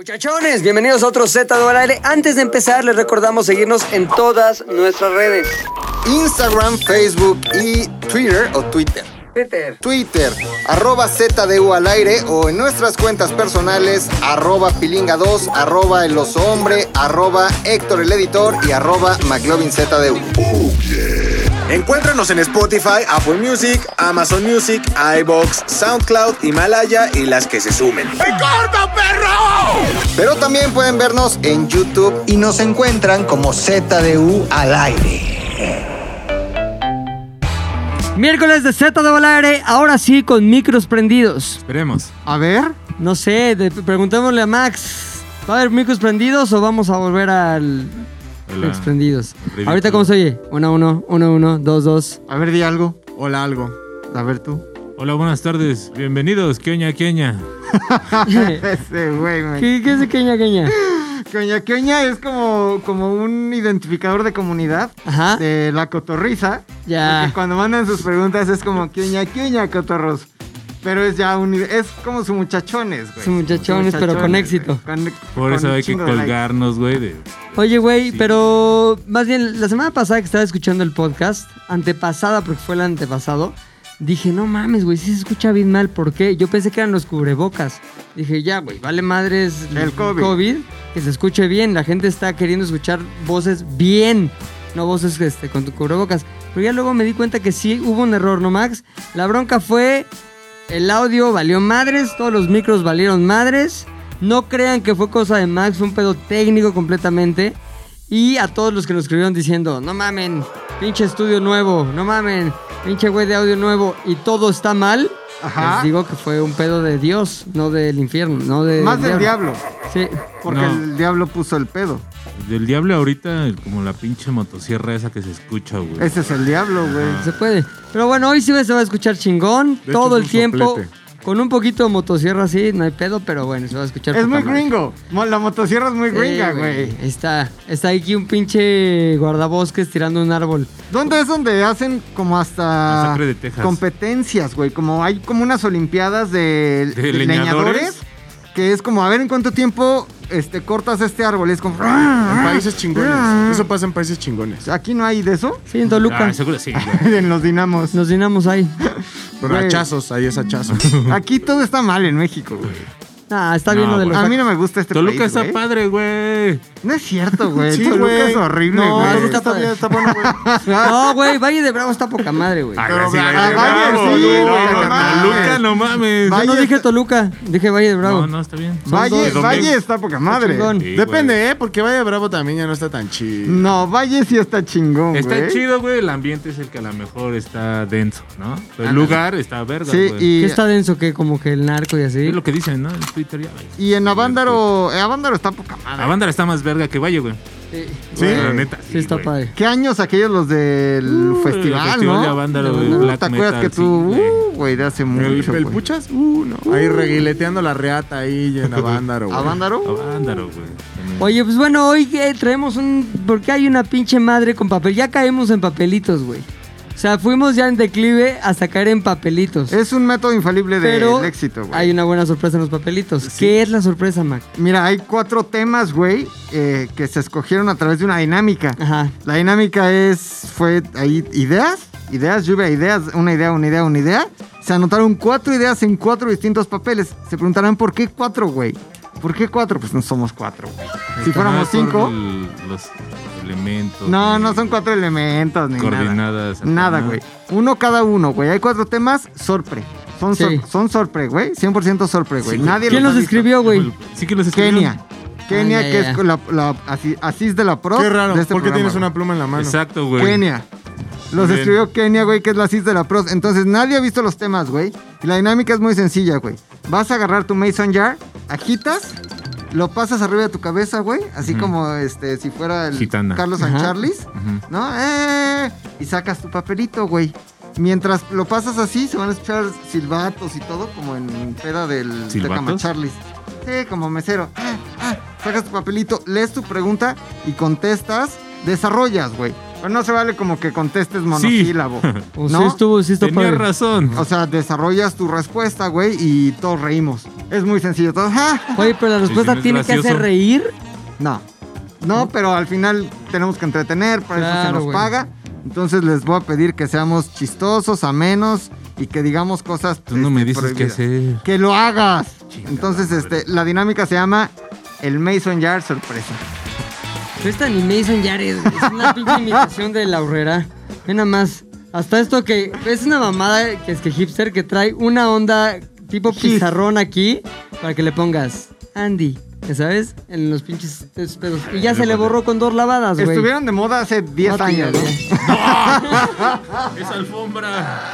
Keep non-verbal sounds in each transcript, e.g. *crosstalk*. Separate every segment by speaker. Speaker 1: Muchachones, bienvenidos a otro Z al aire. Antes de empezar, les recordamos seguirnos en todas nuestras redes.
Speaker 2: Instagram, Facebook y Twitter o Twitter.
Speaker 1: Twitter.
Speaker 2: Twitter, arroba ZDU al aire o en nuestras cuentas personales, arroba pilinga2, arroba el oso hombre, arroba Héctor el editor y arroba McLovinZDU.
Speaker 3: Encuéntranos en Spotify, Apple Music, Amazon Music, iBox, SoundCloud, Himalaya y las que se sumen.
Speaker 2: Pero también pueden vernos en YouTube y nos encuentran como ZDU al aire.
Speaker 1: Miércoles de Z al aire, ahora sí con micros prendidos.
Speaker 4: Esperemos.
Speaker 5: A ver,
Speaker 1: No sé, de- preguntémosle a Max. ¿Va a haber micros prendidos o vamos a volver al
Speaker 4: Hola.
Speaker 1: micros prendidos?
Speaker 4: Ridículo.
Speaker 1: Ahorita cómo se oye. 1 1 1 1 2
Speaker 4: *laughs*
Speaker 1: 2.
Speaker 5: a ver, di algo.
Speaker 4: Hola, algo.
Speaker 5: A ver tú.
Speaker 4: Hola, buenas tardes. Bienvenidos, Queña, Queña.
Speaker 1: *laughs* ¿Qué
Speaker 5: *laughs* Ese güey, güey.
Speaker 1: qué es de queña queña?
Speaker 5: Queña Queña es como, como un identificador de comunidad
Speaker 1: Ajá.
Speaker 5: de la cotorriza.
Speaker 1: Ah. Ya.
Speaker 5: Porque cuando mandan sus preguntas es como Queña Queña, cotorros. Pero es ya un. Es como su muchachones, güey.
Speaker 1: Su muchachones, pero con
Speaker 5: güey.
Speaker 1: éxito.
Speaker 5: Con-
Speaker 4: Por
Speaker 5: con
Speaker 4: eso
Speaker 5: un
Speaker 4: hay que
Speaker 5: chingo de likes.
Speaker 4: colgarnos, güey. de-
Speaker 1: Oye, güey,
Speaker 4: Sí.
Speaker 1: pero más bien, la semana pasada que estaba escuchando el podcast, antepasada, porque fue el antepasado, dije, no mames, güey, sí se escucha bien mal, ¿por qué? Yo pensé que eran los cubrebocas. Dije, ya, güey, vale madres
Speaker 5: El COVID.
Speaker 1: que se escuche bien. La gente está queriendo escuchar voces bien, no voces este, con tu cubrebocas. Pero ya luego me di cuenta que sí hubo un error, ¿no, Max? La bronca fue el audio valió madres, todos los micros valieron madres. No crean que fue cosa de Max, fue un pedo técnico completamente. Y a todos los que nos escribieron diciendo, no mamen, pinche estudio nuevo, no mamen, pinche güey de audio nuevo y todo está mal.
Speaker 5: Ajá.
Speaker 1: Les digo que fue un pedo de Dios, no del infierno, no de
Speaker 5: Más del diablo.
Speaker 1: Sí.
Speaker 5: Porque
Speaker 4: No.
Speaker 5: el diablo puso el pedo.
Speaker 4: Del diablo ahorita, como la pinche motosierra esa que se escucha, güey.
Speaker 5: Ese es el diablo, güey.
Speaker 1: Se puede. Pero bueno, hoy sí se va a escuchar chingón,
Speaker 4: hecho,
Speaker 1: todo
Speaker 4: es
Speaker 1: el
Speaker 4: un
Speaker 1: tiempo.
Speaker 4: soplete.
Speaker 1: Con un poquito de motosierra, sí, no hay pedo, pero bueno, se va a escuchar.
Speaker 5: Es
Speaker 1: poca
Speaker 5: muy
Speaker 1: madre.
Speaker 5: gringo. Mo- La motosierra es muy
Speaker 1: Sí,
Speaker 5: gringa, güey.
Speaker 1: Está, está aquí un pinche guardabosques tirando un árbol.
Speaker 5: ¿Dónde es donde hacen como hasta
Speaker 4: Masacre de Texas.
Speaker 5: competencias, güey? Como hay como unas olimpiadas de,
Speaker 4: ¿De
Speaker 5: de
Speaker 4: leñadores?
Speaker 5: leñadores, que es como a ver en cuánto tiempo este cortas este árbol, es como "Ah".
Speaker 6: En países chingones. Eso pasa en países chingones.
Speaker 5: aquí no hay de eso. *laughs*
Speaker 1: Sí, en Toluca.
Speaker 4: Ah, seguro
Speaker 5: Este
Speaker 4: sí, güey.
Speaker 5: en los dinamos.
Speaker 1: Nos dinamos ahí.
Speaker 6: Pero
Speaker 5: Güey.
Speaker 6: hachazos, ahí es hachazo.
Speaker 5: Aquí todo está mal en México, güey.
Speaker 1: Ah, está
Speaker 4: No,
Speaker 1: bien lo de
Speaker 4: güey.
Speaker 1: los.
Speaker 5: A mí no me gusta este
Speaker 4: Toluca
Speaker 5: país,
Speaker 4: está
Speaker 5: güey.
Speaker 4: padre, güey.
Speaker 5: No es cierto, güey.
Speaker 6: Sí,
Speaker 5: Toluca
Speaker 6: güey.
Speaker 5: es horrible,
Speaker 1: No,
Speaker 5: güey.
Speaker 1: Toluca está bien,
Speaker 5: está *laughs* bueno, güey.
Speaker 1: *laughs* No, güey, Valle de Bravo está poca madre, güey.
Speaker 4: Ah,
Speaker 6: Pero
Speaker 4: sí,
Speaker 6: Valle
Speaker 4: Valle de
Speaker 5: de Bravo,
Speaker 4: Bravo,
Speaker 5: sí,
Speaker 4: güey,
Speaker 5: güey,
Speaker 4: no,
Speaker 5: no mames.
Speaker 4: Toluca, no mames.
Speaker 1: Yo
Speaker 5: Valle
Speaker 1: no dije
Speaker 5: está-
Speaker 1: Toluca, dije Valle de Bravo.
Speaker 4: No, no, está bien.
Speaker 5: Valle,
Speaker 4: Son-
Speaker 5: Valle está poca madre.
Speaker 1: chingón.
Speaker 4: Sí, güey.
Speaker 6: Depende, ¿eh? Porque Valle Bravo también ya no está tan chido.
Speaker 5: No, Valle sí está chingón, güey.
Speaker 4: Está chido, güey. El ambiente es el que a lo mejor está denso, ¿no? El lugar está verga,
Speaker 5: Sí,
Speaker 4: güey.
Speaker 5: y
Speaker 1: ¿Qué está denso que como que el narco y así?
Speaker 4: Es lo que dicen, ¿no? En Twitter ya, güey.
Speaker 5: Y en Avándaro, en Avándaro está poca madre.
Speaker 4: La banda está más verga que Valle, güey.
Speaker 1: Sí,
Speaker 5: Sí.
Speaker 4: La neta.
Speaker 1: sí está
Speaker 4: güey.
Speaker 1: padre.
Speaker 5: ¿Qué años aquellos los del
Speaker 4: Uh,
Speaker 5: festival,
Speaker 4: el festival
Speaker 5: no?
Speaker 4: de Avándaro, de
Speaker 5: Uh,
Speaker 4: black
Speaker 5: ¿Te acuerdas
Speaker 4: metal,
Speaker 5: que tú,
Speaker 4: sí, güey.
Speaker 5: uh, güey, de hace
Speaker 6: El,
Speaker 5: mucho,
Speaker 6: el
Speaker 5: güey.
Speaker 6: puchas, uh, no. Ahí reguileteando la reata ahí
Speaker 4: *laughs*
Speaker 6: en Avándaro, güey.
Speaker 5: ¿Avándaro?
Speaker 4: Avándaro, güey.
Speaker 1: Oye, pues bueno, hoy eh, traemos un. Porque hay una pinche madre con papel. Ya caemos en papelitos, güey. O sea, fuimos ya en declive hasta caer en papelitos.
Speaker 5: Es un método infalible del
Speaker 1: Pero
Speaker 5: éxito, güey.
Speaker 1: hay una buena sorpresa en los papelitos. ¿Qué es la sorpresa, Mac?
Speaker 5: Mira, hay cuatro temas, güey, eh, que se escogieron a través de una dinámica.
Speaker 1: Ajá.
Speaker 5: La dinámica es, fue ahí ideas, ideas, lluvia, de ideas, una idea, una idea, una idea. Se anotaron cuatro ideas en cuatro distintos papeles. Se preguntarán, ¿por qué cuatro, güey? ¿Por qué cuatro? Pues no somos cuatro, güey. Si fuéramos
Speaker 4: Nada por
Speaker 5: cinco...
Speaker 4: el- los elementos.
Speaker 5: No,
Speaker 4: güey.
Speaker 5: no son cuatro elementos ni nada.
Speaker 4: Coordinadas.
Speaker 5: Nada, güey. Uno cada uno, güey. Hay cuatro temas, sorpre. Son,
Speaker 1: Sí.
Speaker 5: sor- son sorpre, güey. 100% sorpre, güey. Nadie
Speaker 1: ¿Quién
Speaker 5: los
Speaker 1: los
Speaker 5: ha visto.
Speaker 1: escribió, güey?
Speaker 4: Sí que los escribieron.
Speaker 5: Kenia. Kenia,
Speaker 1: Ah, ya,
Speaker 5: que
Speaker 1: ya.
Speaker 5: es la, la asi- asís de la pro.
Speaker 6: Qué raro.
Speaker 5: de este
Speaker 6: ¿Por qué
Speaker 5: programa,
Speaker 6: tienes una pluma en la mano?
Speaker 4: Exacto, güey.
Speaker 5: güey. Kenia. Los
Speaker 4: Bien.
Speaker 5: escribió Kenia, güey, que es la asís de la pro. Entonces nadie ha visto los temas, güey. Y la dinámica es muy sencilla, güey. Vas a agarrar tu Mason Jar, agitas, lo pasas arriba de tu cabeza, güey. Así como este, si fuera el
Speaker 4: Gitana.
Speaker 5: Carlos San
Speaker 1: Ajá.
Speaker 5: Charles.
Speaker 4: Ujú.
Speaker 5: ¿no? ¡Eh! Y sacas tu papelito, güey. Mientras lo pasas así, se van a escuchar silbatos y todo, como en peda del de
Speaker 4: ¿Silbatos?
Speaker 5: Camacharlis. Sí, como mesero. ¡Ah! ¡Ah! Sacas tu papelito, lees tu pregunta y contestas, desarrollas, güey. Pero no se vale como que contestes monosílabo.
Speaker 1: O Pues sí
Speaker 5: ¿no?
Speaker 1: estuvo, sí está
Speaker 4: Tenía
Speaker 1: padre.
Speaker 4: razón.
Speaker 5: O sea, desarrollas tu respuesta, güey, y todos reímos. Es muy sencillo todo. ¡Ah! ¡Ja, ja!
Speaker 1: Oye, pero la
Speaker 4: Sí,
Speaker 1: respuesta
Speaker 4: sí, es
Speaker 1: tiene que
Speaker 4: gracioso.
Speaker 1: hacer reír.
Speaker 5: No. No, pero al final tenemos que entretener, para eso
Speaker 1: Claro,
Speaker 5: se nos
Speaker 1: güey.
Speaker 5: paga. Entonces les voy a pedir que seamos chistosos, amenos y que digamos cosas.
Speaker 4: Tú no me
Speaker 5: este,
Speaker 4: dices
Speaker 5: prohibidas.
Speaker 4: qué hacer.
Speaker 5: Que lo hagas.
Speaker 4: Chinga
Speaker 5: Entonces,
Speaker 4: la
Speaker 5: este, la dinámica se llama el Mason Jar sorpresa.
Speaker 1: Pero esta ni Mason ya es, es una *laughs* pinche imitación de la horrera. Ve nada más. Hasta esto que es una mamada que es que hipster que trae una onda tipo pizarrón aquí para que le pongas Andy, ¿ya ¿sabes? En los pinches esos pedos. Y ya se le borró con dos lavadas, Pues, güey.
Speaker 5: Estuvieron de moda hace 10
Speaker 1: No,
Speaker 5: años,
Speaker 1: tío,
Speaker 5: ¿no?
Speaker 1: ya.
Speaker 4: Es alfombra.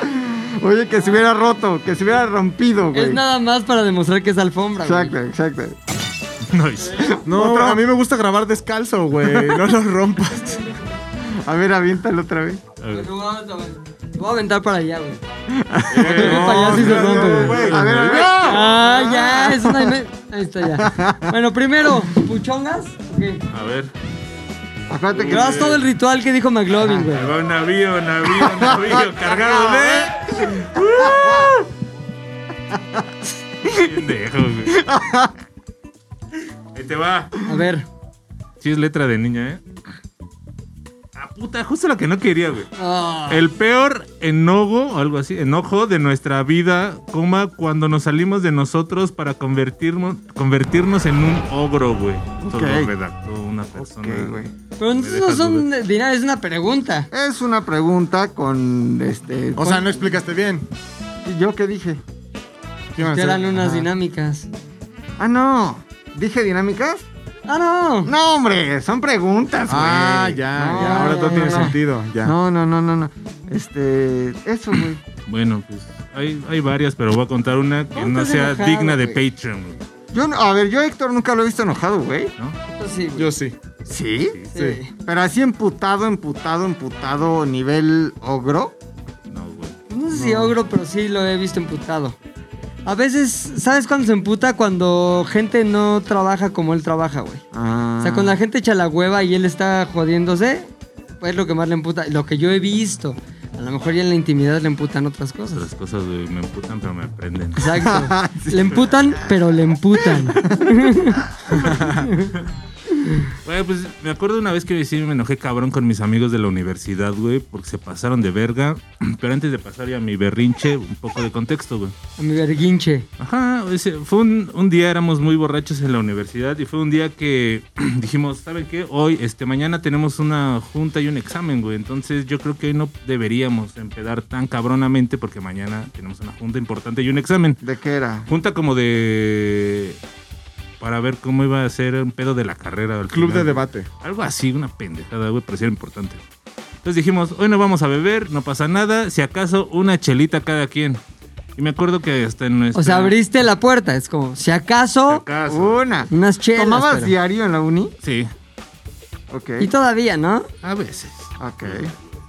Speaker 5: Oye, que se hubiera roto, que se hubiera rompido, güey.
Speaker 1: Es nada más para demostrar que es alfombra, güey.
Speaker 5: Exacto, exacto.
Speaker 4: *laughs* No,
Speaker 5: *laughs*
Speaker 4: es-
Speaker 6: No, a mí me gusta grabar descalzo, *laughs* güey. No lo rompas.
Speaker 5: A ver, aviéntalo otra vez.
Speaker 4: A ver.
Speaker 1: Lo voy a- lo voy a aventar para allá, güey.
Speaker 6: no,
Speaker 1: para allá sí se
Speaker 6: no,
Speaker 1: rompe,
Speaker 6: no,
Speaker 1: güey.
Speaker 6: güey.
Speaker 5: A ver, a ver.
Speaker 1: Ah, ya, es una... ime- Ahí está ya. Bueno, primero, puchongas. Ok.
Speaker 4: A ver.
Speaker 5: Acuérdate que.
Speaker 1: Pero haz todo el ritual que dijo McLovin, güey.
Speaker 4: Ahí va un navío, navío,
Speaker 5: *laughs*
Speaker 4: navío, cargado de. Pendejo, güey. Ahí te va.
Speaker 1: A ver.
Speaker 4: Sí, es letra de niña, ¿eh? Ah, puta, justo lo que no quería, güey.
Speaker 1: Ah,
Speaker 4: El peor enojo, o algo así, enojo de nuestra vida, coma, cuando nos salimos de nosotros para convertirnos, convertirnos en un ogro, güey. Esto lo
Speaker 5: Ok.
Speaker 4: redactó una persona.
Speaker 5: Ok, güey.
Speaker 1: pero entonces no
Speaker 4: dejas
Speaker 1: son dinámicas, es una pregunta.
Speaker 5: Es una pregunta con este.
Speaker 6: O sea, no explicaste bien.
Speaker 5: ¿Yo qué dije?
Speaker 6: ¿Qué iban a
Speaker 1: Que
Speaker 6: hacer?
Speaker 1: eran unas
Speaker 6: Ajá.
Speaker 1: dinámicas.
Speaker 5: Ah, no. ¿Dije dinámicas?
Speaker 1: Ah, no.
Speaker 5: No, hombre, son preguntas, güey.
Speaker 6: Ah, ya,
Speaker 5: No,
Speaker 6: ya. Ahora
Speaker 5: no,
Speaker 6: todo
Speaker 5: no,
Speaker 6: tiene
Speaker 5: no.
Speaker 6: sentido. Ya.
Speaker 5: No, no, no, no, no. Este, eso, güey.
Speaker 4: Bueno, pues hay, hay varias, pero voy a contar una que
Speaker 1: No
Speaker 4: no
Speaker 1: estés
Speaker 4: sea
Speaker 1: enojado,
Speaker 4: digna de
Speaker 1: güey.
Speaker 4: Patreon, güey,
Speaker 5: Yo, no- a ver, yo a Héctor nunca lo he visto enojado, güey.
Speaker 4: ¿no?
Speaker 1: Esto sí, güey.
Speaker 6: Yo sí.
Speaker 5: ¿Sí?
Speaker 1: Sí.
Speaker 5: Pero así emputado, emputado, emputado, nivel ogro.
Speaker 4: No, güey.
Speaker 1: No sé si ogro, pero sí lo he visto emputado. A veces, ¿sabes cuándo se emputa? Cuando gente no trabaja como él trabaja, güey.
Speaker 5: Ah.
Speaker 1: O sea, cuando la gente echa la hueva y él está jodiéndose, pues es lo que más le emputa. Lo que yo he visto. A lo mejor ya en la intimidad le emputan otras cosas.
Speaker 4: Otras cosas, güey, me emputan, pero
Speaker 1: *laughs*
Speaker 4: me prenden.
Speaker 1: Exacto. Le emputan, pero le emputan. *laughs*
Speaker 4: Güey, pues me acuerdo una vez que sí me enojé cabrón con mis amigos de la universidad, güey, porque se pasaron de verga. *clears throat* Pero antes de pasar ya a mi berrinche, un poco de contexto, güey.
Speaker 1: A mi verguinche.
Speaker 4: Ajá, ese- fue un, un día, éramos muy borrachos en la universidad y fue un día que *clears throat* dijimos, ¿saben qué? Hoy, este, mañana tenemos una junta y un examen, güey. Entonces yo creo que hoy no deberíamos empedar tan cabronamente porque mañana tenemos una junta importante y un examen.
Speaker 5: ¿De qué era?
Speaker 4: Junta como de... para ver cómo iba a ser un pedo de la carrera. al
Speaker 6: Club de
Speaker 4: final.
Speaker 6: debate.
Speaker 4: Algo así, una pendejada, güey, pero sí era importante. Entonces dijimos, hoy no vamos a beber, no pasa nada, si acaso una chelita cada quien. Y me acuerdo que hasta en nuestra...
Speaker 1: O sea, abriste la puerta. Es como, si
Speaker 4: si
Speaker 1: acaso,
Speaker 4: acaso.
Speaker 5: Una.
Speaker 1: unas chelas.
Speaker 5: ¿Tomabas
Speaker 1: pero-
Speaker 5: diario en la uni?
Speaker 4: Sí,
Speaker 5: Ok.
Speaker 1: Y todavía, ¿no?
Speaker 4: a veces.
Speaker 5: Ok.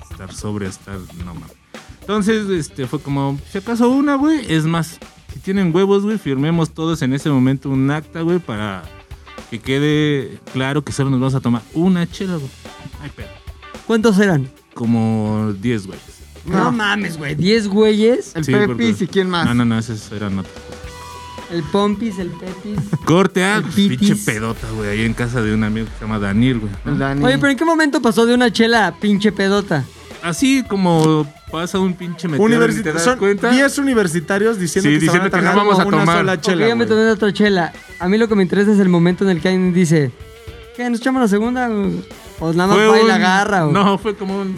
Speaker 4: Estar sobre, estar... No mames. Entonces, este, fue como, si acaso una, güey, es más. Si tienen huevos, güey, firmemos todos en ese momento un acta, güey, para que quede claro que solo nos vamos a tomar una chela, güey. Ay, pero
Speaker 1: ¿Cuántos eran?
Speaker 4: como 10, güeyes.
Speaker 1: No, mames, güey. ¿Diez güeyes?
Speaker 5: El
Speaker 4: Sí,
Speaker 5: Pepis
Speaker 4: porque-
Speaker 5: y quién más.
Speaker 4: No, no, no, esos eran otros.
Speaker 1: El Pompis, el Pepis.
Speaker 4: Corte a
Speaker 1: El pitis.
Speaker 4: pinche pedota, güey, ahí en casa de un amigo que se llama Daniel, güey. ¿no?
Speaker 5: El Dani.
Speaker 1: Oye, pero ¿en qué momento pasó de una chela a pinche pedota?
Speaker 4: Así como pasa un pinche meteoro y
Speaker 6: Universi
Speaker 4: te das
Speaker 6: son
Speaker 4: cuenta.
Speaker 6: 10 universitarios diciendo
Speaker 4: Sí,
Speaker 6: que, se
Speaker 4: diciendo
Speaker 6: van a
Speaker 4: que no
Speaker 6: tragar
Speaker 4: vamos a
Speaker 6: una
Speaker 4: tomar.
Speaker 6: sola chela.
Speaker 1: Ok, yo me
Speaker 6: güey.
Speaker 1: tomé otra chela. A mí lo que me interesa es el momento en el que alguien dice, ¿qué? ¿Nos echamos la segunda? O nada más
Speaker 4: Fue
Speaker 1: va y
Speaker 4: un-
Speaker 1: la agarra. o-
Speaker 4: No, fue como un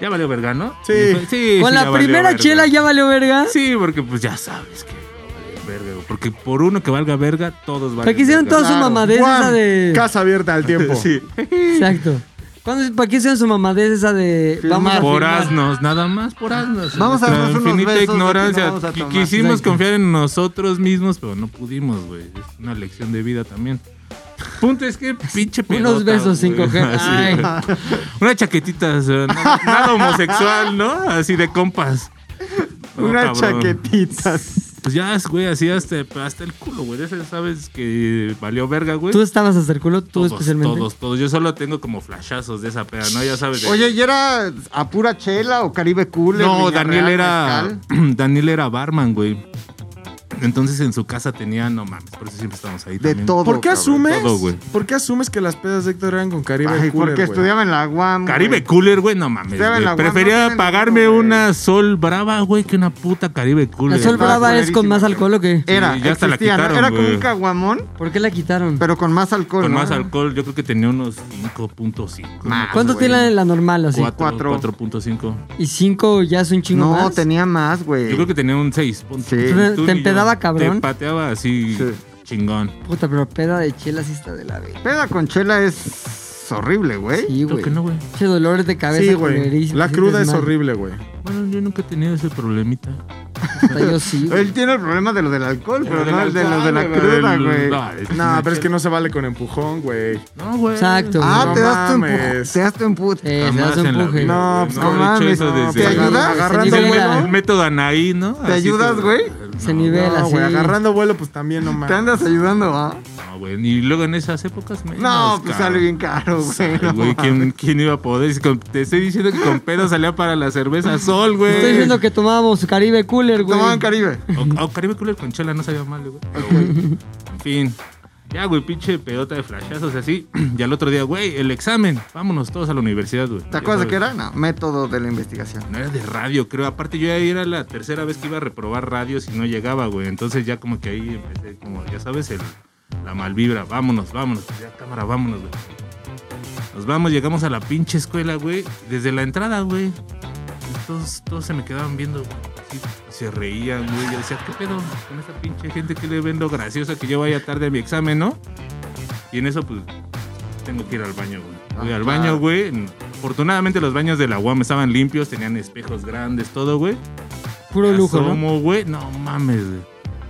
Speaker 4: ya valió verga, ¿no?
Speaker 6: Sí.
Speaker 4: Y fue- sí
Speaker 1: Con
Speaker 4: sí,
Speaker 1: la
Speaker 4: ya valió
Speaker 1: primera
Speaker 4: verga.
Speaker 1: chela ya valió verga.
Speaker 4: Sí, porque pues ya sabes que valió verga, güey, porque por uno que valga verga, todos
Speaker 1: ¿Para
Speaker 4: valen.
Speaker 1: qué hicieron
Speaker 4: verga.
Speaker 1: toda su
Speaker 6: Claro.
Speaker 1: mamadez
Speaker 6: Guam,
Speaker 1: esa de...?
Speaker 6: Casa abierta al tiempo.
Speaker 4: *laughs* Sí.
Speaker 1: Exacto. ¿Cuándo, ¿Para qué hicieron su mamadez esa de... Vamos a
Speaker 4: Por
Speaker 1: firmar?
Speaker 4: asnos, nada más por asnos.
Speaker 5: Vamos a
Speaker 4: Nuestra
Speaker 5: darnos unos
Speaker 4: infinita
Speaker 5: besos de que no
Speaker 4: ignorancia.
Speaker 5: vamos a
Speaker 4: Qui-
Speaker 5: tomar.
Speaker 4: Quisimos
Speaker 1: Exacto.
Speaker 4: confiar en nosotros mismos, pero no pudimos, güey. Es una lección de vida también. Punto es que pinche pelota,
Speaker 1: Unos besos sin
Speaker 4: güey.
Speaker 1: coger.
Speaker 4: *laughs* Así,
Speaker 1: Ay.
Speaker 4: güey. Una chaquetita, o sea, nada, nada homosexual, ¿no? Así de compas. No,
Speaker 5: *laughs* Una
Speaker 4: cabrón.
Speaker 5: chaquetita.
Speaker 4: Pues ya, güey, así hasta, hasta el culo, güey. Ese sabes que valió verga, güey.
Speaker 1: Tú estabas hasta el culo, tú
Speaker 4: todos,
Speaker 1: especialmente.
Speaker 4: todos, todos. Yo solo tengo como flashazos de esa peda, ¿no? Ya sabes. de-
Speaker 5: Oye, ¿y era a pura chela o Caribe
Speaker 4: *clears throat*
Speaker 5: Cool?
Speaker 4: No, Daniel era. Daniel era barman, güey. Entonces en su casa tenía, no mames, por eso siempre estamos ahí.
Speaker 5: De
Speaker 4: también.
Speaker 5: todo.
Speaker 6: ¿Por qué
Speaker 5: cabrón.
Speaker 6: asumes?
Speaker 4: Todo, güey.
Speaker 6: ¿Por qué asumes que las pedas de Héctor eran con Caribe
Speaker 5: Ay,
Speaker 6: Cooler,
Speaker 5: porque
Speaker 6: güey?
Speaker 5: estudiaba en la UAM. güey.
Speaker 4: Caribe Cooler, güey, no mames.
Speaker 5: Estaba
Speaker 4: güey.
Speaker 5: en la UAM, no
Speaker 4: Prefería
Speaker 5: tiene
Speaker 4: pagarme
Speaker 5: dinero, güey.
Speaker 4: una Sol Brava, güey, que una puta Caribe Cooler.
Speaker 1: La Sol
Speaker 5: estaba
Speaker 1: Brava es con
Speaker 5: culerísima,
Speaker 1: más alcohol o qué?
Speaker 5: Era,
Speaker 4: Sí, ya hasta la
Speaker 5: existía, ¿no?
Speaker 4: quitaron,
Speaker 5: Era como
Speaker 4: güey.
Speaker 5: un caguamón,
Speaker 1: ¿Por qué la quitaron?
Speaker 5: pero con más alcohol.
Speaker 4: Con
Speaker 5: ¿no?
Speaker 4: más alcohol, yo creo que tenía unos 5.5.
Speaker 5: Más,
Speaker 1: ¿Cuánto
Speaker 5: güey.
Speaker 1: tiene la, la normal así?
Speaker 4: Cuatro,
Speaker 5: cuatro.
Speaker 4: 4.5.
Speaker 1: Y cinco ya es un chingo
Speaker 5: No,
Speaker 1: más.
Speaker 5: tenía más, güey.
Speaker 4: Yo creo que tenía un 6.
Speaker 5: Sí.
Speaker 4: Tú
Speaker 1: Te- te
Speaker 4: ni yo.
Speaker 1: empedaba, cabrón.
Speaker 4: Te pateaba así
Speaker 5: Sí.
Speaker 4: chingón.
Speaker 1: Puta, pero peda de chela sí está de la verga.
Speaker 5: Peda con chela es horrible, güey.
Speaker 1: Sí,
Speaker 4: Creo
Speaker 1: güey.
Speaker 4: que no, güey.
Speaker 1: Che, dolores de cabeza.
Speaker 6: Sí, güey.
Speaker 1: culerísimo,
Speaker 6: La
Speaker 1: te
Speaker 6: cruda
Speaker 1: sientes
Speaker 6: es
Speaker 1: mal.
Speaker 6: horrible, güey.
Speaker 4: Bueno, yo nunca he tenido ese problemita.
Speaker 1: Hasta yo
Speaker 6: *laughs*
Speaker 1: sí. güey. Eh,
Speaker 5: Él tiene el problema de lo del alcohol, pero
Speaker 4: Pero
Speaker 5: no el de lo de la
Speaker 4: alcohol,
Speaker 5: cruda,
Speaker 4: del-
Speaker 5: güey.
Speaker 4: No, es-
Speaker 6: No, pero es que no se vale con empujón, güey.
Speaker 4: No, güey.
Speaker 1: Exacto.
Speaker 5: Ah,
Speaker 1: güey.
Speaker 5: te
Speaker 6: No
Speaker 5: das tu
Speaker 6: mames.
Speaker 5: empuje. Te das tu
Speaker 1: Sí,
Speaker 5: empuje.
Speaker 1: se
Speaker 4: Jamás
Speaker 1: hace un
Speaker 4: en la
Speaker 1: empuje.
Speaker 4: vida,
Speaker 6: No,
Speaker 4: güey.
Speaker 6: pues,
Speaker 5: no
Speaker 4: he dicho
Speaker 5: mames,
Speaker 4: eso
Speaker 5: no,
Speaker 4: desde-
Speaker 5: ¿te ayuda?
Speaker 6: Agarrando
Speaker 1: Se nivela.
Speaker 4: El
Speaker 6: vuelo.
Speaker 4: método Anaí, ¿no?
Speaker 5: ¿Te ayudas, güey?
Speaker 1: Se nivela,
Speaker 6: No, güey,
Speaker 1: sí.
Speaker 6: agarrando vuelo, pues también no mames.
Speaker 5: Te andas ayudando, ¿ah?
Speaker 4: No, güey. Y luego en esas épocas menos,
Speaker 5: No, pues
Speaker 4: cabrón.
Speaker 5: sale bien caro, güey.
Speaker 4: Ay,
Speaker 5: no
Speaker 4: Güey, ¿quién, quién iba a poder? Si con- Te estoy diciendo que con pedo salía para la cerveza sol, güey.
Speaker 1: Estoy diciendo que tomábamos Caribe Cooler, güey.
Speaker 5: Tomaban Caribe.
Speaker 4: O, o Caribe Cooler con chela no sabía mal, güey. Pero, güey, En fin. Ya, güey, pinche pedota de flashazos así. *clears throat* Y al otro día, güey, el examen. Vámonos todos a la universidad, güey.
Speaker 5: ¿Te acuerdas de qué era? No, método de la investigación.
Speaker 4: No era de radio, creo. Aparte, yo ya era la tercera vez que iba a reprobar radio si no llegaba, güey. Entonces ya como que ahí empecé, como, ya sabes, el- la malvibra. Vámonos, vámonos. pues, Ya, cámara, vámonos, güey. Nos vamos, llegamos a la pinche escuela, güey. Desde la entrada, güey. Y Todos, todos se me quedaban viendo, güey. así, Se reían, güey. Yo decía, ¿qué pedo con esta pinche gente que le ven lo gracioso que yo vaya tarde a mi examen, no? Y en eso, pues, tengo que ir al baño, güey. Voy
Speaker 5: Ah,
Speaker 4: al
Speaker 5: claro.
Speaker 4: baño, güey. Afortunadamente los baños de la UAM estaban limpios, tenían espejos grandes, todo, güey.
Speaker 1: Puro lujo, ¿no?
Speaker 4: Asomo, güey. No mames, güey.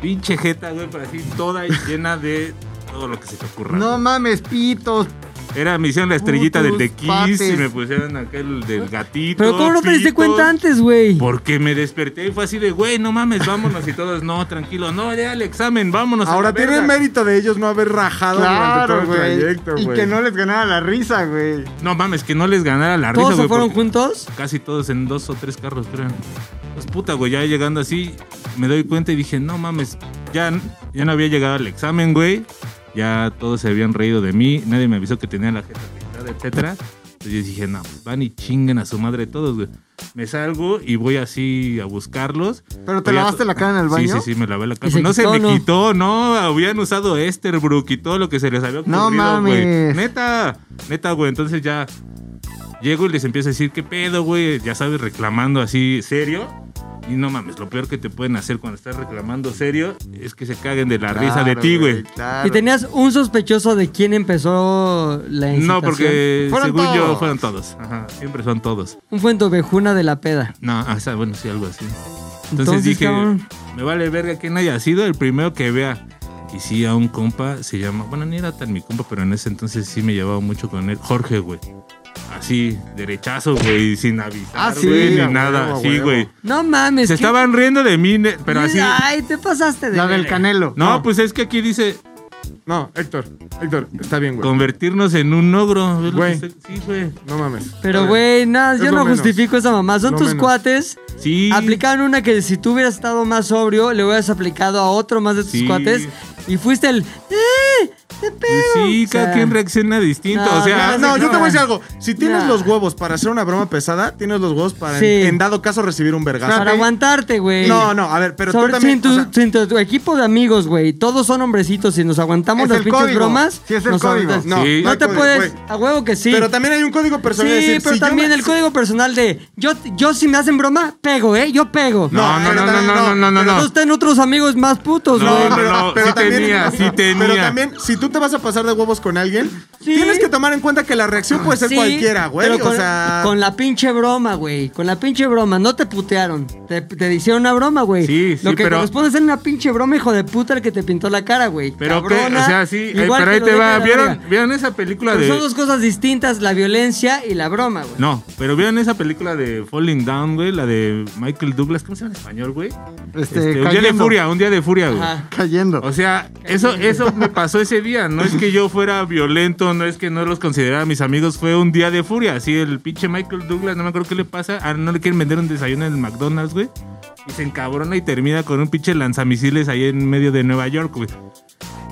Speaker 4: Pinche jeta, güey, pero así toda *laughs* llena de todo lo que se te ocurra.
Speaker 5: No
Speaker 4: güey.
Speaker 5: mames, pitos.
Speaker 4: Era, me hicieron la estrellita del de
Speaker 5: Putos
Speaker 4: Kiss
Speaker 5: pates.
Speaker 4: y me pusieron aquel del gatito.
Speaker 1: Pero ¿cómo no te diste
Speaker 4: pitos.
Speaker 1: cuenta antes, güey?
Speaker 4: Porque me desperté y fue así de, güey, no mames, vámonos y todos, no, tranquilo, no, ya el examen, vámonos. a
Speaker 6: Ahora
Speaker 4: la
Speaker 6: tiene
Speaker 4: verga".
Speaker 6: mérito de ellos no haber rajado durante todo
Speaker 5: Claro,
Speaker 6: el
Speaker 5: güey.
Speaker 6: trayecto,
Speaker 5: Y
Speaker 6: güey.
Speaker 5: que no les ganara la risa, güey.
Speaker 4: No mames, que no les ganara la
Speaker 1: ¿Todos
Speaker 4: risa,
Speaker 1: se
Speaker 4: güey.
Speaker 1: fueron
Speaker 4: porque
Speaker 1: juntos?
Speaker 4: Casi todos en dos o tres carros, creo. Pues puta, güey, ya llegando así, me doy cuenta y dije, no mames, ya, ya no había llegado al examen, güey. Ya todos se habían reído de mí, nadie me avisó que tenía la jeta pintada, etcétera. Entonces yo dije, no, pues van y chinguen a su madre todos, güey. Me salgo y voy así a buscarlos.
Speaker 5: Pero te
Speaker 4: Voy a-
Speaker 5: lavaste la cara en el baño.
Speaker 4: Sí, sí, sí, me lavé la cara.
Speaker 1: ¿Y se
Speaker 4: no se
Speaker 1: quitó,
Speaker 4: me
Speaker 1: no?
Speaker 4: quitó, no. Habían usado Esterbrook y todo lo que se les había
Speaker 5: No
Speaker 4: ocurrido, güey.
Speaker 5: mames.
Speaker 4: Neta, neta, güey. Entonces ya llego y les empiezo a decir, ¿qué pedo, güey? Ya sabes, reclamando así serio. Y no mames, lo peor que te pueden hacer cuando estás reclamando serio es que se caguen de la risa de
Speaker 5: Claro,
Speaker 4: ti, güey.
Speaker 5: claro.
Speaker 1: Y tenías un sospechoso de quién empezó la incitación.
Speaker 4: No, porque
Speaker 5: Fueron
Speaker 4: según yo
Speaker 5: todos.
Speaker 4: fueron todos. Ajá, siempre son todos.
Speaker 1: Un fuente vejuna de la peda.
Speaker 4: No, ah, o sea, bueno, sí, algo así. Entonces,
Speaker 1: Entonces,
Speaker 4: dije,
Speaker 1: cabrón.
Speaker 4: me vale verga quién haya sido el primero que vea. Y sí, a un compa se llama, bueno, ni era tan mi compa, pero en ese entonces sí me llevaba mucho con él, Jorge, güey. Así, derechazo, güey, sin avisar,
Speaker 5: Ah, sí,
Speaker 4: güey, ni
Speaker 5: a
Speaker 4: nada,
Speaker 6: huevo, a
Speaker 4: sí,
Speaker 6: huevo.
Speaker 4: güey.
Speaker 1: No mames.
Speaker 4: Se
Speaker 1: ¿qué-
Speaker 4: estaban riendo de mí, ne- pero así.
Speaker 1: Ay, te pasaste de.
Speaker 5: La del canelo.
Speaker 4: No, pues es que aquí dice
Speaker 6: No, Héctor, Héctor, está bien, güey.
Speaker 4: convertirnos en un ogro. ¿ves lo
Speaker 6: Güey.
Speaker 4: que está- Sí, güey.
Speaker 6: No mames.
Speaker 1: Pero, güey, nada,
Speaker 6: Es
Speaker 1: yo
Speaker 6: lo
Speaker 1: no
Speaker 6: menos.
Speaker 1: justifico esa mamá. Son
Speaker 6: Lo
Speaker 1: tus
Speaker 6: menos.
Speaker 1: cuates.
Speaker 4: Sí.
Speaker 1: Aplicaron una que si tú hubieras estado más sobrio, le hubieras aplicado a otro más de tus
Speaker 4: Sí. Pues
Speaker 1: cuates. Y fuiste el. ¡Eh! ¡Te pego!
Speaker 4: Sí,
Speaker 1: O
Speaker 4: cada
Speaker 1: sea,
Speaker 4: quien reacciona distinto.
Speaker 1: no,
Speaker 4: o sea,
Speaker 1: Ah,
Speaker 6: No,
Speaker 1: sí,
Speaker 6: yo
Speaker 1: no.
Speaker 6: te voy a decir algo. Si tienes
Speaker 1: Nah.
Speaker 6: los huevos para hacer una broma pesada, tienes los huevos para, en-
Speaker 1: Sí.
Speaker 6: en, dado caso, recibir un vergazo.
Speaker 1: Para aguantarte, güey.
Speaker 6: No, no, a ver, pero tú
Speaker 1: Sobre-
Speaker 6: también.
Speaker 1: sin tu,
Speaker 6: o sea,
Speaker 1: sin tu- tu equipo de amigos, güey. Todos son hombrecitos. Si nos aguantamos
Speaker 5: Es
Speaker 1: las
Speaker 5: el
Speaker 1: pinches
Speaker 5: código.
Speaker 1: bromas.
Speaker 5: Sí, es el
Speaker 1: nos
Speaker 5: código.
Speaker 1: aguantas.
Speaker 6: no,
Speaker 4: Sí.
Speaker 1: No,
Speaker 6: hay
Speaker 1: te
Speaker 6: código,
Speaker 1: puedes.
Speaker 6: güey.
Speaker 1: A huevo que sí.
Speaker 6: Pero también hay un código personal. de
Speaker 1: sí,
Speaker 6: decir,
Speaker 1: pero
Speaker 6: si yo
Speaker 1: también
Speaker 6: me-
Speaker 1: el código personal de yo, yo si me hacen broma, pego, ¿eh? Yo pego.
Speaker 4: No, no,
Speaker 6: pero
Speaker 4: no, no,
Speaker 6: también-
Speaker 4: no, no, no, no,
Speaker 1: Pero todos tienen otros amigos más putos,
Speaker 4: No,
Speaker 1: güey.
Speaker 4: no, no. sí tenía, sí tenía.
Speaker 6: *laughs* Pero también, si tú te vas a pasar de huevos con alguien,
Speaker 1: Sí.
Speaker 6: tienes que tomar en cuenta que la reacción puede ser
Speaker 1: Sí,
Speaker 6: cualquiera, güey.
Speaker 1: pero
Speaker 6: O
Speaker 1: con,
Speaker 6: sea.
Speaker 1: con la pinche broma, güey. Con la pinche broma. No te putearon. Te, te hicieron una broma, güey.
Speaker 4: Sí, sí,
Speaker 1: Lo que
Speaker 4: pero-
Speaker 1: corresponde es hacer una pinche broma, hijo de puta, el que te pintó la cara, güey.
Speaker 4: Pero que,
Speaker 1: Cabrona,
Speaker 4: o sea, sí, eh,
Speaker 1: igual
Speaker 4: pero ahí
Speaker 1: lo
Speaker 4: te
Speaker 1: deja
Speaker 4: va.
Speaker 1: la
Speaker 4: ¿Vieron,
Speaker 1: verga.
Speaker 4: ¿Vieron esa película
Speaker 1: Pero
Speaker 4: de.?
Speaker 1: son dos cosas distintas, la violencia y la broma, güey.
Speaker 4: No, pero vieron esa película de Falling Down, güey, la de Michael Douglas, ¿cómo se llama en español, güey?
Speaker 5: Este,
Speaker 4: Este, un día de
Speaker 5: cayendo.
Speaker 4: furia, un día de furia, güey.
Speaker 1: Ajá.
Speaker 5: Cayendo.
Speaker 4: O sea, eso, eso me pasó ese furia. No es que yo fuera violento, no es que no los considerara mis amigos. Fue un día de furia. Así el pinche Michael Douglas, no me acuerdo qué le pasa. Ah, no le quieren vender un desayuno en el McDonald's, güey. Y se encabrona y termina con un pinche lanzamisiles ahí en medio de Nueva York, güey.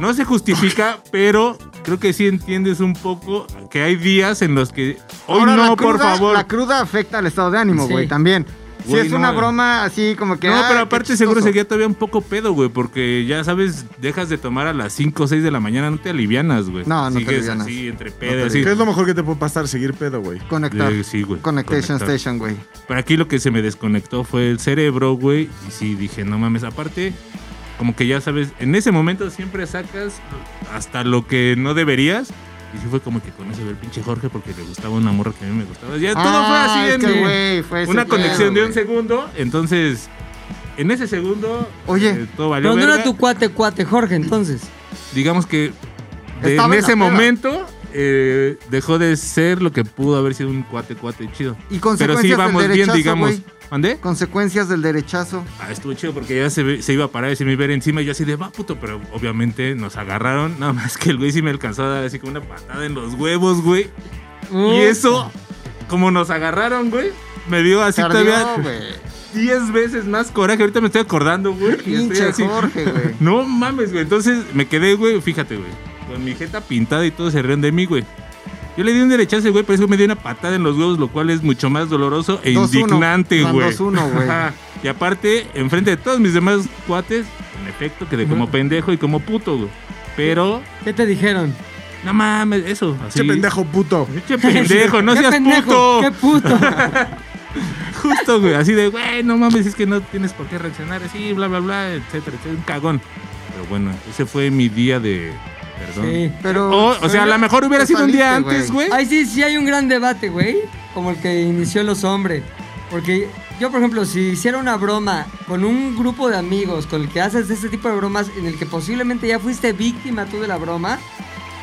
Speaker 4: No se justifica, pero creo que sí entiendes un poco que hay días en los que. Hoy
Speaker 5: Ahora,
Speaker 4: no,
Speaker 5: la
Speaker 4: por
Speaker 5: cruda-
Speaker 4: favor.
Speaker 5: La cruda afecta al estado de ánimo,
Speaker 1: Sí.
Speaker 5: güey, también. Si
Speaker 4: Güey,
Speaker 5: es
Speaker 4: no,
Speaker 5: una
Speaker 4: eh.
Speaker 5: broma así como que.
Speaker 4: No,
Speaker 5: ay,
Speaker 4: pero
Speaker 5: qué
Speaker 4: aparte
Speaker 5: chistoso.
Speaker 4: seguro seguía todavía un poco pedo, güey, porque ya sabes, dejas de tomar a las 5 o 6 de la mañana, no te alivianas, güey.
Speaker 5: No, no te
Speaker 4: Sigues
Speaker 5: alivianas.
Speaker 4: así, entre
Speaker 5: No te
Speaker 4: pedo, así.
Speaker 6: ¿Qué es lo mejor que te puede pasar? Seguir pedo, güey.
Speaker 5: Conectar.
Speaker 4: Eh, sí, güey.
Speaker 5: Connection
Speaker 4: Conectar.
Speaker 5: Station, güey.
Speaker 4: Pero aquí lo que se me desconectó fue el cerebro, güey, y sí dije, no mames, aparte, como que ya sabes, en ese momento siempre sacas hasta lo que no deberías. Y sí fue como que con eso del pinche Jorge porque le gustaba una morra que a mí me gustaba. Ya todo fue
Speaker 5: Ah,
Speaker 4: así
Speaker 5: es
Speaker 4: en
Speaker 5: que,
Speaker 4: mi-
Speaker 5: güey, fue ese
Speaker 4: una
Speaker 5: pedo,
Speaker 4: conexión de
Speaker 5: güey.
Speaker 4: un segundo. Entonces, en ese segundo, eh,
Speaker 5: Oye,
Speaker 4: todo valió
Speaker 1: Pero no era
Speaker 4: verga.
Speaker 1: tu cuate, cuate, Jorge, entonces.
Speaker 4: digamos que de-
Speaker 5: Estaba
Speaker 4: en
Speaker 5: en la
Speaker 4: ese
Speaker 5: peda.
Speaker 4: momento eh, dejó de ser lo que pudo haber sido un cuate cuate chido.
Speaker 5: Y
Speaker 4: Pero
Speaker 5: consecuencias
Speaker 4: sí vamos
Speaker 5: del
Speaker 4: bien,
Speaker 5: derechazo,
Speaker 4: digamos.
Speaker 5: güey.
Speaker 4: ¿Mandé?
Speaker 5: Consecuencias del derechazo.
Speaker 4: Ah, estuvo chido porque ya se, ve- se iba a parar y se me iba a ir encima y yo así de va puto, pero obviamente nos agarraron. Nada más que el güey sí me alcanzó a dar así como una patada en los huevos, güey. Y eso, como nos agarraron, güey, me dio así
Speaker 5: Tardío,
Speaker 4: todavía *laughs*
Speaker 5: güey.
Speaker 4: 10 veces más coraje. Ahorita me estoy acordando, güey. y estoy
Speaker 5: Pinche
Speaker 4: así- *laughs*
Speaker 5: Jorge, güey.
Speaker 4: no mames, güey. Entonces me quedé, güey, fíjate, güey. Con mi jeta pintada y todo se rieron de mí, güey. Yo le di un derechazo, güey, pero eso me dio una patada en los huevos, lo cual es mucho más doloroso e
Speaker 5: 2-1.
Speaker 4: indignante,
Speaker 5: Van
Speaker 4: güey.
Speaker 5: 2-1, güey.
Speaker 4: Ajá. y aparte, enfrente de todos mis demás cuates, en efecto, quedé como pendejo y como puto, güey. Pero,
Speaker 1: ¿Qué te dijeron?
Speaker 4: no mames, eso. Así.
Speaker 6: Che pendejo puto.
Speaker 4: Che
Speaker 1: *laughs*
Speaker 4: pendejo, no
Speaker 1: ¿Qué
Speaker 4: seas
Speaker 1: pendejo?
Speaker 4: puto.
Speaker 1: ¡Qué puto!
Speaker 4: Justo, güey, así de, güey, no mames, es que no tienes por qué reaccionar así, bla, bla, bla, etcétera, etcétera, un cagón. Pero bueno, ese fue mi día de perdón.
Speaker 1: Sí.
Speaker 5: Pero.
Speaker 4: O, o sea, a lo mejor hubiera
Speaker 5: te
Speaker 4: sido un día
Speaker 5: saliste,
Speaker 4: antes, güey.
Speaker 1: Ahí sí, sí hay un gran debate, güey. Como el que inició los hombres. Porque yo, por ejemplo, si hiciera una broma con un grupo de amigos con el que haces ese tipo de bromas en el que posiblemente ya fuiste víctima tú de la broma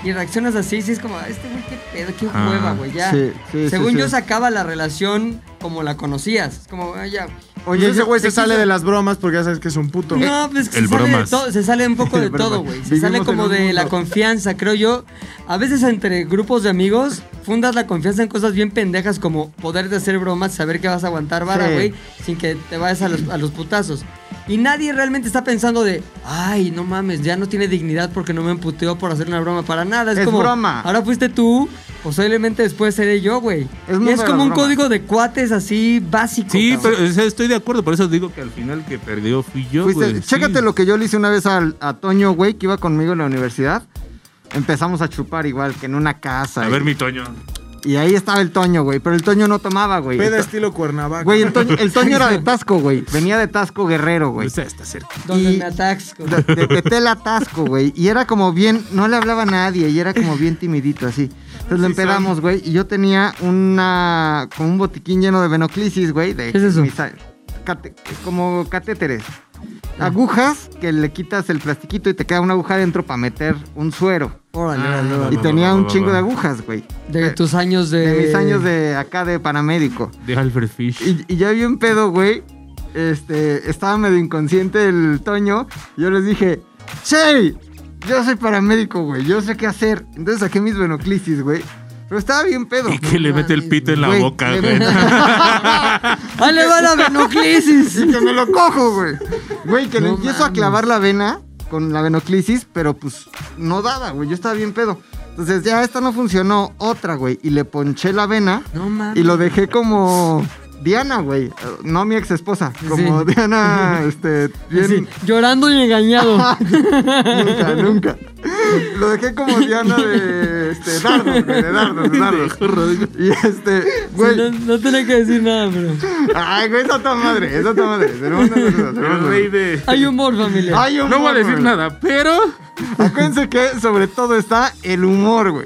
Speaker 1: y reaccionas así, sí es como, este güey, qué pedo, qué
Speaker 4: Ah,
Speaker 1: hueva, güey. Ya.
Speaker 5: sí, sí,
Speaker 1: Según
Speaker 5: sí,
Speaker 1: yo,
Speaker 5: sí.
Speaker 1: sacaba la relación como la conocías. Es como, "Ah, ya.
Speaker 6: Oye, Pues ese
Speaker 5: yo-
Speaker 6: güey se
Speaker 1: te
Speaker 6: sale
Speaker 1: quiso-
Speaker 6: de las bromas porque ya sabes que es un puto.
Speaker 1: No, pues que
Speaker 4: el
Speaker 1: se sale, de
Speaker 4: bromas.
Speaker 1: todo, se sale un poco de
Speaker 5: *laughs* El bromas.
Speaker 1: todo, güey. Se
Speaker 5: Vivimos
Speaker 1: sale
Speaker 5: en
Speaker 1: como
Speaker 5: un
Speaker 1: de
Speaker 5: mundo.
Speaker 1: la confianza, creo yo. A veces entre grupos de amigos fundas la confianza en cosas bien pendejas como poder de hacer bromas, saber que vas a aguantar vara,
Speaker 5: Sí.
Speaker 1: güey, sin que te vayas a los, a los putazos. Y nadie realmente está pensando de, ay, no mames, ya no tiene dignidad porque no me emputeó por hacer una broma para nada. Es,
Speaker 5: Es
Speaker 1: como,
Speaker 5: broma.
Speaker 1: ahora fuiste tú, posiblemente después seré yo, güey. Y
Speaker 5: Es mundo
Speaker 1: es
Speaker 5: de
Speaker 1: como
Speaker 5: la
Speaker 1: un
Speaker 5: broma.
Speaker 1: código de cuates así básico.
Speaker 4: Sí,
Speaker 1: cabrón.
Speaker 4: pero o sea, estoy de acuerdo, por eso digo que al final que perdió fui yo,
Speaker 5: Fuiste-
Speaker 4: güey.
Speaker 5: Chécate
Speaker 4: sí.
Speaker 5: lo que yo le hice una vez al- a Toño, güey, que iba conmigo en la universidad. Empezamos a chupar igual que en una casa.
Speaker 4: A
Speaker 5: y-
Speaker 4: ver, mi Toño.
Speaker 5: Y ahí estaba el Toño, güey. Pero el Toño no tomaba, güey.
Speaker 6: Peda
Speaker 5: Esta-
Speaker 6: estilo Cuernavaca.
Speaker 5: Güey, el Toño, el Toño era
Speaker 4: *laughs*
Speaker 5: de Tasco, güey. Venía de Tasco Guerrero, güey.
Speaker 4: Pues, Está, está cerca.
Speaker 1: Donde
Speaker 5: y-
Speaker 1: me atasco.
Speaker 5: De, de, de tela Tasco, güey. Y era como bien, no le hablaba a nadie y era como bien timidito así. Entonces
Speaker 4: Sí,
Speaker 5: lo empedamos, güey. Y yo tenía una, como un botiquín lleno de venoclisis, güey. de
Speaker 1: ¿Qué es eso?
Speaker 5: misa- cate- como catéteres.
Speaker 1: Ah.
Speaker 5: Agujas que le quitas el plastiquito y te queda una aguja dentro para meter un suero.
Speaker 1: Órale,
Speaker 4: Ah,
Speaker 1: órale,
Speaker 4: no,
Speaker 1: órale.
Speaker 5: Y tenía un
Speaker 4: va,
Speaker 5: chingo
Speaker 4: va.
Speaker 5: de agujas, güey.
Speaker 1: De tus años de.
Speaker 5: Ah, De mis años de acá de paramédico.
Speaker 4: De Alfred Fish.
Speaker 5: Y, y ya vi un pedo, güey. Este, estaba medio inconsciente el Toño. y Yo les dije, ¡Che! Yo soy paramédico, güey. Yo sé qué hacer. Entonces saqué mis venoclisis, güey. Pero estaba bien
Speaker 4: *laughs*
Speaker 5: pedo.
Speaker 4: Y que le mete el pito en la
Speaker 5: Güey,
Speaker 4: boca,
Speaker 5: le-
Speaker 4: güey. *laughs*
Speaker 1: ¡Ah, le va la venoclisis!
Speaker 5: *laughs* y que me lo cojo, güey. Güey, que le
Speaker 1: No
Speaker 5: empiezo a
Speaker 1: mames.
Speaker 5: clavar la vena con la venoclisis, pero pues no daba, güey. Yo estaba bien pedo. Entonces ya esta no funcionó, otra, güey. Y le ponché la vena.
Speaker 1: No mames.
Speaker 5: Y lo dejé como Diana, güey. Eh, No mi ex esposa. Como
Speaker 1: Sí.
Speaker 5: Diana, este, bien.
Speaker 1: Sí, llorando y engañado.
Speaker 5: *laughs* Nunca, nunca. Lo dejé como Diana de este, dardos, güey, de dardos, de dardos. Y este,
Speaker 1: Sí,
Speaker 5: güey.
Speaker 1: no, no tenía que decir nada, pero.
Speaker 5: Ay, güey, esa otra madre, esa otra madre. Se lo mando, se lo mando, se lo
Speaker 4: El
Speaker 5: mando.
Speaker 4: rey de...
Speaker 1: Hay humor, familia.
Speaker 5: Hay humor,
Speaker 4: No voy a decir
Speaker 5: güey.
Speaker 4: nada, pero...
Speaker 5: Acuérdense que sobre todo está el humor, güey.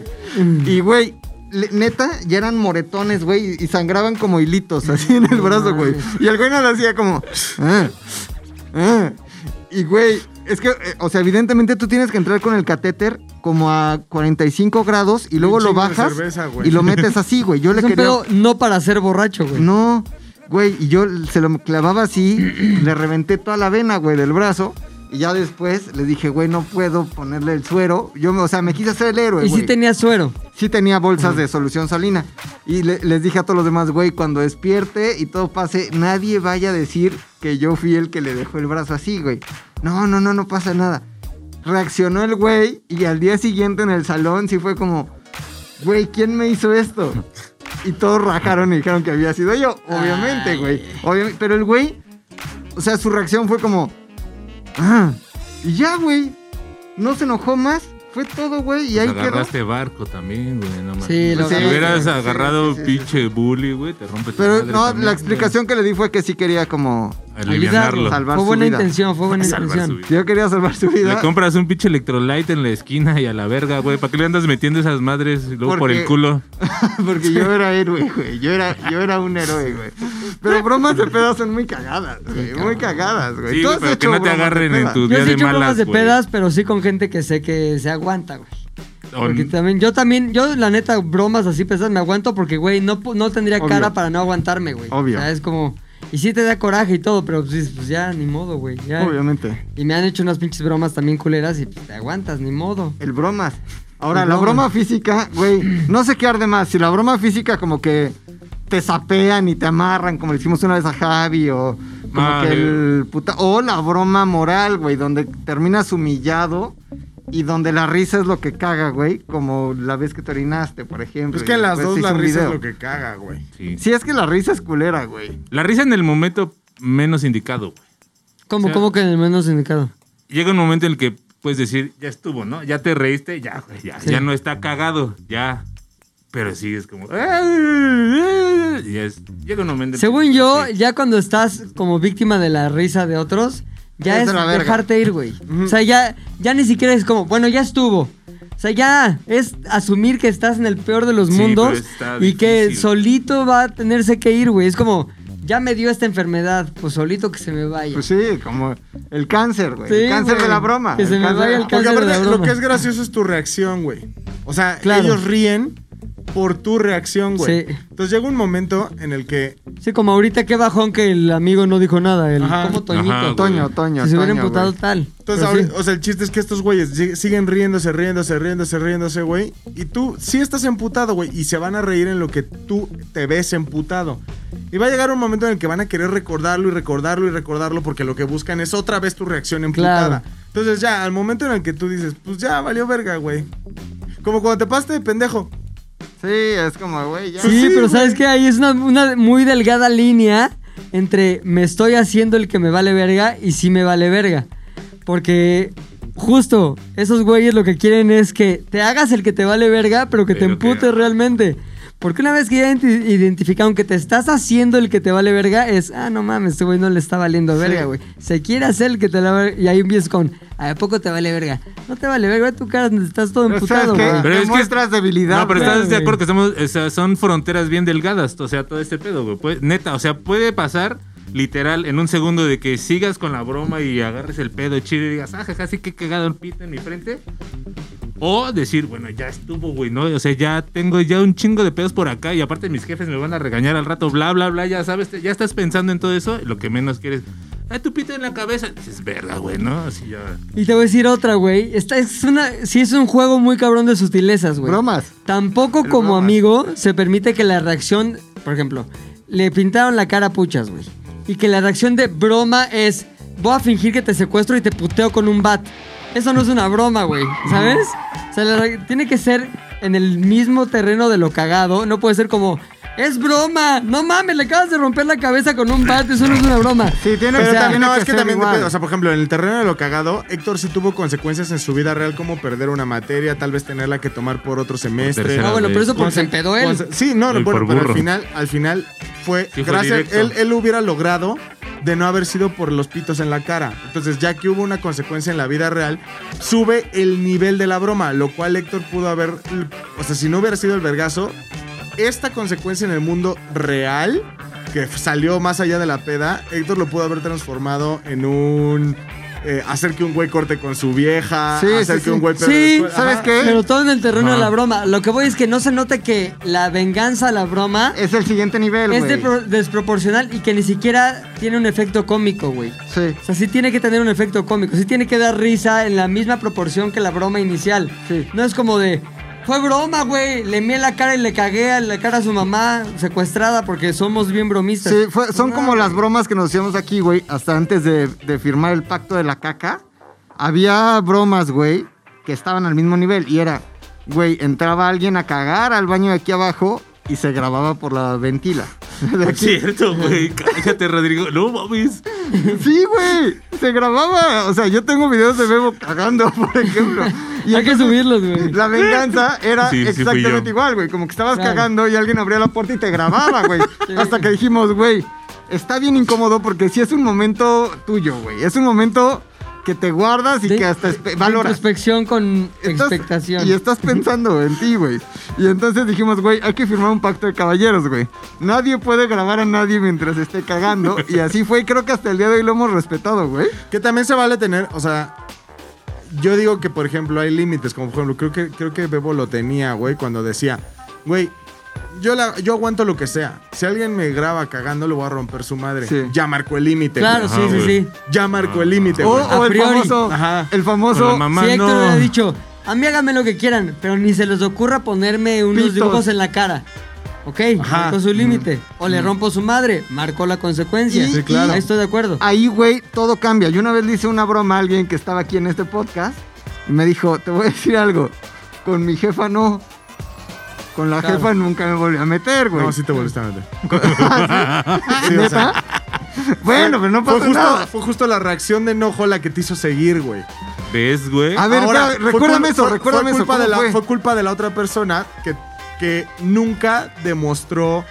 Speaker 5: Y, güey, le- neta, ya eran moretones, güey, y sangraban como hilitos así en el brazo, güey. Y el güey no lo hacía como... "Ah, ah". Y, güey, es que, eh, o sea, evidentemente tú tienes que entrar con el catéter como a 45 grados y luego
Speaker 6: un
Speaker 5: lo
Speaker 6: chingo de
Speaker 5: bajas
Speaker 6: cerveza, güey.
Speaker 5: y lo metes así, güey. Yo
Speaker 6: *laughs*
Speaker 1: es
Speaker 5: le
Speaker 1: un
Speaker 5: quería...
Speaker 1: pedo no para ser borracho, güey.
Speaker 5: *clears throat* No, güey, y yo se lo clavaba así, le reventé toda la vena, güey, del brazo. Y ya después les dije, güey, no puedo ponerle el suero. Yo, me- o sea, me quise hacer el héroe,
Speaker 1: Y
Speaker 5: güey.
Speaker 1: sí tenía suero.
Speaker 5: sí tenía bolsas de solución salina. Y le- les dije a todos los demás, güey, cuando despierte y todo pase, nadie vaya a decir que yo fui el que le dejó el brazo así, güey. No, no, no, no pasa nada. Reaccionó el güey y al día siguiente en el salón sí fue como, güey, ¿quién me hizo esto? Y todos rajaron y dijeron que había sido yo, obviamente,
Speaker 1: Ay.
Speaker 5: güey. Obviamente, pero el güey, o sea, su reacción fue como, ah, y ya, güey. No se enojó más, fue todo, güey, y ahí quedó.
Speaker 4: Pues agarraste barco también, güey. No mames.
Speaker 1: Sí, lo
Speaker 4: si
Speaker 1: agarraste.
Speaker 4: hubieras
Speaker 5: Sí,
Speaker 4: agarrado
Speaker 5: sí, sí,
Speaker 4: pinche bully, güey, te rompe tu
Speaker 5: Pero
Speaker 4: madre
Speaker 5: no,
Speaker 4: también,
Speaker 5: la
Speaker 4: güey.
Speaker 5: explicación que le di fue que sí quería como...
Speaker 4: Alivianarlo.
Speaker 5: Salvar
Speaker 1: Fue
Speaker 5: su
Speaker 1: buena
Speaker 5: vida.
Speaker 1: intención, fue buena
Speaker 4: Salvar su
Speaker 1: intención.
Speaker 4: vida.
Speaker 5: Yo quería salvar su
Speaker 4: Le
Speaker 5: vida.
Speaker 4: compras un pinche electrolyte en la esquina y a la verga, güey. ¿Para qué le andas metiendo esas madres y luego por
Speaker 5: Porque-
Speaker 4: el culo?
Speaker 5: *laughs* Porque yo era héroe, güey. Yo era, yo era un héroe, güey. Pero bromas de pedas son muy cagadas, güey. Muy cagadas, güey.
Speaker 4: Sí,
Speaker 5: Tú has
Speaker 4: pero que
Speaker 5: hecho
Speaker 4: no te
Speaker 5: bromas de
Speaker 4: agarren en
Speaker 5: pedas.
Speaker 4: tu
Speaker 1: Yo
Speaker 4: día
Speaker 1: sí he
Speaker 4: de
Speaker 1: hecho bromas
Speaker 4: malas,
Speaker 1: de
Speaker 4: güey.
Speaker 1: pedas, pero sí con gente que sé que se aguanta, güey.
Speaker 4: O
Speaker 1: Porque
Speaker 4: n-
Speaker 1: también, yo también, yo la neta, bromas así pesadas me aguanto porque, güey, no, pu- no tendría
Speaker 5: Obvio.
Speaker 1: cara para no aguantarme, güey.
Speaker 5: Obvio.
Speaker 1: O sea, es como, y sí te da coraje y todo, pero pues, pues ya, ni modo, güey. ya.
Speaker 5: Obviamente.
Speaker 1: Y me han hecho unas pinches bromas también culeras y pues, te aguantas, ni modo.
Speaker 5: El bromas. Ahora,
Speaker 1: El
Speaker 5: la
Speaker 1: broma.
Speaker 5: broma física, güey, no sé qué arde más. Si la broma física como que te sapean y te amarran, como le hicimos una vez a Javi, o como
Speaker 4: Ah,
Speaker 5: que
Speaker 4: sí.
Speaker 5: el puta... O la broma moral, güey, donde terminas humillado y donde la risa es lo que caga, güey. Como la vez que te orinaste, por ejemplo.
Speaker 6: Es que
Speaker 5: y
Speaker 6: las
Speaker 5: después
Speaker 6: dos
Speaker 5: se hizo
Speaker 6: la
Speaker 5: un
Speaker 6: risa es
Speaker 5: video.
Speaker 6: lo que caga, güey.
Speaker 4: sí.
Speaker 5: Sí, es que la risa es culera, güey.
Speaker 4: La risa en el momento menos indicado, güey.
Speaker 1: ¿Cómo,
Speaker 4: O sea-
Speaker 1: cómo que en el menos indicado?
Speaker 4: Llega un momento en el que puedes decir, ya estuvo, ¿no? Ya te reíste, ya, güey, ya,
Speaker 1: Sí.
Speaker 4: ya no está cagado, ya. Pero sí es como. "Ah, Y es- llega un momento. en el
Speaker 1: Según
Speaker 4: que-
Speaker 1: yo,
Speaker 4: sí.
Speaker 1: ya cuando estás como víctima de la risa de otros, ya
Speaker 5: Es
Speaker 1: es,
Speaker 5: de la verga.
Speaker 1: dejarte ir, güey. O sea, ya, ya ni siquiera es como, bueno, ya estuvo. O sea, ya es asumir que estás en el peor de los
Speaker 4: Sí,
Speaker 1: mundos
Speaker 4: pero está
Speaker 1: y que
Speaker 4: difícil.
Speaker 1: solito va a tenerse que ir, güey. Es como, ya me dio esta enfermedad, pues solito que se me vaya.
Speaker 5: Pues sí, como el cáncer, güey.
Speaker 1: Sí,
Speaker 5: el cáncer
Speaker 1: güey.
Speaker 5: de la broma.
Speaker 1: Que se me
Speaker 5: cáncer
Speaker 1: vaya
Speaker 5: de la-
Speaker 1: el
Speaker 6: Porque
Speaker 1: Cáncer de
Speaker 6: aparte,
Speaker 1: la
Speaker 6: lo
Speaker 1: broma.
Speaker 6: que es gracioso es tu reacción, güey. O sea,
Speaker 1: Claro.
Speaker 6: ellos ríen por tu reacción, güey.
Speaker 1: Sí.
Speaker 6: Entonces llega un momento en el que
Speaker 1: Sí, como ahorita qué bajón que el amigo no dijo nada, el
Speaker 6: Ajá.
Speaker 1: como Toñito.
Speaker 4: Ajá, güey.
Speaker 5: Toño, Toño.
Speaker 1: si se hubiera
Speaker 5: Toño,
Speaker 1: emputado
Speaker 5: güey.
Speaker 1: tal.
Speaker 6: Entonces,
Speaker 1: Pero Pues
Speaker 6: ahorita-
Speaker 1: sí.
Speaker 6: o sea, el chiste es que estos güeyes sig- siguen riéndose, riéndose, riéndose, riéndose, güey. Y tú sí estás emputado, güey. Y se van a reír en lo que tú te ves emputado. Y va a llegar un momento en el que van a querer recordarlo y recordarlo y recordarlo porque lo que buscan es otra vez tu reacción emputada.
Speaker 1: Claro.
Speaker 6: Entonces ya, al momento en el que tú dices, pues ya, valió verga, güey. Como cuando te pasaste de pendejo.
Speaker 5: Sí, es como, güey, ya.
Speaker 1: Sí,
Speaker 6: Pues sí,
Speaker 1: pero
Speaker 6: güey.
Speaker 1: ¿sabes qué? Ahí es una, una muy delgada línea entre me estoy haciendo el que me vale verga y sí me vale verga. Porque justo esos güeyes lo que quieren es que te hagas el que te vale verga, pero que te
Speaker 4: Pero que-
Speaker 1: emputes realmente. Porque una vez que ya identi- identificaron que te estás haciendo el que te vale verga, es, ah, no mames, este güey no le está valiendo verga, güey. Se quiere hacer el que te la vale Y ahí empiezas con, ¿a poco te vale verga? No te vale verga, ve tu cara, estás todo
Speaker 5: Pero ¿sabes
Speaker 1: emputado,
Speaker 5: qué?
Speaker 1: güey.
Speaker 5: Te
Speaker 4: Pero es que-
Speaker 5: muestras debilidad.
Speaker 4: No, pero
Speaker 5: güey.
Speaker 4: estás de
Speaker 1: güey.
Speaker 4: acuerdo que estamos, o sea, son fronteras bien delgadas, o sea, todo este pedo, güey. Puede- neta, o sea, puede pasar literal en un segundo de que sigas con la broma y agarres el pedo chido y digas, ah, jaja, sí que cagado el pito en mi frente. O decir, bueno, ya estuvo, güey, ¿no? O sea, ya tengo ya un chingo de pedos por acá y aparte mis jefes me van a regañar al rato, bla, bla, bla, ya sabes, te- ya estás pensando en todo eso, y lo que menos quieres. Ah, tu pito en la cabeza. Es verga, güey, ¿no? Así ya.
Speaker 1: Y te voy a decir otra, güey. Esta es una. Sí, es un juego muy cabrón de sutilezas, güey.
Speaker 5: Bromas.
Speaker 1: Tampoco
Speaker 5: El
Speaker 1: como
Speaker 5: bromas.
Speaker 1: amigo se permite que la reacción. Por ejemplo, le pintaron la cara a puchas, güey. Y que la reacción de broma es. Voy a fingir que te secuestro y te puteo con un bat. Eso no es una broma, güey. ¿Sabes? O sea, la re- tiene que ser en el mismo terreno de lo cagado. No puede ser como. ¡Es broma! ¡No mames! Le acabas de romper la cabeza con un bat. Eso no es una broma.
Speaker 5: Sí, tiene
Speaker 6: Pero
Speaker 5: que
Speaker 6: también, no, es que
Speaker 5: ser
Speaker 6: también
Speaker 5: igual.
Speaker 6: depende. O sea, por ejemplo, en el terreno de lo cagado, Héctor sí tuvo consecuencias en su vida real, como perder una materia, tal vez tenerla que tomar por otro semestre.
Speaker 4: tercera
Speaker 1: Ah, bueno,
Speaker 4: güey.
Speaker 1: pero eso porque
Speaker 6: Conse-
Speaker 1: se empedó él.
Speaker 6: conse- Sí, no,
Speaker 4: Y
Speaker 6: bueno,
Speaker 4: por
Speaker 6: pero al
Speaker 4: burro.
Speaker 6: final, al final fue.
Speaker 4: Sí, fue
Speaker 6: gracias,
Speaker 4: directo.
Speaker 6: él, él hubiera logrado de no haber sido por los pitos en la cara. Entonces, ya que hubo una consecuencia en la vida real, sube el nivel de la broma, lo cual Héctor pudo haber. O sea, si no hubiera sido el vergazo, esta consecuencia en el mundo real, que f- salió más allá de la peda, Héctor lo pudo haber transformado en un. eh, hacer que un güey corte con su vieja,
Speaker 5: Sí,
Speaker 6: hacer
Speaker 5: sí,
Speaker 6: que
Speaker 5: sí.
Speaker 6: un güey pierda la
Speaker 1: Sí,
Speaker 6: escuela.
Speaker 5: ¿sabes
Speaker 6: Ajá.
Speaker 5: qué?
Speaker 1: Pero todo en el terreno de
Speaker 4: Ajá.
Speaker 1: la broma. Lo que voy es que no se note que la venganza a la broma
Speaker 5: Es el siguiente nivel,
Speaker 1: es
Speaker 5: güey.
Speaker 1: despro- desproporcional y que ni siquiera tiene un efecto cómico, güey.
Speaker 5: Sí.
Speaker 1: O sea, sí tiene que tener un efecto cómico, sí tiene que dar risa en la misma proporción que la broma inicial.
Speaker 5: Sí.
Speaker 1: No es como de, fue broma, güey, le mié la cara y le cagué a la cara a su mamá secuestrada porque somos bien bromistas. Ah.
Speaker 5: Sí, fue- son como las bromas que nos hacíamos aquí, güey, hasta antes de, de firmar el pacto de la caca. Había bromas, güey, que estaban al mismo nivel y era, güey, entraba alguien a cagar al baño de aquí abajo y se grababa por la ventila. *laughs*
Speaker 4: *laughs*
Speaker 5: De
Speaker 4: Es
Speaker 5: aquí.
Speaker 4: cierto, güey. Cállate, Rodrigo. No mames.
Speaker 5: Sí, güey, se grababa. O sea, yo tengo videos de Bebo cagando, *laughs* por ejemplo. Y
Speaker 1: Hay que
Speaker 5: entonces,
Speaker 1: subirlos, güey.
Speaker 5: La venganza era
Speaker 4: Sí, sí fui
Speaker 5: exactamente
Speaker 4: yo.
Speaker 5: igual, güey. Como que estabas
Speaker 1: Claro.
Speaker 5: cagando y alguien abría la puerta y te grababa,
Speaker 1: *laughs*
Speaker 5: güey. Hasta que dijimos, güey, está bien incómodo porque sí es un momento tuyo, güey. Es un momento que te guardas y
Speaker 1: De-
Speaker 5: que hasta espe-
Speaker 1: de
Speaker 5: valoras.
Speaker 1: Introspección con
Speaker 5: Estás-
Speaker 1: expectación.
Speaker 5: Y estás pensando en ti, güey. Y entonces dijimos, güey, hay que firmar un pacto de caballeros, güey. Nadie puede grabar a nadie mientras esté cagando. Y así fue. Y creo que hasta el día de hoy lo hemos respetado, güey.
Speaker 6: Que también se vale tener, o sea, yo digo que, por ejemplo, hay límites, como por ejemplo, creo que, creo que Bebo lo tenía, güey, cuando decía, güey, yo, la- yo aguanto lo que sea. Si alguien me graba cagando, le voy a romper su madre.
Speaker 5: Sí.
Speaker 6: Ya marcó el límite.
Speaker 1: Claro,
Speaker 6: güey.
Speaker 1: sí,
Speaker 4: Ajá,
Speaker 1: sí,
Speaker 4: güey.
Speaker 1: sí.
Speaker 6: Ya marcó el límite,
Speaker 5: O,
Speaker 6: güey.
Speaker 1: Ah,
Speaker 5: o
Speaker 1: A
Speaker 5: el
Speaker 1: priori.
Speaker 5: famoso.
Speaker 6: Ajá.
Speaker 5: El
Speaker 4: Con la
Speaker 5: famoso.
Speaker 4: mamá
Speaker 1: sí, Héctor
Speaker 4: no.
Speaker 1: hubiera dicho, a mí háganme lo que quieran, pero ni se les ocurra ponerme unos
Speaker 5: Pitos.
Speaker 1: dibujos en la cara. Ok,
Speaker 6: Ajá.
Speaker 1: marcó su límite. O le rompo su madre, marcó la consecuencia.
Speaker 5: Y- Sí,
Speaker 6: claro.
Speaker 1: Ahí Estoy de acuerdo.
Speaker 5: Ahí, güey, todo cambia. Yo una vez le hice una broma a alguien que estaba aquí en este podcast y me dijo, te voy a decir algo. Con mi jefa no. Con la
Speaker 1: Claro.
Speaker 5: jefa nunca me volví a meter, güey.
Speaker 6: No, sí te volviste a meter. Sí, o sea,
Speaker 5: *laughs* ¿Neta? *laughs* bueno, pero no
Speaker 6: fue,
Speaker 5: pasa
Speaker 6: justo,
Speaker 5: nada.
Speaker 6: fue justo la reacción de enojo la que te hizo seguir, güey.
Speaker 4: ¿Ves, güey?
Speaker 5: A ver,
Speaker 6: Ahora,
Speaker 5: espera,
Speaker 6: fue
Speaker 5: recuérdame
Speaker 6: cul-
Speaker 5: eso,
Speaker 6: fue-
Speaker 5: recuérdame
Speaker 6: fue
Speaker 5: eso.
Speaker 6: culpa
Speaker 5: ¿cómo
Speaker 6: de la,
Speaker 5: fue?
Speaker 6: fue culpa de la otra persona que, que nunca demostró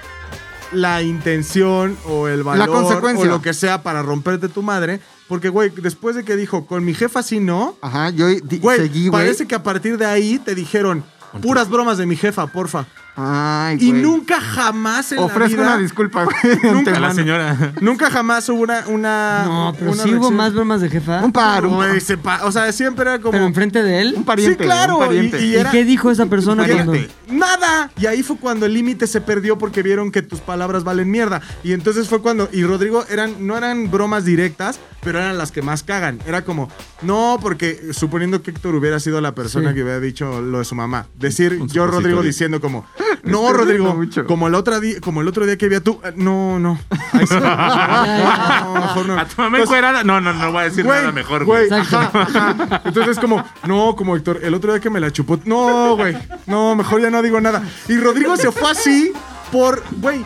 Speaker 6: la intención o el valor
Speaker 5: consecuencia.
Speaker 6: o lo que sea para romperte tu madre. Porque, güey, después de que dijo, con mi jefa sí no,
Speaker 5: Ajá, yo di- Ah, seguí,
Speaker 6: güey,
Speaker 5: güey.
Speaker 6: parece que a partir de ahí te dijeron, puras bromas de mi jefa, porfa.
Speaker 5: Ay,
Speaker 6: Y
Speaker 5: güey.
Speaker 6: nunca jamás en
Speaker 5: Ofrezco
Speaker 6: la
Speaker 5: una
Speaker 6: vida...
Speaker 5: disculpa, güey. de
Speaker 6: Nunca-
Speaker 4: A la
Speaker 5: antemano.
Speaker 4: señora.
Speaker 6: Nunca jamás hubo una... Ah, una
Speaker 1: No, pero
Speaker 6: una
Speaker 1: sí hubo
Speaker 6: reacción.
Speaker 1: más bromas de jefa.
Speaker 5: Un par, un,
Speaker 6: Güey, se pa- o sea, siempre era como...
Speaker 1: Pero enfrente de
Speaker 5: un
Speaker 1: él.
Speaker 5: pariente.
Speaker 6: Sí, claro,
Speaker 5: un pariente.
Speaker 6: y-
Speaker 1: ¿Y,
Speaker 6: y- era-
Speaker 1: qué dijo esa persona
Speaker 6: Porque-
Speaker 1: cuando?
Speaker 6: ¡Nada! Y ahí fue cuando el límite se perdió porque vieron que tus palabras valen mierda. Y entonces fue cuando. Y Rodrigo eran, no eran bromas directas, pero eran las que más cagan. Era como, no, porque suponiendo que Héctor hubiera sido la persona
Speaker 1: Sí.
Speaker 6: que hubiera dicho lo de su mamá. Decir
Speaker 4: Un
Speaker 6: yo, Rodrigo,
Speaker 4: supositorio.
Speaker 6: diciendo como, no,
Speaker 5: Estoy riendo
Speaker 6: Rodrigo,
Speaker 5: mucho.
Speaker 6: como el, otro día, como el otro día que vi a tú. eh, No, no. Ahí sí.
Speaker 1: Ah,
Speaker 6: no, mejor no.
Speaker 4: *laughs* A tu mamá
Speaker 6: Entonces,
Speaker 4: encuerada. No, no, no voy a decir
Speaker 6: Güey,
Speaker 4: nada mejor, güey.
Speaker 1: Exacto.
Speaker 6: ajá, ajá. Entonces es como, no, como Héctor, el otro día que me la chupó. No, güey. No, mejor ya no digo nada. Y Rodrigo se fue así por, güey.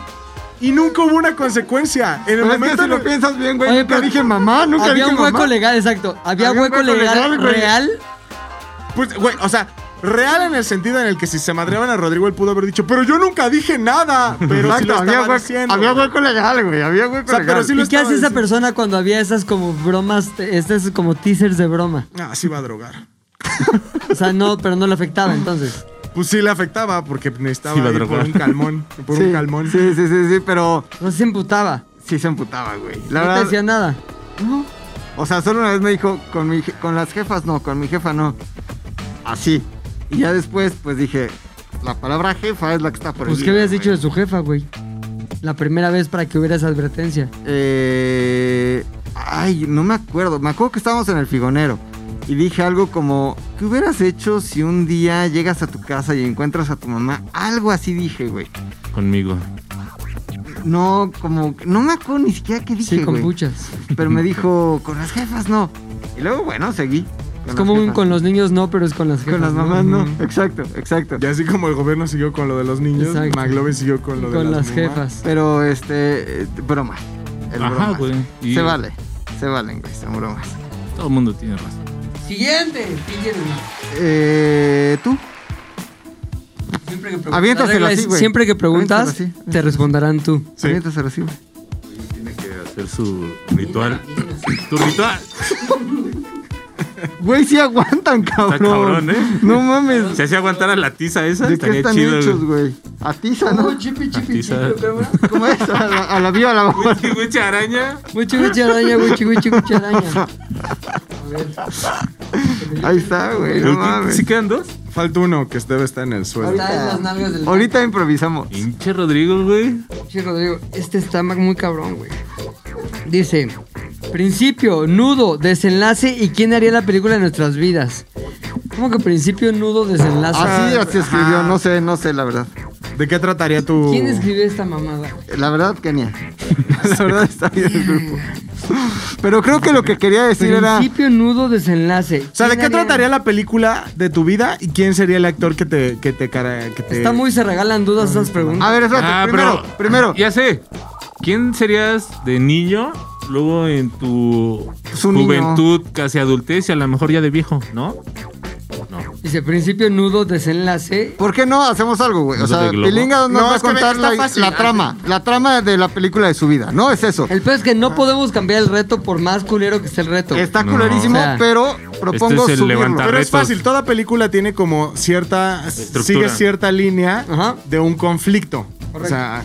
Speaker 6: Y nunca hubo una consecuencia. En el
Speaker 5: Pero es que
Speaker 6: momento
Speaker 5: si
Speaker 6: en el-
Speaker 5: lo piensas bien, güey.
Speaker 1: Oye,
Speaker 5: Nunca
Speaker 1: pero-
Speaker 5: dije mamá, nunca
Speaker 1: Había
Speaker 5: dije
Speaker 1: un hueco
Speaker 5: mamá.
Speaker 1: legal, exacto. Había,
Speaker 5: Había
Speaker 1: hueco, legal,
Speaker 5: güey.
Speaker 1: real.
Speaker 6: pues, güey, o sea, real en el sentido en el que si se madreaban a Rodrigo, él pudo haber dicho, pero yo nunca dije nada. Pero sí
Speaker 5: Exacto,
Speaker 6: lo
Speaker 5: había,
Speaker 6: estaban
Speaker 5: hueco,
Speaker 6: haciendo.
Speaker 5: había hueco legal, güey. Había hueco
Speaker 6: sea, pero
Speaker 5: legal.
Speaker 6: sí lo
Speaker 1: ¿Y qué hace
Speaker 6: estaba
Speaker 1: esa
Speaker 6: diciendo.
Speaker 1: persona cuando había esas como bromas, te- estas como teasers de broma?
Speaker 6: Ah, sí va a drogar.
Speaker 1: O sea, no, pero no le afectaba entonces.
Speaker 6: Pues sí le afectaba porque necesitaba
Speaker 4: Sí va a
Speaker 6: ir por
Speaker 4: drogar.
Speaker 6: un calmón. Por
Speaker 5: sí,
Speaker 6: un calmón.
Speaker 5: Sí, sí, sí, sí, pero
Speaker 1: No se emputaba.
Speaker 5: sí se emputaba, güey. La
Speaker 1: no te
Speaker 5: verdad.
Speaker 1: decía nada.
Speaker 5: no. O sea, solo una vez me dijo, con, mi, je- con las jefas no, con mi jefa no. Así. Y ya después, pues dije, la palabra jefa es la que está por
Speaker 1: Pues, ¿qué habías dicho de su jefa, güey? La primera vez para que hubiera esa advertencia.
Speaker 5: Eh, ay, no me acuerdo. Me acuerdo que estábamos en el figonero. Y dije algo como, ¿qué hubieras hecho si un día llegas a tu casa y encuentras a tu mamá? Algo así dije, güey.
Speaker 4: Conmigo.
Speaker 5: No, como, no me acuerdo ni siquiera qué dije,
Speaker 1: Sí, con
Speaker 5: güey.
Speaker 1: puchas. *laughs*
Speaker 5: Pero me dijo, con las jefas no. Y luego, bueno, seguí.
Speaker 1: Es como un con
Speaker 5: con,
Speaker 1: los niños no, pero es con las
Speaker 5: las jefas.
Speaker 1: jefas.
Speaker 5: Con las mamás no. Exacto, exacto.
Speaker 6: Y así como el gobierno siguió con lo de los niños,
Speaker 1: Exacto.
Speaker 6: McLovin siguió con lo de
Speaker 1: Con
Speaker 6: las,
Speaker 1: las
Speaker 6: mamás.
Speaker 1: jefas.
Speaker 5: Pero este, eh, broma. Es
Speaker 4: Ajá,
Speaker 5: broma.
Speaker 4: güey. Y-
Speaker 5: Se vale. Se valen, güey, son bromas.
Speaker 4: Todo el mundo tiene razón.
Speaker 1: Siguiente.
Speaker 5: Eh, ¿tú?
Speaker 1: Siempre que
Speaker 5: La Aviéntasela regla así, es, güey.
Speaker 1: Siempre que preguntas,
Speaker 5: Aviéntasela así.
Speaker 1: te responderán tú.
Speaker 6: Sí.
Speaker 5: Ahorita se recibe.
Speaker 4: Tiene que hacer su ritual. tu ritual.
Speaker 5: Güey, sí aguantan, cabrón.
Speaker 4: cabrón, ¿eh?
Speaker 5: No mames.
Speaker 4: Si así aguantara la tiza esa,
Speaker 5: ¿De qué
Speaker 4: estaría
Speaker 5: están
Speaker 4: chido.
Speaker 5: hechos,
Speaker 4: güey.
Speaker 5: güey? Atiza, ¿no?
Speaker 1: chipi,
Speaker 4: chipi, Atiza. chipi,
Speaker 5: ¿Cómo es? A la, a la viva la
Speaker 4: Pinche araña.
Speaker 5: *laughs*
Speaker 1: Wichi, wichi, araña, wichi, wichi, wichi, araña.
Speaker 5: Ahí está, güey. No mames.
Speaker 4: ¿Sí quedan dos?
Speaker 6: Falta uno que debe estar en el suelo.
Speaker 1: Está en las nalgas del
Speaker 5: Ahorita improvisamos.
Speaker 4: Pinche Rodrigo, güey.
Speaker 1: Sí, Rodrigo, este está ma- muy cabrón, güey. Dice, principio, nudo, desenlace y quién haría la película de nuestras vidas. ¿Cómo que principio, nudo, desenlace? Ah,
Speaker 5: Así, así escribió, no sé, no sé, la verdad.
Speaker 6: ¿De qué trataría tu...?
Speaker 1: ¿Quién escribió esta mamada?
Speaker 5: La verdad,
Speaker 4: *laughs*
Speaker 5: Kenia. La verdad está bien el grupo. Pero creo que lo que quería decir era.
Speaker 1: Principio, nudo, desenlace.
Speaker 6: O sea, ¿de
Speaker 1: ¿Quién
Speaker 6: qué
Speaker 1: haría-
Speaker 6: trataría la película de tu vida y quién sería el actor que te... Que te, cara- que te-
Speaker 1: Está muy se regalan dudas esas
Speaker 5: A
Speaker 1: preguntas.
Speaker 5: ver, espérate.
Speaker 4: Ah,
Speaker 5: primero,
Speaker 4: pero-
Speaker 5: primero,
Speaker 4: Ya sé. ¿Quién serías de niño? Luego en tu
Speaker 5: Su niño.
Speaker 4: juventud, casi adultez y a lo mejor ya de viejo, ¿no?
Speaker 1: Dice, principio, nudo, desenlace.
Speaker 5: ¿por qué no hacemos algo, güey? O
Speaker 4: ¿Eso
Speaker 5: sea,
Speaker 4: de globo?
Speaker 5: Pilinga nos
Speaker 6: No,
Speaker 5: va a
Speaker 6: es que ve-
Speaker 5: contar
Speaker 6: está
Speaker 5: la,
Speaker 6: fácil.
Speaker 5: la trama. La trama de la película de su vida, ¿no? Es eso.
Speaker 1: El peor es que no podemos cambiar el reto por más culero que esté el reto.
Speaker 5: Está
Speaker 4: No.
Speaker 5: culerísimo,
Speaker 1: O sea,
Speaker 5: pero propongo
Speaker 4: este es el
Speaker 5: subirlo.
Speaker 4: levantar-
Speaker 6: Pero es
Speaker 4: Retos.
Speaker 6: fácil, toda película tiene como cierta...
Speaker 4: Estructura.
Speaker 6: Sigue cierta línea
Speaker 1: Ajá.
Speaker 6: de un conflicto. O sea,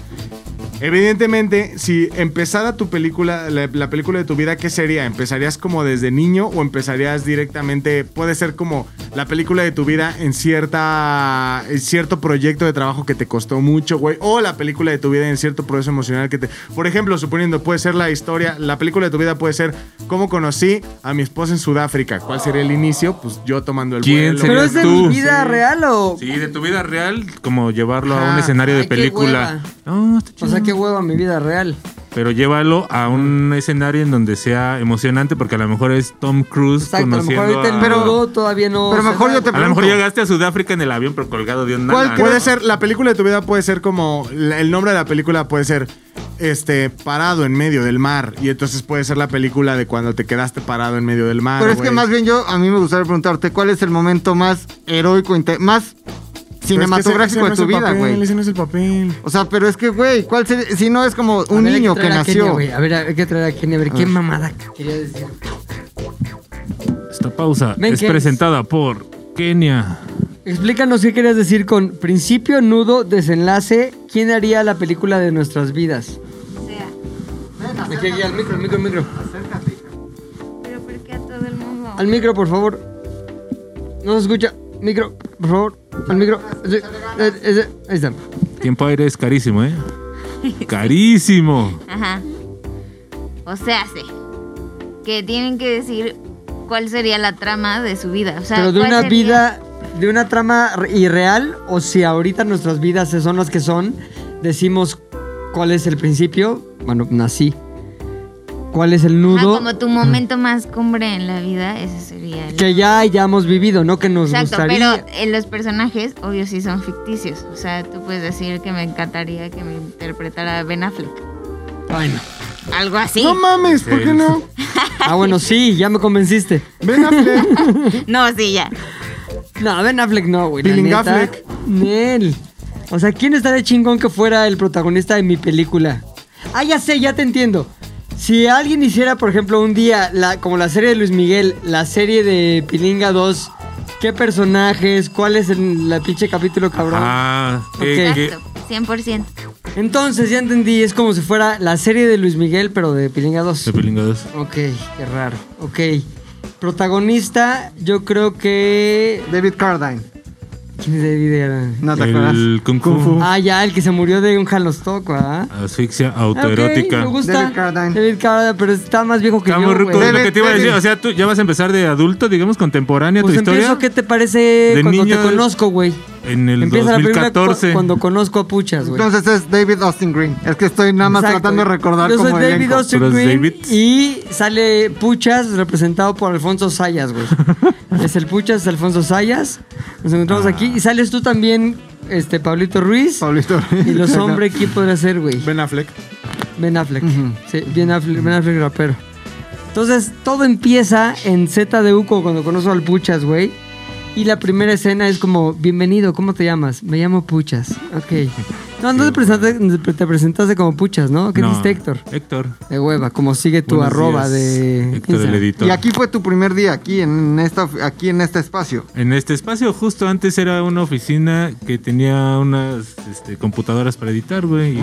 Speaker 6: evidentemente, si empezara tu película, la, la película de tu vida, ¿qué sería? ¿Empezarías como desde niño o empezarías directamente, puede ser como la película de tu vida en cierta en cierto proyecto de trabajo que te costó mucho, güey, o la película de tu vida en cierto proceso emocional que te, por ejemplo, suponiendo puede ser la historia, la película de tu vida puede ser cómo conocí a mi esposa en Sudáfrica. ¿Cuál sería el inicio? Pues yo tomando el
Speaker 4: ¿Quién
Speaker 6: vuelo.
Speaker 1: ¿Pero
Speaker 4: serías
Speaker 1: es de
Speaker 4: tú?
Speaker 1: mi vida
Speaker 4: Sí.
Speaker 1: real o...?
Speaker 4: Sí, de tu vida real, como llevarlo a un
Speaker 6: Ajá.
Speaker 4: escenario de
Speaker 1: Ay, qué
Speaker 4: película. No, está
Speaker 1: O
Speaker 4: chido.
Speaker 1: sea, qué hueva mi vida real.
Speaker 4: Pero llévalo a un escenario en donde sea emocionante, porque a lo mejor es Tom Cruise
Speaker 1: Exacto, a lo mejor
Speaker 4: conociendo
Speaker 1: ahorita el
Speaker 4: a...
Speaker 1: nudo todavía no...
Speaker 5: Pero
Speaker 1: se
Speaker 5: mejor
Speaker 1: da.
Speaker 5: yo te
Speaker 4: A lo mejor
Speaker 5: pregunto.
Speaker 4: llegaste a Sudáfrica en el avión, pero colgado de un
Speaker 5: ¿Cuál
Speaker 4: nana,
Speaker 6: Puede
Speaker 4: ¿no?
Speaker 6: ser, la película de tu vida puede ser como, la- el nombre de la película puede ser, este, parado en medio del mar. Y entonces puede ser la película de cuando te quedaste parado en medio del mar.
Speaker 5: Pero es
Speaker 6: güey.
Speaker 5: que más bien yo, a mí me gustaría preguntarte, ¿cuál es el momento más heroico, inte- más
Speaker 6: Pero es que
Speaker 5: cinematográfico
Speaker 6: ese- ese
Speaker 5: de tu
Speaker 6: no es
Speaker 5: vida,
Speaker 6: el papel,
Speaker 5: güey?
Speaker 6: Ese no es el papel.
Speaker 5: O sea, pero es que, güey, ¿cuál sería? Si no es como un
Speaker 1: A ver, hay
Speaker 5: niño que
Speaker 1: traer a Kenia,
Speaker 5: nació.
Speaker 1: güey. a ver, hay que traer a Kenia, a ver, qué mamada quería decir.
Speaker 4: Esta pausa
Speaker 1: Ven,
Speaker 4: es
Speaker 1: ¿qué?
Speaker 4: presentada por Kenia.
Speaker 1: Explícanos qué querías decir con principio, nudo, desenlace. ¿Quién haría la película de nuestras vidas?
Speaker 7: sea,
Speaker 1: Aquí, aquí, al micro, al micro, al micro.
Speaker 7: pero porque a todo el mundo.
Speaker 1: Al micro, por favor. No se escucha. Micro, por favor. Al micro. Sí, eh, eh, Ahí está.
Speaker 4: Tiempo aire es
Speaker 1: *laughs*
Speaker 4: carísimo, ¿eh? Carísimo.
Speaker 7: Ajá. O sea, sí. Que tienen que decir cuál sería la trama de su vida. O sea,
Speaker 1: Pero de
Speaker 7: cuál
Speaker 1: una
Speaker 7: sería-
Speaker 1: vida, de una trama re- irreal, o si ahorita nuestras vidas son las que son, decimos cuál es el principio. Bueno, nací. ¿Cuál es el
Speaker 7: Ajá,
Speaker 1: nudo?
Speaker 7: Ah, como tu momento más cumbre en la vida, ese sería el.
Speaker 1: que ya hayamos vivido, ¿no? Que nos
Speaker 7: Exacto,
Speaker 1: gustaría.
Speaker 7: pero eh, los personajes, obvio, sí son ficticios. O sea, tú puedes decir que me encantaría que me interpretara Ben Affleck.
Speaker 1: Bueno.
Speaker 7: Algo así.
Speaker 6: No mames, ¿por qué no?
Speaker 1: Ah, bueno, sí, ya me convenciste.
Speaker 6: *laughs* Ven a Fle-
Speaker 7: No, sí,
Speaker 1: *laughs*
Speaker 7: ya.
Speaker 1: No, Ben Affleck no, güey. la
Speaker 6: Peeling
Speaker 1: neta.
Speaker 6: Affleck.
Speaker 1: Nel. O sea, ¿quién estaría chingón que fuera el protagonista de mi película? Ah, ya sé, ya te entiendo. Si alguien hiciera, por ejemplo, un día, la, como la serie de Luis Miguel, la serie de Pilinga 2, ¿qué personajes? ¿Cuál es el la pinche capítulo, cabrón?
Speaker 4: Ah, que-
Speaker 1: Ok.
Speaker 4: que-
Speaker 7: Exacto, 100%.
Speaker 1: Entonces, ya entendí, es como si fuera la serie de Luis Miguel, pero de Pilinga 2.
Speaker 4: de pilingados.
Speaker 1: Ok, qué raro. Ok. Protagonista, yo creo que.
Speaker 5: David Cardine.
Speaker 1: ¿Quién es David Guerra?
Speaker 5: ¿No te acuerdas?
Speaker 4: El Kung Fu.
Speaker 6: Kung
Speaker 1: Ah, ya, el que se murió de un jalostoc, ¿ah?
Speaker 4: Asfixia
Speaker 1: Ah, ok,
Speaker 4: autoerótica.
Speaker 1: me gusta. David
Speaker 5: David
Speaker 1: Cardin.
Speaker 5: Carradine.
Speaker 1: pero está más viejo que
Speaker 4: Está muy
Speaker 1: yo,
Speaker 4: rico.
Speaker 1: güey.
Speaker 4: Lo que te iba a
Speaker 5: Debe-
Speaker 4: decir,
Speaker 5: debe-
Speaker 4: o sea, tú ya vas a empezar de adulto, digamos, contemporánea
Speaker 1: Pues
Speaker 4: tu historia.
Speaker 1: empiezo, ¿qué te parece
Speaker 4: De
Speaker 1: cuando
Speaker 4: niño
Speaker 1: te conozco, güey?
Speaker 4: En el
Speaker 1: Empieza la película
Speaker 4: 2014.
Speaker 1: cu- cuando conozco a Puchas, güey.
Speaker 5: Entonces es David Austin Green. Es que estoy nada más
Speaker 1: Exacto.
Speaker 5: tratando de recordar
Speaker 1: Yo
Speaker 5: como
Speaker 1: soy David
Speaker 5: elenco.
Speaker 1: Austin
Speaker 4: Pero es
Speaker 1: Green
Speaker 4: David.
Speaker 1: y sale Puchas representado por Alfonso Sayas, güey. es el Puchas, es Alfonso Sayas. Nos encontramos aquí y sales tú también, este Pablito Ruiz.
Speaker 5: Pablito.
Speaker 1: Y
Speaker 5: *laughs*
Speaker 1: los hombres, ¿quién podría ser, güey?
Speaker 6: Ben Affleck.
Speaker 1: Ben Affleck. Sí, Ben Affleck, Ben Affleck rapero. Entonces, todo empieza en ZDU como cuando conozco al Puchas, güey. Y la primera escena es como, bienvenido, ¿cómo te llamas? Me llamo Puchas. Ok. No, no te presentaste, te presentaste como puchas, ¿no? ¿Qué
Speaker 4: No,
Speaker 1: dijiste, Héctor?
Speaker 4: Héctor.
Speaker 1: De hueva, como sigue tu
Speaker 4: Buenos
Speaker 1: arroba
Speaker 4: días,
Speaker 1: de
Speaker 4: Héctor, el
Speaker 1: Instagram.
Speaker 4: editor.
Speaker 5: Y aquí fue tu primer día, aquí en esta, aquí en este espacio.
Speaker 4: En este espacio, justo antes era una oficina que tenía unas este, computadoras para editar, güey, y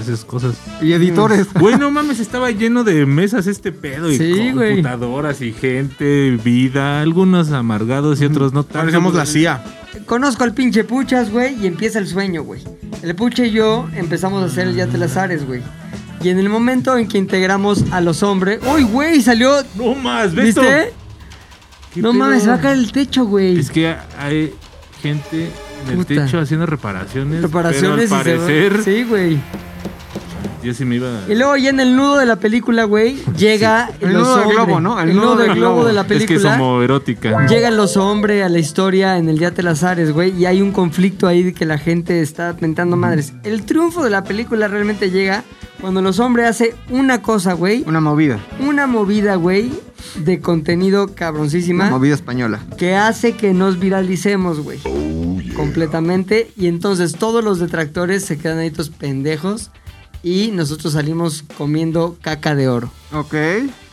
Speaker 4: esas cosas.
Speaker 5: Y editores.
Speaker 4: Güey, no mames, estaba lleno de mesas este pedo y
Speaker 1: Sí, güey.
Speaker 4: computadoras y gente, vida, algunos amargados y otros no pues, tan.
Speaker 6: Parecemos la CIA.
Speaker 1: Conozco al pinche Puchas, güey, y empieza el sueño, güey. El Puche y yo empezamos a hacer el Ya te las ares, güey. Y en el momento en que integramos a los hombres. ¡Uy, güey! Salió.
Speaker 4: No más, Beto.
Speaker 1: ¿Viste?
Speaker 4: ¿Qué
Speaker 1: No
Speaker 4: pedo?
Speaker 1: mames, se va a caer el techo, güey.
Speaker 4: Es que hay gente en el
Speaker 1: Puta.
Speaker 4: techo haciendo reparaciones.
Speaker 1: Preparaciones
Speaker 4: Pero al parecer,
Speaker 1: y se va- Sí, güey.
Speaker 4: yo sí me iba.
Speaker 1: Y luego ya en el nudo de la película, güey, llega
Speaker 5: El
Speaker 1: los
Speaker 5: nudo del
Speaker 1: hombres.
Speaker 5: globo, ¿no?
Speaker 1: El, nudo del globo de la
Speaker 4: es
Speaker 1: película.
Speaker 4: que es homoerótica.
Speaker 1: Llegan los hombres a la historia en el Día de las Ares, güey, y hay un conflicto ahí de que la gente está mentando madres. El triunfo de la película realmente llega cuando los hombres hace una cosa, güey,
Speaker 5: Una movida.
Speaker 1: una movida, güey, de contenido
Speaker 5: Una
Speaker 1: cabroncísima
Speaker 5: movida española.
Speaker 1: que hace que nos viralicemos, güey.
Speaker 5: Oh,
Speaker 1: Completamente. Y entonces todos los detractores se quedan ahí todos pendejos y nosotros salimos comiendo caca de oro.
Speaker 5: Ok.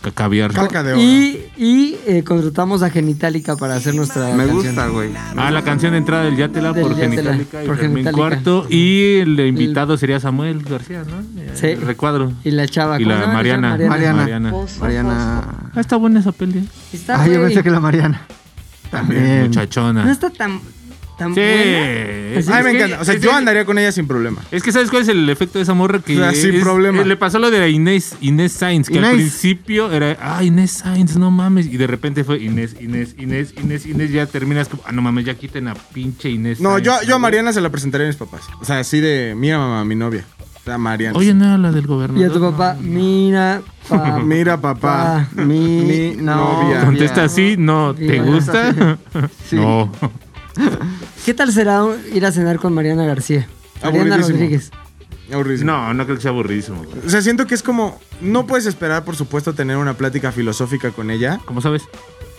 Speaker 4: Ca- Caviar.
Speaker 6: Caca de oro.
Speaker 1: Y, y, eh, contratamos a Genitalica para hacer nuestra
Speaker 5: Me
Speaker 1: canción.
Speaker 5: gusta, güey.
Speaker 4: Ah, la canción de entrada del Yatela
Speaker 1: Del
Speaker 4: por
Speaker 1: Yatela,
Speaker 4: Genitalica y
Speaker 1: por
Speaker 4: Fermín
Speaker 1: Genitalica.
Speaker 4: Cuarto. Y el invitado sería Samuel García, ¿no?
Speaker 1: Sí.
Speaker 4: El recuadro.
Speaker 1: Y la chava.
Speaker 4: Y
Speaker 1: ¿cómo se
Speaker 4: la
Speaker 1: llama?
Speaker 4: Mariana.
Speaker 5: Mariana.
Speaker 4: Mariana.
Speaker 5: Mariana.
Speaker 4: Ah, está buena esa peli.
Speaker 1: Está,
Speaker 5: Ay, Ah, yo
Speaker 1: güey,
Speaker 5: pensé que la Mariana. También.
Speaker 1: Em, No
Speaker 4: Muchachona.
Speaker 1: está tan, tan
Speaker 4: Sí.
Speaker 1: buena.
Speaker 4: Es,
Speaker 1: Así
Speaker 6: Ay, me
Speaker 4: que-
Speaker 6: encanta. O sea,
Speaker 4: es
Speaker 6: yo
Speaker 4: que-
Speaker 6: andaría con ella sin problema.
Speaker 4: Es que ¿sabes cuál es el efecto de esa morra que
Speaker 6: Ah, sin
Speaker 4: es-
Speaker 6: problema.
Speaker 4: eh, le pasó lo de la Inés, Inés Sainz, que al
Speaker 5: Inés.
Speaker 4: principio era, ah, Inés Sainz, no mames, y de repente fue Inés, Inés, Inés, Inés, Inés, ya terminas como, ah, no mames, ya quiten a pinche Inés.
Speaker 6: No,
Speaker 4: Sainz,
Speaker 6: yo, yo a
Speaker 4: güey".
Speaker 6: Mariana se la presentaría a mis papás. O sea, así de, mira mamá, mi novia. La Mariana.
Speaker 4: Oye, no, la del gobernador.
Speaker 1: Y a tu
Speaker 4: no.
Speaker 1: papá, mira, papá.
Speaker 4: *laughs*
Speaker 6: *laughs* mira papá.
Speaker 1: Ah.
Speaker 5: Mi,
Speaker 6: Mi novia.
Speaker 5: novia.
Speaker 4: Contesta así, no,
Speaker 1: Sí,
Speaker 4: ¿te
Speaker 1: bueno.
Speaker 4: gusta?
Speaker 1: *laughs*
Speaker 5: Sí.
Speaker 4: *laughs* No.
Speaker 1: ¿Qué tal será ir a cenar con Mariana García? Mariana
Speaker 6: Aburridísimo.
Speaker 1: Rodríguez.
Speaker 6: Aburridísimo.
Speaker 4: No, no creo que sea aburridísimo. güey.
Speaker 6: O sea, siento que es como, no puedes esperar, por supuesto, tener una plática filosófica con ella.
Speaker 4: ¿Cómo sabes?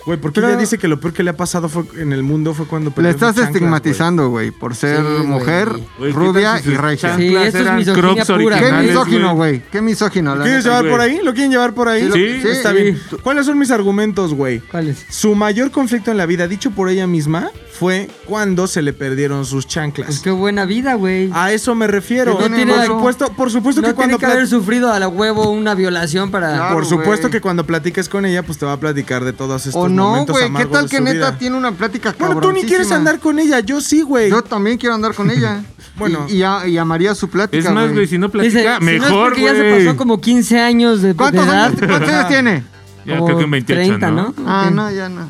Speaker 6: Güey, porque
Speaker 5: Pero-
Speaker 6: ella dice que lo peor que le ha pasado fue en el mundo fue cuando
Speaker 5: La
Speaker 6: perdió
Speaker 5: estás
Speaker 6: sus chanclas,
Speaker 5: estigmatizando, güey, por ser
Speaker 1: Sí, güey.
Speaker 5: mujer,
Speaker 4: Güey, ¿qué
Speaker 5: rubia
Speaker 4: tal si
Speaker 5: y
Speaker 4: sus
Speaker 5: regia.
Speaker 1: Sí,
Speaker 4: chanclas
Speaker 1: esto es
Speaker 4: eran
Speaker 1: misoginia
Speaker 4: Crocs
Speaker 1: pura.
Speaker 5: Qué
Speaker 4: originales,
Speaker 5: misógino,
Speaker 4: güey?
Speaker 5: güey. Qué misógino,
Speaker 6: güey.
Speaker 5: la
Speaker 6: ¿Quieres
Speaker 5: neta.
Speaker 6: llevar
Speaker 4: güey.
Speaker 6: por ahí? ¿Lo quieren llevar por ahí?
Speaker 5: lo-
Speaker 4: Sí,
Speaker 6: Está
Speaker 5: sí.
Speaker 6: bien. ¿Cuáles son mis argumentos, güey?
Speaker 1: ¿Cuál es?
Speaker 6: Su mayor conflicto en la vida, dicho por ella misma, fue cuando se le perdieron sus
Speaker 1: Pues
Speaker 6: chanclas.
Speaker 1: qué buena vida, güey.
Speaker 5: Ah,
Speaker 6: A eso me refiero.
Speaker 1: Que no tiene
Speaker 6: por
Speaker 1: algo-
Speaker 6: supuesto, por supuesto
Speaker 1: no
Speaker 6: que cuando
Speaker 1: tiene que
Speaker 6: plat-
Speaker 1: haber sufrido a la huevo una violación para...
Speaker 5: Claro.
Speaker 6: por supuesto
Speaker 5: güey.
Speaker 6: que cuando platiques con ella, pues te va a platicar de todos estos
Speaker 5: O no,
Speaker 6: momentos
Speaker 5: güey. ¿Qué
Speaker 6: amargos
Speaker 5: tal
Speaker 6: de
Speaker 5: que
Speaker 6: su
Speaker 5: neta
Speaker 6: vida.
Speaker 5: tiene una plática
Speaker 6: Bueno, tú ni quieres
Speaker 5: cabroncísima?
Speaker 6: andar con ella, yo sí, güey.
Speaker 5: Yo también quiero andar con ella.
Speaker 6: Bueno.
Speaker 5: bueno. Y, y a- y amaría su
Speaker 4: Es
Speaker 5: plática,
Speaker 4: más, güey,
Speaker 5: güey.
Speaker 4: si no
Speaker 1: Dice,
Speaker 4: platica,
Speaker 1: si no es
Speaker 4: mejor,
Speaker 1: porque
Speaker 4: güey.
Speaker 1: ya se pasó como 15 años de, de
Speaker 5: ¿Cuántos
Speaker 1: edad.
Speaker 5: años, cuántos años tiene?
Speaker 4: Ya
Speaker 1: como
Speaker 4: creo que en 28,
Speaker 1: 30,
Speaker 4: ¿no?
Speaker 5: Ah,
Speaker 1: Ok.
Speaker 5: no, ya no.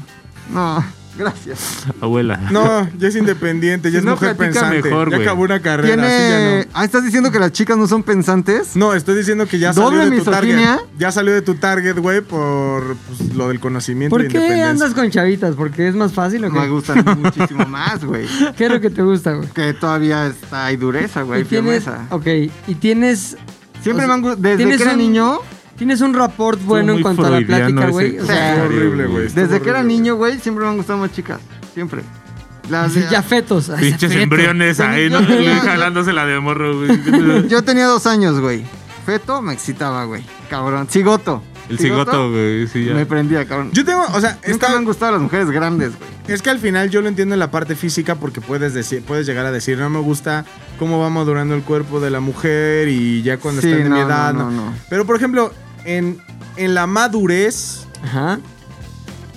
Speaker 5: No, gracias.
Speaker 4: Abuela.
Speaker 6: No, ya es independiente,
Speaker 4: Si
Speaker 6: ya es
Speaker 4: no
Speaker 6: mujer
Speaker 4: platica
Speaker 6: pensante.
Speaker 4: mejor,
Speaker 6: ya
Speaker 4: güey.
Speaker 6: acabó una carrera,
Speaker 5: Tiene...
Speaker 6: así ya
Speaker 5: Ah, ¿estás diciendo que las chicas no son pensantes?
Speaker 6: no. No, estoy diciendo que ya salió
Speaker 5: ¿Doble
Speaker 6: de tu
Speaker 5: misoginia?
Speaker 6: target. Ya salió de tu target, güey, por pues, lo del conocimiento y
Speaker 1: ¿Por qué
Speaker 6: independencia.
Speaker 1: andas con chavitas? ¿Porque es más fácil o
Speaker 5: Me
Speaker 1: qué?
Speaker 5: *laughs* gustan muchísimo más, güey.
Speaker 1: ¿Qué es lo que te gusta, güey?
Speaker 5: Que todavía está, hay dureza, güey,
Speaker 1: Y tienes,
Speaker 5: firmeza.
Speaker 1: ok, y tienes...
Speaker 5: Siempre
Speaker 1: o sea,
Speaker 5: me han gustado, desde
Speaker 1: tienes
Speaker 5: que era
Speaker 1: un-
Speaker 5: niño,
Speaker 1: Tienes un rapport
Speaker 4: Estuvo
Speaker 1: bueno en
Speaker 4: muy
Speaker 1: cuanto a la
Speaker 4: freudiano
Speaker 1: plática,
Speaker 4: ese
Speaker 1: güey. O sea,
Speaker 4: comentario,
Speaker 6: horrible, güey.
Speaker 5: desde
Speaker 6: Estuvo
Speaker 5: que era
Speaker 6: horrible.
Speaker 5: niño, güey, siempre me han gustado más chicas. Siempre.
Speaker 1: *laughs*
Speaker 5: Las
Speaker 1: así, ya fetos. ay,
Speaker 4: Pinches
Speaker 1: feto.
Speaker 4: embriones ahí, ¿no?
Speaker 5: Yo tenía-
Speaker 4: Jalándose la de morro, güey.
Speaker 5: *laughs* Yo tenía dos años, güey. Feto me excitaba, güey. Cabrón. Cigoto.
Speaker 4: El cigoto, güey, sí, ya.
Speaker 5: Me prendía, cabrón.
Speaker 6: Yo tengo, o sea,
Speaker 5: Nunca
Speaker 6: está,
Speaker 5: me han gustado las mujeres grandes, güey.
Speaker 6: es que al final yo lo entiendo en la parte física porque puedes decir, puedes llegar a decir, no me gusta cómo va madurando el cuerpo de la mujer y ya cuando
Speaker 5: Sí,
Speaker 6: está en mi
Speaker 5: no,
Speaker 6: edad.
Speaker 5: no,
Speaker 6: no.
Speaker 5: no, no.
Speaker 6: Pero por ejemplo, en, en la madurez,
Speaker 1: Ajá.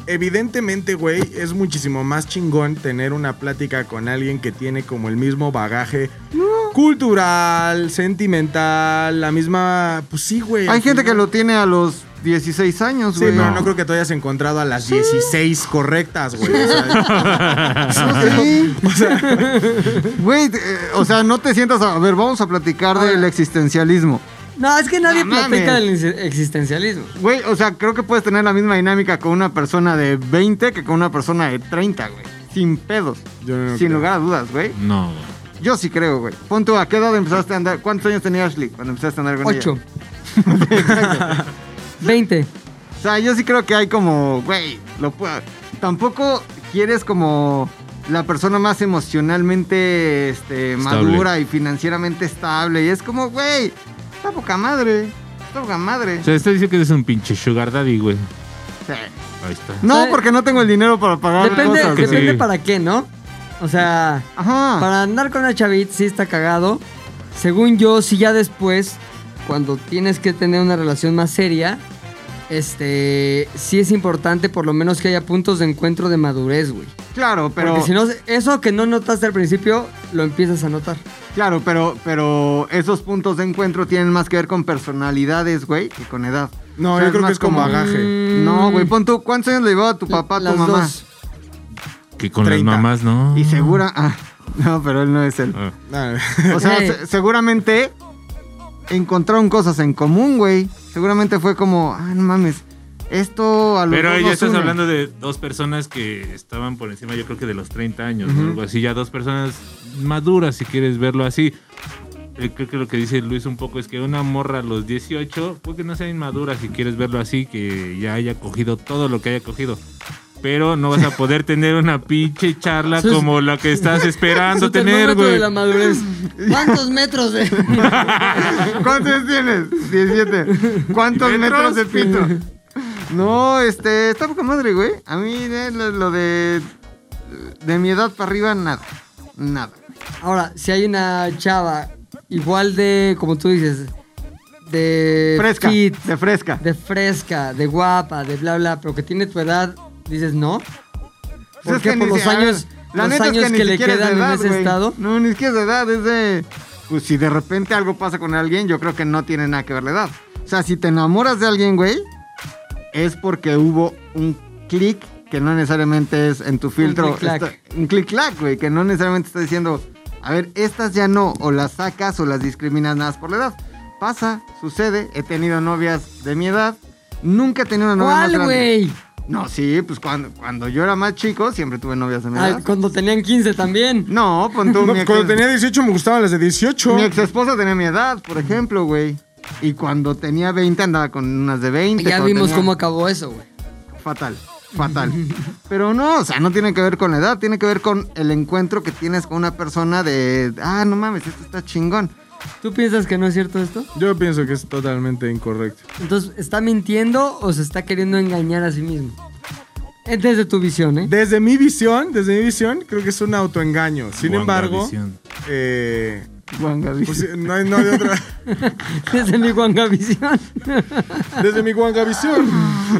Speaker 6: Evidentemente, güey, es muchísimo más chingón tener una plática con alguien que tiene como el mismo bagaje cultural, sentimental, la misma. Pues sí, güey.
Speaker 5: Hay
Speaker 6: al
Speaker 5: gente que
Speaker 6: final-
Speaker 5: lo tiene a los 16 años,
Speaker 6: Sí,
Speaker 5: güey.
Speaker 6: pero
Speaker 4: No.
Speaker 6: no creo que tú hayas encontrado a las 16 correctas, güey. O sea,
Speaker 5: *laughs* Sí.
Speaker 6: *laughs* o sea,
Speaker 5: *laughs* Güey, eh, o sea, no te sientas a, a ver, vamos a platicar del existencialismo.
Speaker 1: *laughs* No, es que nadie
Speaker 5: No
Speaker 1: platica del
Speaker 5: mames.
Speaker 1: ex- existencialismo.
Speaker 5: Güey, o sea, creo que puedes tener la misma dinámica con una persona de 20 que con una persona de 30, güey. Sin pedos.
Speaker 6: Yo no
Speaker 5: sin
Speaker 6: creo.
Speaker 5: lugar a dudas, güey.
Speaker 4: No, güey.
Speaker 5: Yo sí creo, güey. Pon tú, ¿a qué edad empezaste a andar? ¿Cuántos años tenía Ashley cuando empezaste a andar con ella? *laughs*
Speaker 1: Ocho. Veinte.
Speaker 5: O sea, yo sí creo que hay como, güey, lo puedo. Tampoco quieres como la persona más emocionalmente este,
Speaker 4: Estable.
Speaker 5: madura y financieramente estable. Y es como, güey, está poca madre. Está poca madre.
Speaker 4: O sea, está diciendo que eres un pinche sugar daddy, güey.
Speaker 5: Sí.
Speaker 4: Ahí está.
Speaker 5: No,
Speaker 1: ¿Sabe?
Speaker 5: porque no tengo el dinero para pagar
Speaker 1: Depende,
Speaker 5: cosas.
Speaker 4: que sí.
Speaker 1: depende para qué, ¿no? O sea,
Speaker 5: Ajá.
Speaker 1: para andar con una chavita sí está cagado. Según yo, si ya después, cuando tienes que tener una relación más seria, este, sí es importante por lo menos que haya puntos de encuentro de madurez, güey.
Speaker 5: Claro, pero.
Speaker 1: Porque si no, eso que no notaste al principio, lo empiezas a notar.
Speaker 5: Claro, pero, pero esos puntos de encuentro tienen más que ver con personalidades, güey, que con edad.
Speaker 6: No,
Speaker 5: O sea,
Speaker 6: yo creo que
Speaker 5: más
Speaker 6: es con
Speaker 5: como- mm.
Speaker 6: bagaje.
Speaker 5: No, güey, pon tú, ¿cuántos años le llevaba tu papá a tu
Speaker 1: Las
Speaker 5: mamá?
Speaker 1: dos.
Speaker 4: Que con
Speaker 6: Treinta.
Speaker 4: las mamás, ¿no?
Speaker 5: Y segura. Ah, no, pero él no es él.
Speaker 4: Ah,
Speaker 6: Ah,
Speaker 5: O sea,
Speaker 1: Ey.
Speaker 5: se- seguramente encontraron cosas en común, güey. Seguramente fue como, ah, no mames, esto a lo
Speaker 4: Pero
Speaker 5: mejor
Speaker 4: ya
Speaker 5: nos
Speaker 4: estás
Speaker 5: une".
Speaker 4: hablando de dos personas que estaban por encima, yo creo que de los 30 años, ¿no? algo así. Ya dos personas maduras, si quieres verlo así. Eh, Creo que lo que dice Luis un poco es que una morra a los 18, porque no sea inmadura si quieres verlo así, que ya haya cogido todo lo que haya cogido. Pero no vas a
Speaker 1: *laughs*
Speaker 4: poder tener una pinche charla
Speaker 1: Eso es-
Speaker 4: como la
Speaker 1: *laughs*
Speaker 4: que estás esperando
Speaker 1: Su
Speaker 4: tener,
Speaker 1: termómetro de
Speaker 4: güey.
Speaker 1: la
Speaker 5: *laughs*
Speaker 1: madurez. ¿Cuántos metros de.?
Speaker 5: ¿Cuántos años tienes? 17. ¿Cuántos
Speaker 4: ¿Y metros?
Speaker 5: metros? de pito?
Speaker 4: *laughs*
Speaker 5: No, este, está poca madre, güey. A mí eh, lo, lo de. De mi edad para arriba, nada. Nada.
Speaker 1: *laughs* Ahora, si hay una chava igual de, como tú dices, de
Speaker 5: Fresca.
Speaker 1: fit,
Speaker 5: De fresca.
Speaker 1: de fresca, de guapa, de bla bla, pero que tiene tu edad, dices no.
Speaker 5: Pues
Speaker 1: ¿Por
Speaker 5: es
Speaker 1: qué?
Speaker 5: que
Speaker 1: por
Speaker 5: ni
Speaker 1: los
Speaker 5: se- a
Speaker 1: años,
Speaker 5: ver, la
Speaker 1: los
Speaker 5: neta es
Speaker 1: años
Speaker 5: ni
Speaker 1: que, le
Speaker 5: siquiera es de
Speaker 1: quedan
Speaker 5: edad,
Speaker 1: en ese
Speaker 5: güey.
Speaker 1: estado.
Speaker 5: No, ni siquiera es de edad, es de. Pues si de repente algo pasa con alguien, yo creo que no tiene nada que ver la edad. O sea, si te enamoras de alguien, güey, es porque hubo un clic que no necesariamente es en tu filtro.
Speaker 1: clic-clac.
Speaker 5: está- Un clic-clac, güey, que no necesariamente está diciendo, a ver, estas ya no, o las sacas o las discriminas nada más por la edad. Pasa, sucede, he tenido novias de mi edad, nunca he tenido una novia más
Speaker 1: ¿Cuál,
Speaker 5: grande.
Speaker 1: güey?
Speaker 5: No, sí, pues cuando, cuando yo era más chico siempre tuve novias de mi
Speaker 1: Ah,
Speaker 5: edad.
Speaker 1: Cuando tenían 15
Speaker 5: *laughs*
Speaker 1: también.
Speaker 5: No,
Speaker 1: *laughs*
Speaker 5: pon tú,
Speaker 6: *laughs* no,
Speaker 5: mi, ex,
Speaker 6: cuando tenía 18 me gustaban las de 18.
Speaker 5: mi exesposa tenía mi edad, por ejemplo, güey. Y cuando tenía 20 andaba con unas de 20.
Speaker 1: Ya
Speaker 5: cuando
Speaker 1: vimos
Speaker 5: tenía-
Speaker 1: cómo acabó eso, güey.
Speaker 5: Fatal, fatal. Pero no, o sea, no tiene que ver con la edad, tiene que ver con el encuentro que tienes con una persona de... Ah, no mames, esto está chingón.
Speaker 1: ¿Tú piensas que no es cierto esto?
Speaker 6: Yo pienso que es totalmente incorrecto.
Speaker 1: Entonces, ¿está mintiendo o se está queriendo engañar a sí mismo? Es desde tu visión, ¿eh?
Speaker 6: Desde mi visión, desde mi visión, creo que es un autoengaño. Sin
Speaker 4: Guanga
Speaker 6: embargo,
Speaker 4: visión.
Speaker 6: eh,
Speaker 5: Juan Gabriel.
Speaker 6: pues, no, hay, no
Speaker 5: *laughs*
Speaker 6: hay otra.
Speaker 1: Desde mi guangavisión.
Speaker 6: Desde mi guanga visión.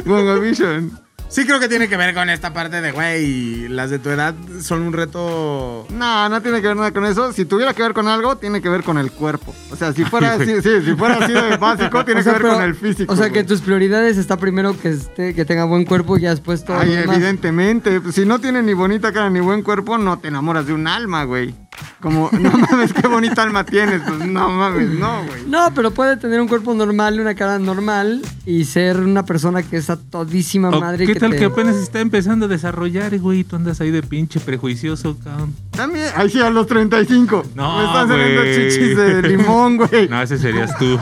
Speaker 5: Juan Gabriel.
Speaker 6: Sí creo que tiene que ver con esta parte de, güey, las de tu edad son un reto...
Speaker 5: No, no tiene que ver nada con eso. Si tuviera que ver con algo, tiene que ver con el cuerpo. O sea, si fuera así, sí, si fuera así de básico, tiene
Speaker 1: O sea,
Speaker 5: que ver
Speaker 1: pero-
Speaker 5: con el físico.
Speaker 1: O sea, que
Speaker 5: güey.
Speaker 1: tus prioridades está primero que, esté, que tenga buen cuerpo y ya después todo.
Speaker 5: Ay,
Speaker 1: lo demás.
Speaker 5: evidentemente. pues, Si no tiene ni bonita cara ni buen cuerpo, no te enamoras de un alma, güey. Como, *laughs* no mames, qué bonita alma tienes. Pues no mames, no, güey.
Speaker 1: No, pero puede tener un cuerpo normal, una cara normal y ser una persona que es a todísima
Speaker 4: O
Speaker 1: madre.
Speaker 4: Oh, ¿Qué
Speaker 1: que
Speaker 4: tal
Speaker 1: te-
Speaker 4: que apenas está empezando a desarrollar, güey? y Tú andas ahí de pinche prejuicioso, cabrón.
Speaker 5: También, ahí sí, a los 35.
Speaker 4: No,
Speaker 5: Me están saliendo
Speaker 4: güey.
Speaker 5: chichis de limón, güey.
Speaker 4: No, ese serías tú.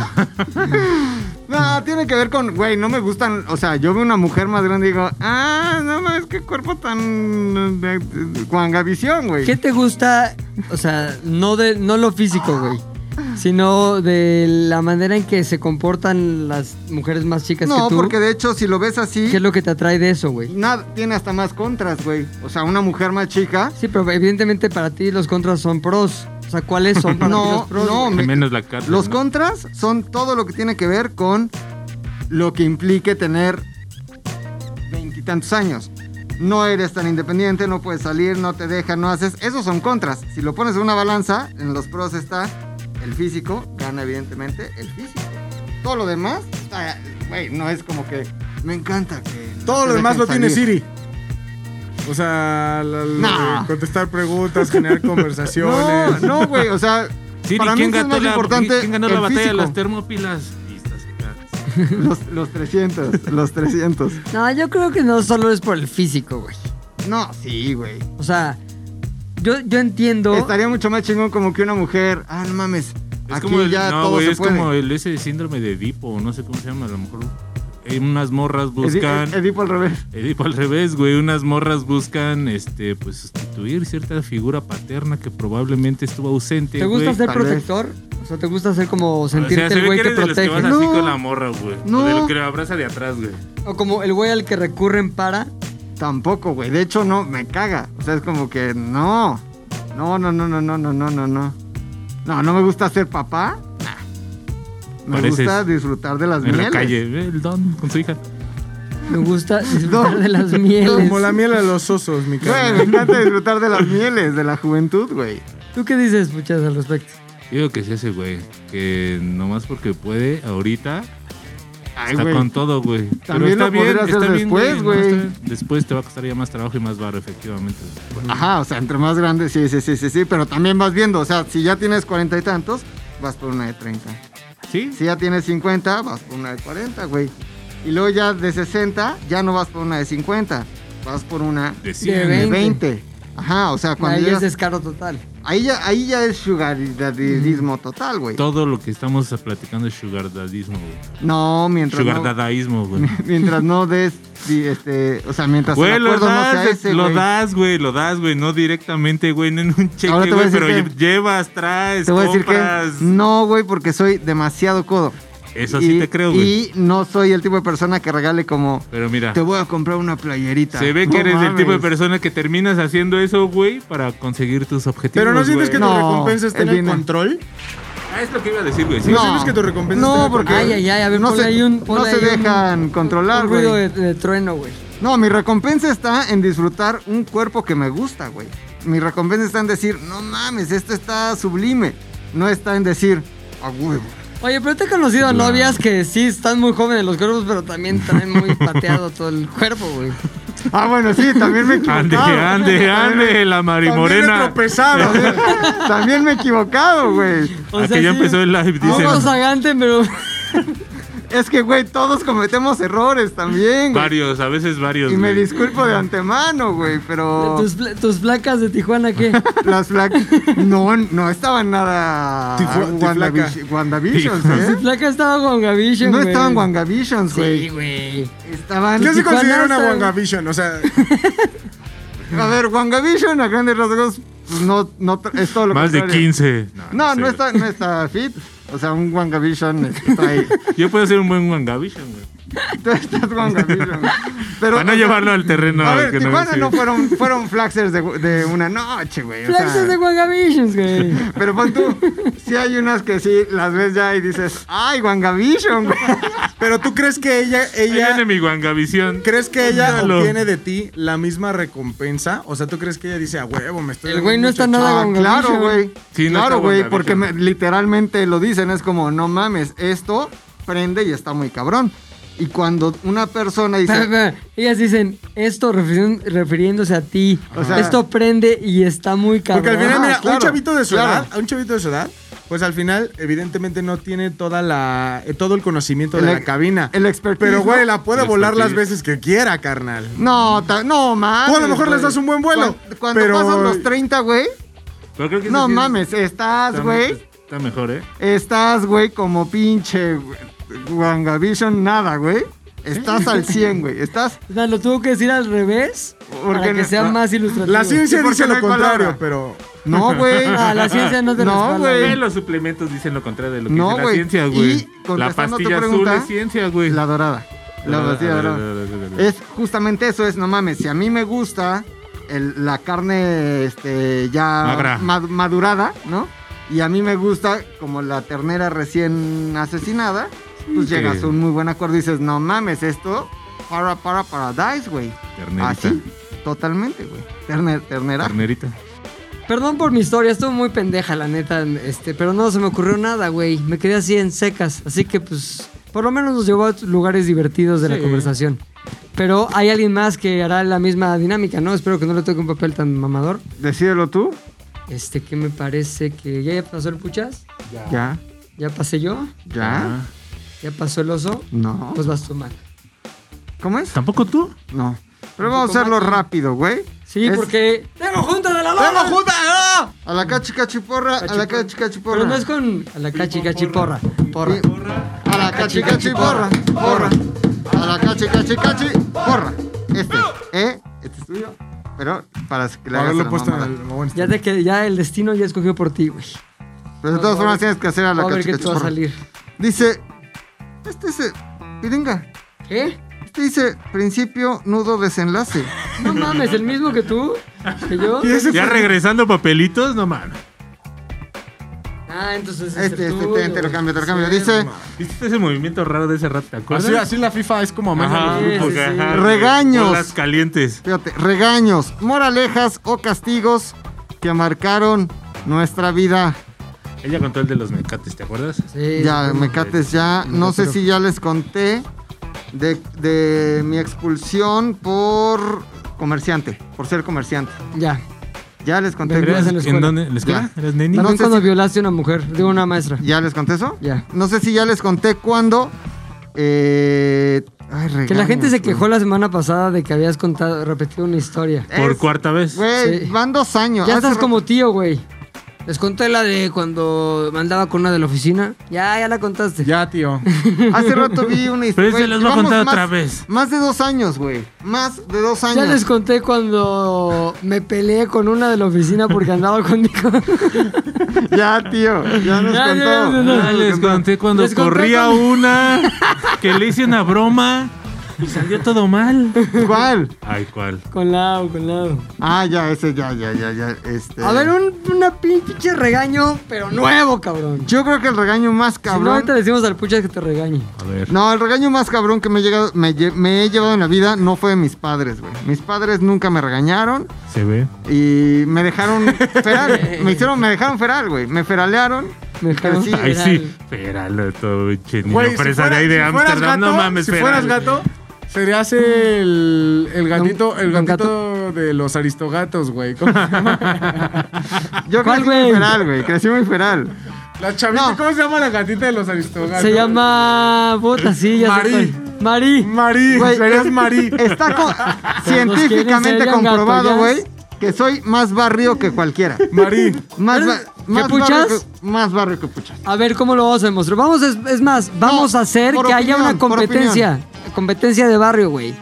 Speaker 4: *laughs*
Speaker 5: No, tiene que ver con, güey, no me gustan. O sea, yo veo una mujer más grande y digo, ah, no mames, qué cuerpo tan. de- de- Cuangavisión, güey.
Speaker 1: ¿Qué te gusta? O sea, no, de, no lo físico, güey. Sino de la manera en que se comportan las mujeres más chicas
Speaker 5: No,
Speaker 1: que tú.
Speaker 5: porque de hecho, si lo ves así,
Speaker 1: ¿Qué es lo que te atrae de eso, güey?
Speaker 5: nada, tiene hasta más contras, güey. O sea, una mujer más chica.
Speaker 1: Sí, pero evidentemente para ti los contras son pros. O sea, ¿cuáles son *laughs* para ti
Speaker 5: No,
Speaker 1: los pros?
Speaker 5: no, me-
Speaker 4: Menos la Carla.
Speaker 5: Los
Speaker 4: ¿no?
Speaker 5: contras son todo lo que tiene que ver con lo que implique tener veintitantos años. No eres tan independiente, no puedes salir, no te dejan, no haces. Esos son contras. Si lo pones en una balanza, en los pros está el físico, gana evidentemente el físico. Todo lo demás, está- güey, no es como que me encanta que. no
Speaker 6: Todo
Speaker 5: te
Speaker 6: lo demás
Speaker 5: dejen
Speaker 6: lo tiene
Speaker 5: salir.
Speaker 6: Siri. O sea, la- la-
Speaker 5: No.
Speaker 6: contestar preguntas, generar
Speaker 5: *laughs* No,
Speaker 6: conversaciones.
Speaker 5: no, güey, o sea.
Speaker 4: Siri,
Speaker 5: para mí
Speaker 4: ¿quién
Speaker 5: sí es
Speaker 4: ganó,
Speaker 5: más
Speaker 4: la,
Speaker 5: importante
Speaker 4: ¿quién ganó
Speaker 5: el
Speaker 4: la batalla de
Speaker 5: físico.
Speaker 4: las termópilas? Y estás acá.
Speaker 5: *laughs* Los, los 300, los 300.
Speaker 1: No, yo creo que no solo es por el físico, güey.
Speaker 5: No, sí, güey.
Speaker 1: O sea, yo, yo entiendo.
Speaker 5: Estaría mucho más chingón como que una mujer. Ah, no mames.
Speaker 4: Es
Speaker 5: aquí
Speaker 4: como el,
Speaker 5: ya
Speaker 4: no,
Speaker 5: todo
Speaker 4: güey,
Speaker 5: se
Speaker 4: es
Speaker 5: puede.
Speaker 4: como el ese síndrome de Edipo, no sé cómo se llama, a lo mejor eh, unas morras buscan.
Speaker 5: Edi- Edipo al revés.
Speaker 4: Edipo al revés, güey. Unas morras buscan, este, pues sustituir cierta figura paterna que probablemente estuvo ausente.
Speaker 1: ¿Te gusta
Speaker 4: güey.
Speaker 1: ser
Speaker 5: tal vez.
Speaker 1: protector? O sea, ¿te gusta ser como
Speaker 4: O sea,
Speaker 1: sentirte
Speaker 4: se
Speaker 1: el
Speaker 4: ve
Speaker 1: güey que,
Speaker 4: eres de los
Speaker 1: protege?
Speaker 4: que van así
Speaker 5: No.
Speaker 4: con la morra, güey. O
Speaker 5: No.
Speaker 4: De lo que la abraza de atrás, güey.
Speaker 1: O como el güey al que recurren para.
Speaker 5: Tampoco, güey. De hecho, no, me caga. O sea, es como que no. No, no, no, no, no, no, no, no, no. No, no me gusta ser papá. Nah. Me
Speaker 4: Pareces
Speaker 5: gusta disfrutar de las
Speaker 4: En la
Speaker 5: mieles.
Speaker 4: calle. Ve El don con su hija.
Speaker 1: Me
Speaker 5: *laughs*
Speaker 1: gusta disfrutar de las mieles.
Speaker 6: Como la miel a los osos, mi
Speaker 5: Güey,
Speaker 6: carnal.
Speaker 5: me encanta disfrutar de las mieles, de la juventud, güey.
Speaker 1: ¿Tú qué dices, muchas al respecto?
Speaker 4: Yo digo que sí ese güey. Que nomás porque puede, ahorita.
Speaker 5: Ay,
Speaker 4: Está
Speaker 5: güey.
Speaker 4: con todo, güey. Pero
Speaker 5: También lo
Speaker 4: está bien,
Speaker 5: podría hacer
Speaker 4: está bien,
Speaker 5: después,
Speaker 4: ¿no? Está
Speaker 5: güey.
Speaker 4: bien. Después te va a costar ya más trabajo y más barro, efectivamente.
Speaker 5: Ajá, o sea, entre más grande, sí, sí, sí, sí, sí, pero también vas viendo, o sea, si ya tienes cuarenta y tantos, vas por una de treinta.
Speaker 4: ¿Sí?
Speaker 5: Si ya tienes cincuenta, vas por una de cuarenta, güey. Y luego ya de sesenta, ya no vas por una de cincuenta, vas por una
Speaker 4: De
Speaker 1: De
Speaker 4: cien.
Speaker 5: de
Speaker 1: 20.
Speaker 5: veinte. Ajá, o sea, cuando
Speaker 1: Ahí es
Speaker 5: llegas-
Speaker 1: descaro total.
Speaker 5: ahí, ya, ahí ya es
Speaker 1: Mm.
Speaker 5: sugaridadismo total, güey.
Speaker 4: Todo lo que estamos platicando es sugardadismo, güey.
Speaker 5: No, mientras no,
Speaker 4: Sugardadaísmo, güey.
Speaker 5: *laughs* mientras no des, di- este, o sea, mientras
Speaker 4: Güey,
Speaker 5: el
Speaker 4: lo
Speaker 5: acuerdo no sea
Speaker 4: das,
Speaker 5: ese,
Speaker 4: lo
Speaker 5: güey.
Speaker 4: das, güey, lo das, güey, no directamente, güey, no en un cheque,
Speaker 5: Ahora te voy a
Speaker 4: güey,
Speaker 5: decir
Speaker 4: pero
Speaker 5: que-
Speaker 4: lle- llevas, traes,
Speaker 5: Te voy a decir
Speaker 4: compras.
Speaker 5: que no, güey, porque soy demasiado codo.
Speaker 4: Eso sí
Speaker 5: Y-
Speaker 4: te creo, güey.
Speaker 5: Y no soy el tipo de persona que regale como
Speaker 4: Pero mira,
Speaker 5: te voy a comprar una playerita.
Speaker 4: se ve
Speaker 5: No
Speaker 4: que eres el
Speaker 5: mames.
Speaker 4: tipo de persona que terminas haciendo eso, güey, para conseguir tus objetivos.
Speaker 6: Pero no sientes que
Speaker 4: güey.
Speaker 5: No,
Speaker 6: tu recompensa esté en
Speaker 5: el
Speaker 6: el
Speaker 5: dinero.
Speaker 6: control.
Speaker 4: Ah, es lo que iba a decir, güey. sí.
Speaker 6: No
Speaker 5: No.
Speaker 6: sientes que tu recompensa esté en
Speaker 5: No,
Speaker 6: el
Speaker 5: porque
Speaker 1: Ay, ay, ay, a ver,
Speaker 5: no
Speaker 1: ponle
Speaker 5: se,
Speaker 1: ahí un-
Speaker 5: no
Speaker 1: ponle
Speaker 5: se
Speaker 1: ahí un-
Speaker 5: dejan controlar,
Speaker 1: Un ruido de,
Speaker 5: güey.
Speaker 1: de trueno, güey.
Speaker 5: No, mi recompensa está en disfrutar un cuerpo que me gusta, güey. Mi recompensa está en decir, no mames, esto está sublime. No está en decir, a huevo.
Speaker 1: Oye, pero te he conocido a
Speaker 4: Claro.
Speaker 1: novias que sí están muy jóvenes los cuerpos, pero también traen muy pateado todo el cuerpo, güey.
Speaker 5: Ah, bueno, sí, también me
Speaker 4: *laughs*
Speaker 5: he
Speaker 4: Ande,
Speaker 5: equivocado. *laughs*
Speaker 4: ande, ande, la
Speaker 6: También ¿eh? he
Speaker 4: marimorena.
Speaker 6: tropezado.
Speaker 5: También me he equivocado, güey.
Speaker 1: O
Speaker 4: Aquí
Speaker 1: sea,
Speaker 4: ya
Speaker 1: sí,
Speaker 4: empezó el live, dicen.
Speaker 1: Vamos sagante, pero.
Speaker 5: Es que, güey, todos cometemos errores también, güey.
Speaker 4: Varios, a veces varios,
Speaker 5: Y me
Speaker 4: güey.
Speaker 5: disculpo de antemano, güey, pero...
Speaker 1: ¿Tus, pla- tus placas de Tijuana qué?
Speaker 5: Las Black. No, no estaban nada.
Speaker 6: Tifu-
Speaker 5: WandaVish- WandaVisions,
Speaker 1: Tus
Speaker 5: ¿eh?
Speaker 1: placas estaban con Gavillo,
Speaker 5: No
Speaker 1: güey.
Speaker 5: estaban Wangavisions, güey.
Speaker 1: Sí, güey.
Speaker 5: Estaban.
Speaker 6: ¿Qué se
Speaker 1: Tijuana
Speaker 6: considera una
Speaker 1: está-
Speaker 6: Wangavision? O sea,
Speaker 5: A ver, Wangavision a grandes rasgos pues, no, no tra- es todo lo
Speaker 4: Más de Ah,
Speaker 5: contrario.
Speaker 4: 15.
Speaker 5: No,
Speaker 4: sé,
Speaker 5: no
Speaker 4: güey.
Speaker 5: está, no está fit. O sea, un Wangavision este, trae.
Speaker 4: Yo puedo ser un buen Wangavision, güey.
Speaker 5: *laughs* Tú estás Wangavision. güey. Pero.
Speaker 4: Para no
Speaker 5: o sea,
Speaker 4: llevarlo al terreno.
Speaker 5: a ver,
Speaker 4: que
Speaker 5: Tijuana
Speaker 4: sí.
Speaker 5: no fueron, fueron flaxers de, de una noche, güey. o sea,
Speaker 1: Placas de Wangavisions, güey.
Speaker 5: *laughs* Pero pon tú, sí hay unas que sí las ves ya y dices, ¡ay, Wangavision, *laughs* güey!
Speaker 6: pero tú crees que ella,
Speaker 4: Ahí viene
Speaker 6: ella,
Speaker 4: mi Wangavisión.
Speaker 6: crees que ella
Speaker 4: Míralo.
Speaker 6: obtiene de ti la misma recompensa? O sea, tú crees que ella dice, a huevo, me estoy.
Speaker 1: El güey no está
Speaker 6: muchacho".
Speaker 1: nada
Speaker 5: Ah,
Speaker 1: Wangavision.
Speaker 5: claro, güey.
Speaker 4: Sí, no
Speaker 5: claro,
Speaker 4: está
Speaker 5: güey,
Speaker 4: WandaVision.
Speaker 5: porque me- literalmente lo dicen, es como, no mames, esto prende y está muy cabrón. Y cuando una persona
Speaker 1: Espera,
Speaker 5: dice,
Speaker 1: espera. Ellas dicen esto refirién- refiriéndose a ti.
Speaker 5: O sea-
Speaker 1: esto prende y está muy cabrón.
Speaker 6: Porque al final,
Speaker 5: Ah,
Speaker 6: mira,
Speaker 5: claro,
Speaker 6: un chavito de su
Speaker 5: claro.
Speaker 6: edad, a un chavito de su edad, pues al final, evidentemente, no tiene toda la, eh, todo el conocimiento
Speaker 5: El
Speaker 6: de
Speaker 5: ex-
Speaker 6: la cabina.
Speaker 5: el expertise,
Speaker 6: Pero, güey,
Speaker 5: ¿no?
Speaker 6: la puede
Speaker 4: El
Speaker 6: volar las
Speaker 4: expertise.
Speaker 6: veces que quiera, carnal.
Speaker 5: no, ta- no mames.
Speaker 6: Tú a lo mejor
Speaker 5: güey.
Speaker 6: les das un buen vuelo,
Speaker 5: Cuan- Cuando
Speaker 6: pero-
Speaker 5: pasan los 30, güey,
Speaker 4: Pero creo que ese
Speaker 5: no
Speaker 4: sí es-
Speaker 5: mames, estás,
Speaker 4: está-
Speaker 5: güey,
Speaker 4: Está mejor, ¿eh?
Speaker 5: estás, güey, como pinche Wangavision, nada, güey. Estás al 100, güey. Estás
Speaker 1: O sea, lo tuvo que decir al revés
Speaker 5: Porque
Speaker 1: para que
Speaker 5: no-
Speaker 1: sea más ilustrativo.
Speaker 6: La
Speaker 5: ¿Y
Speaker 6: ciencia
Speaker 5: por qué
Speaker 6: dice
Speaker 5: no
Speaker 6: lo
Speaker 5: hay
Speaker 6: contrario,
Speaker 5: palabra?
Speaker 6: pero.
Speaker 5: No, güey.
Speaker 1: No, la ciencia no te
Speaker 5: No,
Speaker 1: respalda,
Speaker 5: güey.
Speaker 4: Ve, los suplementos dicen lo contrario de lo que
Speaker 5: No,
Speaker 4: dice la
Speaker 5: güey.
Speaker 4: ciencia,
Speaker 5: Y,
Speaker 4: güey. La
Speaker 5: contestando tu
Speaker 4: pastilla azul
Speaker 5: pregunta,
Speaker 4: es ciencia, güey. Ah,
Speaker 5: La dorada. La
Speaker 4: Dorada,
Speaker 5: pastilla
Speaker 4: dorada,
Speaker 5: dorada.
Speaker 4: dorada, dorada.
Speaker 5: Es justamente eso, es no mames. Si a mí me gusta el- la carne este, ya
Speaker 4: Magra.
Speaker 5: ma- madurada, ¿no? Y a mí me gusta como la ternera recién asesinada, pues
Speaker 4: Sí.
Speaker 5: llegas a un muy buen acuerdo y dices, no mames, esto para para paradise, güey.
Speaker 4: Ternerita.
Speaker 5: Así, totalmente, güey. Terner, ternera.
Speaker 4: Carnerita.
Speaker 1: Perdón por mi historia, estuvo muy pendeja, la neta. Este, pero no se me ocurrió nada, güey. Me quedé así en secas. Así que, pues, por lo menos nos llevó a lugares divertidos de la conversación. Pero hay alguien más que hará la misma dinámica, ¿no? Espero que no le toque un papel tan mamador.
Speaker 5: Decídelo tú.
Speaker 1: Este, que me parece que ya pasó el puchas,
Speaker 5: Ya.
Speaker 1: ya pasé yo,
Speaker 4: Ah.
Speaker 5: Ya.
Speaker 1: ya pasó el oso.
Speaker 5: No.
Speaker 1: Pues vas tú, Mac.
Speaker 5: ¿Cómo es?
Speaker 4: ¿Tampoco tú?
Speaker 5: No. Pero vamos a hacerlo rápido, güey.
Speaker 1: pues, Sí,
Speaker 5: Es-
Speaker 1: porque. ¡Tengo junta de la lona!
Speaker 5: ¡Vamos juntas! ¡ah! A la cachi cachiporra, a la cachi cachiporra.
Speaker 1: Pero no es con a la cachi cachiporra. Porra.
Speaker 5: A la cachi cachiporra, porra. A la cachi, cachi, cachi. Corra. Este, ¿eh? Este es tuyo. Pero para que le hagas
Speaker 6: Haberlo
Speaker 5: la
Speaker 6: puesto en
Speaker 5: mamada.
Speaker 6: el Bueno,
Speaker 1: Ya, te, que- ya el destino ya escogió por ti, güey.
Speaker 5: Pero de todas formas tienes que hacer a la
Speaker 1: A ver
Speaker 5: cachi,
Speaker 1: qué
Speaker 5: cachi.
Speaker 1: te va a
Speaker 5: corra.
Speaker 1: salir.
Speaker 5: Dice, este es el- piringa.
Speaker 1: ¿Qué?
Speaker 5: Este dice principio, nudo, desenlace.
Speaker 1: No mames, el mismo que tú, que yo.
Speaker 4: Ya regresando papelitos, no mames.
Speaker 1: Ah, entonces. es
Speaker 5: Este,
Speaker 1: el
Speaker 5: este,
Speaker 1: tuyo,
Speaker 5: te, te lo
Speaker 1: güey.
Speaker 5: cambio, te lo cambio. Dice,
Speaker 4: ¿Viste ese movimiento raro de ese rato? ¿Te acuerdas?
Speaker 6: así, así la FIFA es como más.
Speaker 4: Ajá,
Speaker 1: Sí, sí,
Speaker 4: porque,
Speaker 1: sí.
Speaker 4: ajá,
Speaker 5: Regaños.
Speaker 4: bolas calientes.
Speaker 5: fíjate, regaños, moralejas o castigos que marcaron nuestra vida.
Speaker 4: Ella contó el de los mecates, ¿te acuerdas?
Speaker 1: Sí.
Speaker 5: Ya, me cates ya. No sé si ya les conté de, de mi expulsión por comerciante, por ser comerciante.
Speaker 1: Ya.
Speaker 5: Ya les
Speaker 1: Vendría a
Speaker 5: conté.
Speaker 1: ser- la
Speaker 4: ¿En
Speaker 1: escuela.
Speaker 4: dónde? ¿En la escuela? ¿Eras neni?
Speaker 5: No
Speaker 1: También
Speaker 5: sé
Speaker 1: cuando
Speaker 5: si-
Speaker 1: violaste a una mujer, digo una maestra.
Speaker 5: ¿Ya les conté eso?
Speaker 1: Ya.
Speaker 5: No sé si ya les conté cuándo. eh, ay,
Speaker 1: Que la gente
Speaker 5: regaños,
Speaker 1: se
Speaker 5: güey.
Speaker 1: quejó la semana pasada de que habías contado, repetido una historia.
Speaker 4: Por
Speaker 5: Es-
Speaker 4: cuarta vez.
Speaker 5: Güey,
Speaker 1: Sí.
Speaker 5: van dos años.
Speaker 1: Ya
Speaker 5: Hace
Speaker 1: estás
Speaker 5: rato-
Speaker 1: como tío, güey. Les conté la de cuando mandaba con una de la oficina. Ya, ya la contaste.
Speaker 6: Ya, tío.
Speaker 5: Hace rato vi
Speaker 1: *laughs*
Speaker 5: una
Speaker 4: Pero
Speaker 5: historia.
Speaker 4: se los voy a contar otra vez.
Speaker 5: Más de dos años, güey. Más de dos
Speaker 1: Ya
Speaker 5: años.
Speaker 1: les conté cuando me peleé con una de la oficina porque andaba conmigo.
Speaker 5: Ya, tío. Ya
Speaker 1: *laughs*
Speaker 5: nos
Speaker 1: Ya, ya, ya, ya,
Speaker 5: contó.
Speaker 1: ya.
Speaker 4: Ah, les conté cuando
Speaker 1: Les conté
Speaker 4: corría
Speaker 1: cuando-
Speaker 4: una, que le hice una broma y salió todo mal.
Speaker 5: ¿Cuál?
Speaker 4: Ay, ¿cuál?
Speaker 1: *laughs* con Lau, con Lau.
Speaker 5: Ah, ya, ese, ya, ya, ya, ya. Este.
Speaker 1: A ver, un una pin- pinche regaño, pero nuevo, cabrón.
Speaker 5: Yo creo que el regaño más
Speaker 1: Si no,
Speaker 5: cabrón.
Speaker 1: ahorita le decimos al pucha que te regañe.
Speaker 4: A ver.
Speaker 5: No, el regaño más cabrón que me, he llegado- me, lle- me he llevado en la vida no fue de mis padres, güey. Mis padres nunca me regañaron
Speaker 4: Se ve.
Speaker 5: y me dejaron
Speaker 1: *laughs*
Speaker 5: feral. me hicieron, me dejaron feral, güey. Me feralearon.
Speaker 1: Me dejaron
Speaker 5: Sí,
Speaker 4: Ay,
Speaker 1: Era
Speaker 4: sí.
Speaker 1: el-
Speaker 4: Espéralo, todo chenino.
Speaker 6: Güey, si
Speaker 4: Presa de
Speaker 6: fuera-
Speaker 4: ahí
Speaker 6: si
Speaker 4: de
Speaker 6: fueras
Speaker 4: Ámsterdam. No
Speaker 6: gato,
Speaker 4: mames,
Speaker 6: Si fueras
Speaker 4: feral.
Speaker 6: gato, serías el, el gatito, el
Speaker 1: Don- don
Speaker 6: gatito de los aristogatos,
Speaker 5: *laughs*
Speaker 6: güey. ¿Cómo se llama?
Speaker 5: Yo
Speaker 1: ¿Cuál,
Speaker 5: crecí muy
Speaker 1: güey?
Speaker 5: feral, güey. Crecí muy feral.
Speaker 6: La chavita,
Speaker 5: No.
Speaker 6: ¿cómo se llama la gatita de los aristogatos?
Speaker 1: Se llama. Puta, sí, ya sé
Speaker 6: Marí.
Speaker 1: cuál. Marí.
Speaker 6: Marí,
Speaker 5: Güey, *laughs*
Speaker 6: serías
Speaker 5: es-
Speaker 6: Marí.
Speaker 1: *laughs*
Speaker 5: Está co- científicamente
Speaker 1: serían
Speaker 5: comprobado,
Speaker 1: gato,
Speaker 5: güey, que soy más barrio que cualquiera.
Speaker 6: Marí.
Speaker 5: Más, ba-
Speaker 1: ¿Eh?
Speaker 5: más
Speaker 1: ¿Que
Speaker 5: barrio
Speaker 1: puchas?
Speaker 5: que, más barrio que puchas.
Speaker 1: A ver, ¿cómo lo vamos a demostrar? Vamos, es, es más, vamos
Speaker 5: No,
Speaker 1: a hacer que
Speaker 5: por
Speaker 1: haya
Speaker 5: opinión,
Speaker 1: una
Speaker 5: por
Speaker 1: competencia. Competencia de barrio, güey.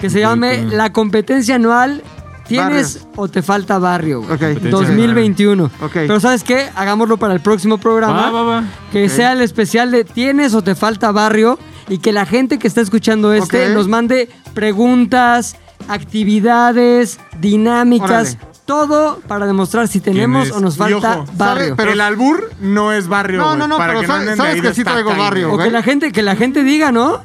Speaker 1: Que se llame
Speaker 4: Ok.
Speaker 1: la competencia anual ¿Tienes o te falta barrio, güey?
Speaker 5: Ok. Competencia
Speaker 1: 2021.
Speaker 5: Ok.
Speaker 1: Pero ¿sabes qué? Hagámoslo para el próximo programa.
Speaker 4: Va, va, va.
Speaker 1: Que sea el especial de ¿Tienes o te falta barrio? Y que la gente que está escuchando este
Speaker 5: Ok.
Speaker 1: nos mande preguntas, actividades, dinámicas,
Speaker 5: Órale.
Speaker 1: todo para demostrar si tenemos
Speaker 4: ¿Tienes?
Speaker 1: o nos
Speaker 6: Y
Speaker 1: falta
Speaker 6: ojo, ¿sabe?
Speaker 1: barrio.
Speaker 6: Pero el albur no es barrio.
Speaker 5: No,
Speaker 6: güey,
Speaker 5: no, no,
Speaker 6: para
Speaker 5: pero
Speaker 6: que no
Speaker 5: sabes-
Speaker 6: anden
Speaker 5: sabes
Speaker 6: de ahí
Speaker 5: que sí traigo
Speaker 6: destacan,
Speaker 5: barrio,
Speaker 6: güey.
Speaker 1: O
Speaker 5: güey.
Speaker 1: que la gente, que la gente diga, ¿no?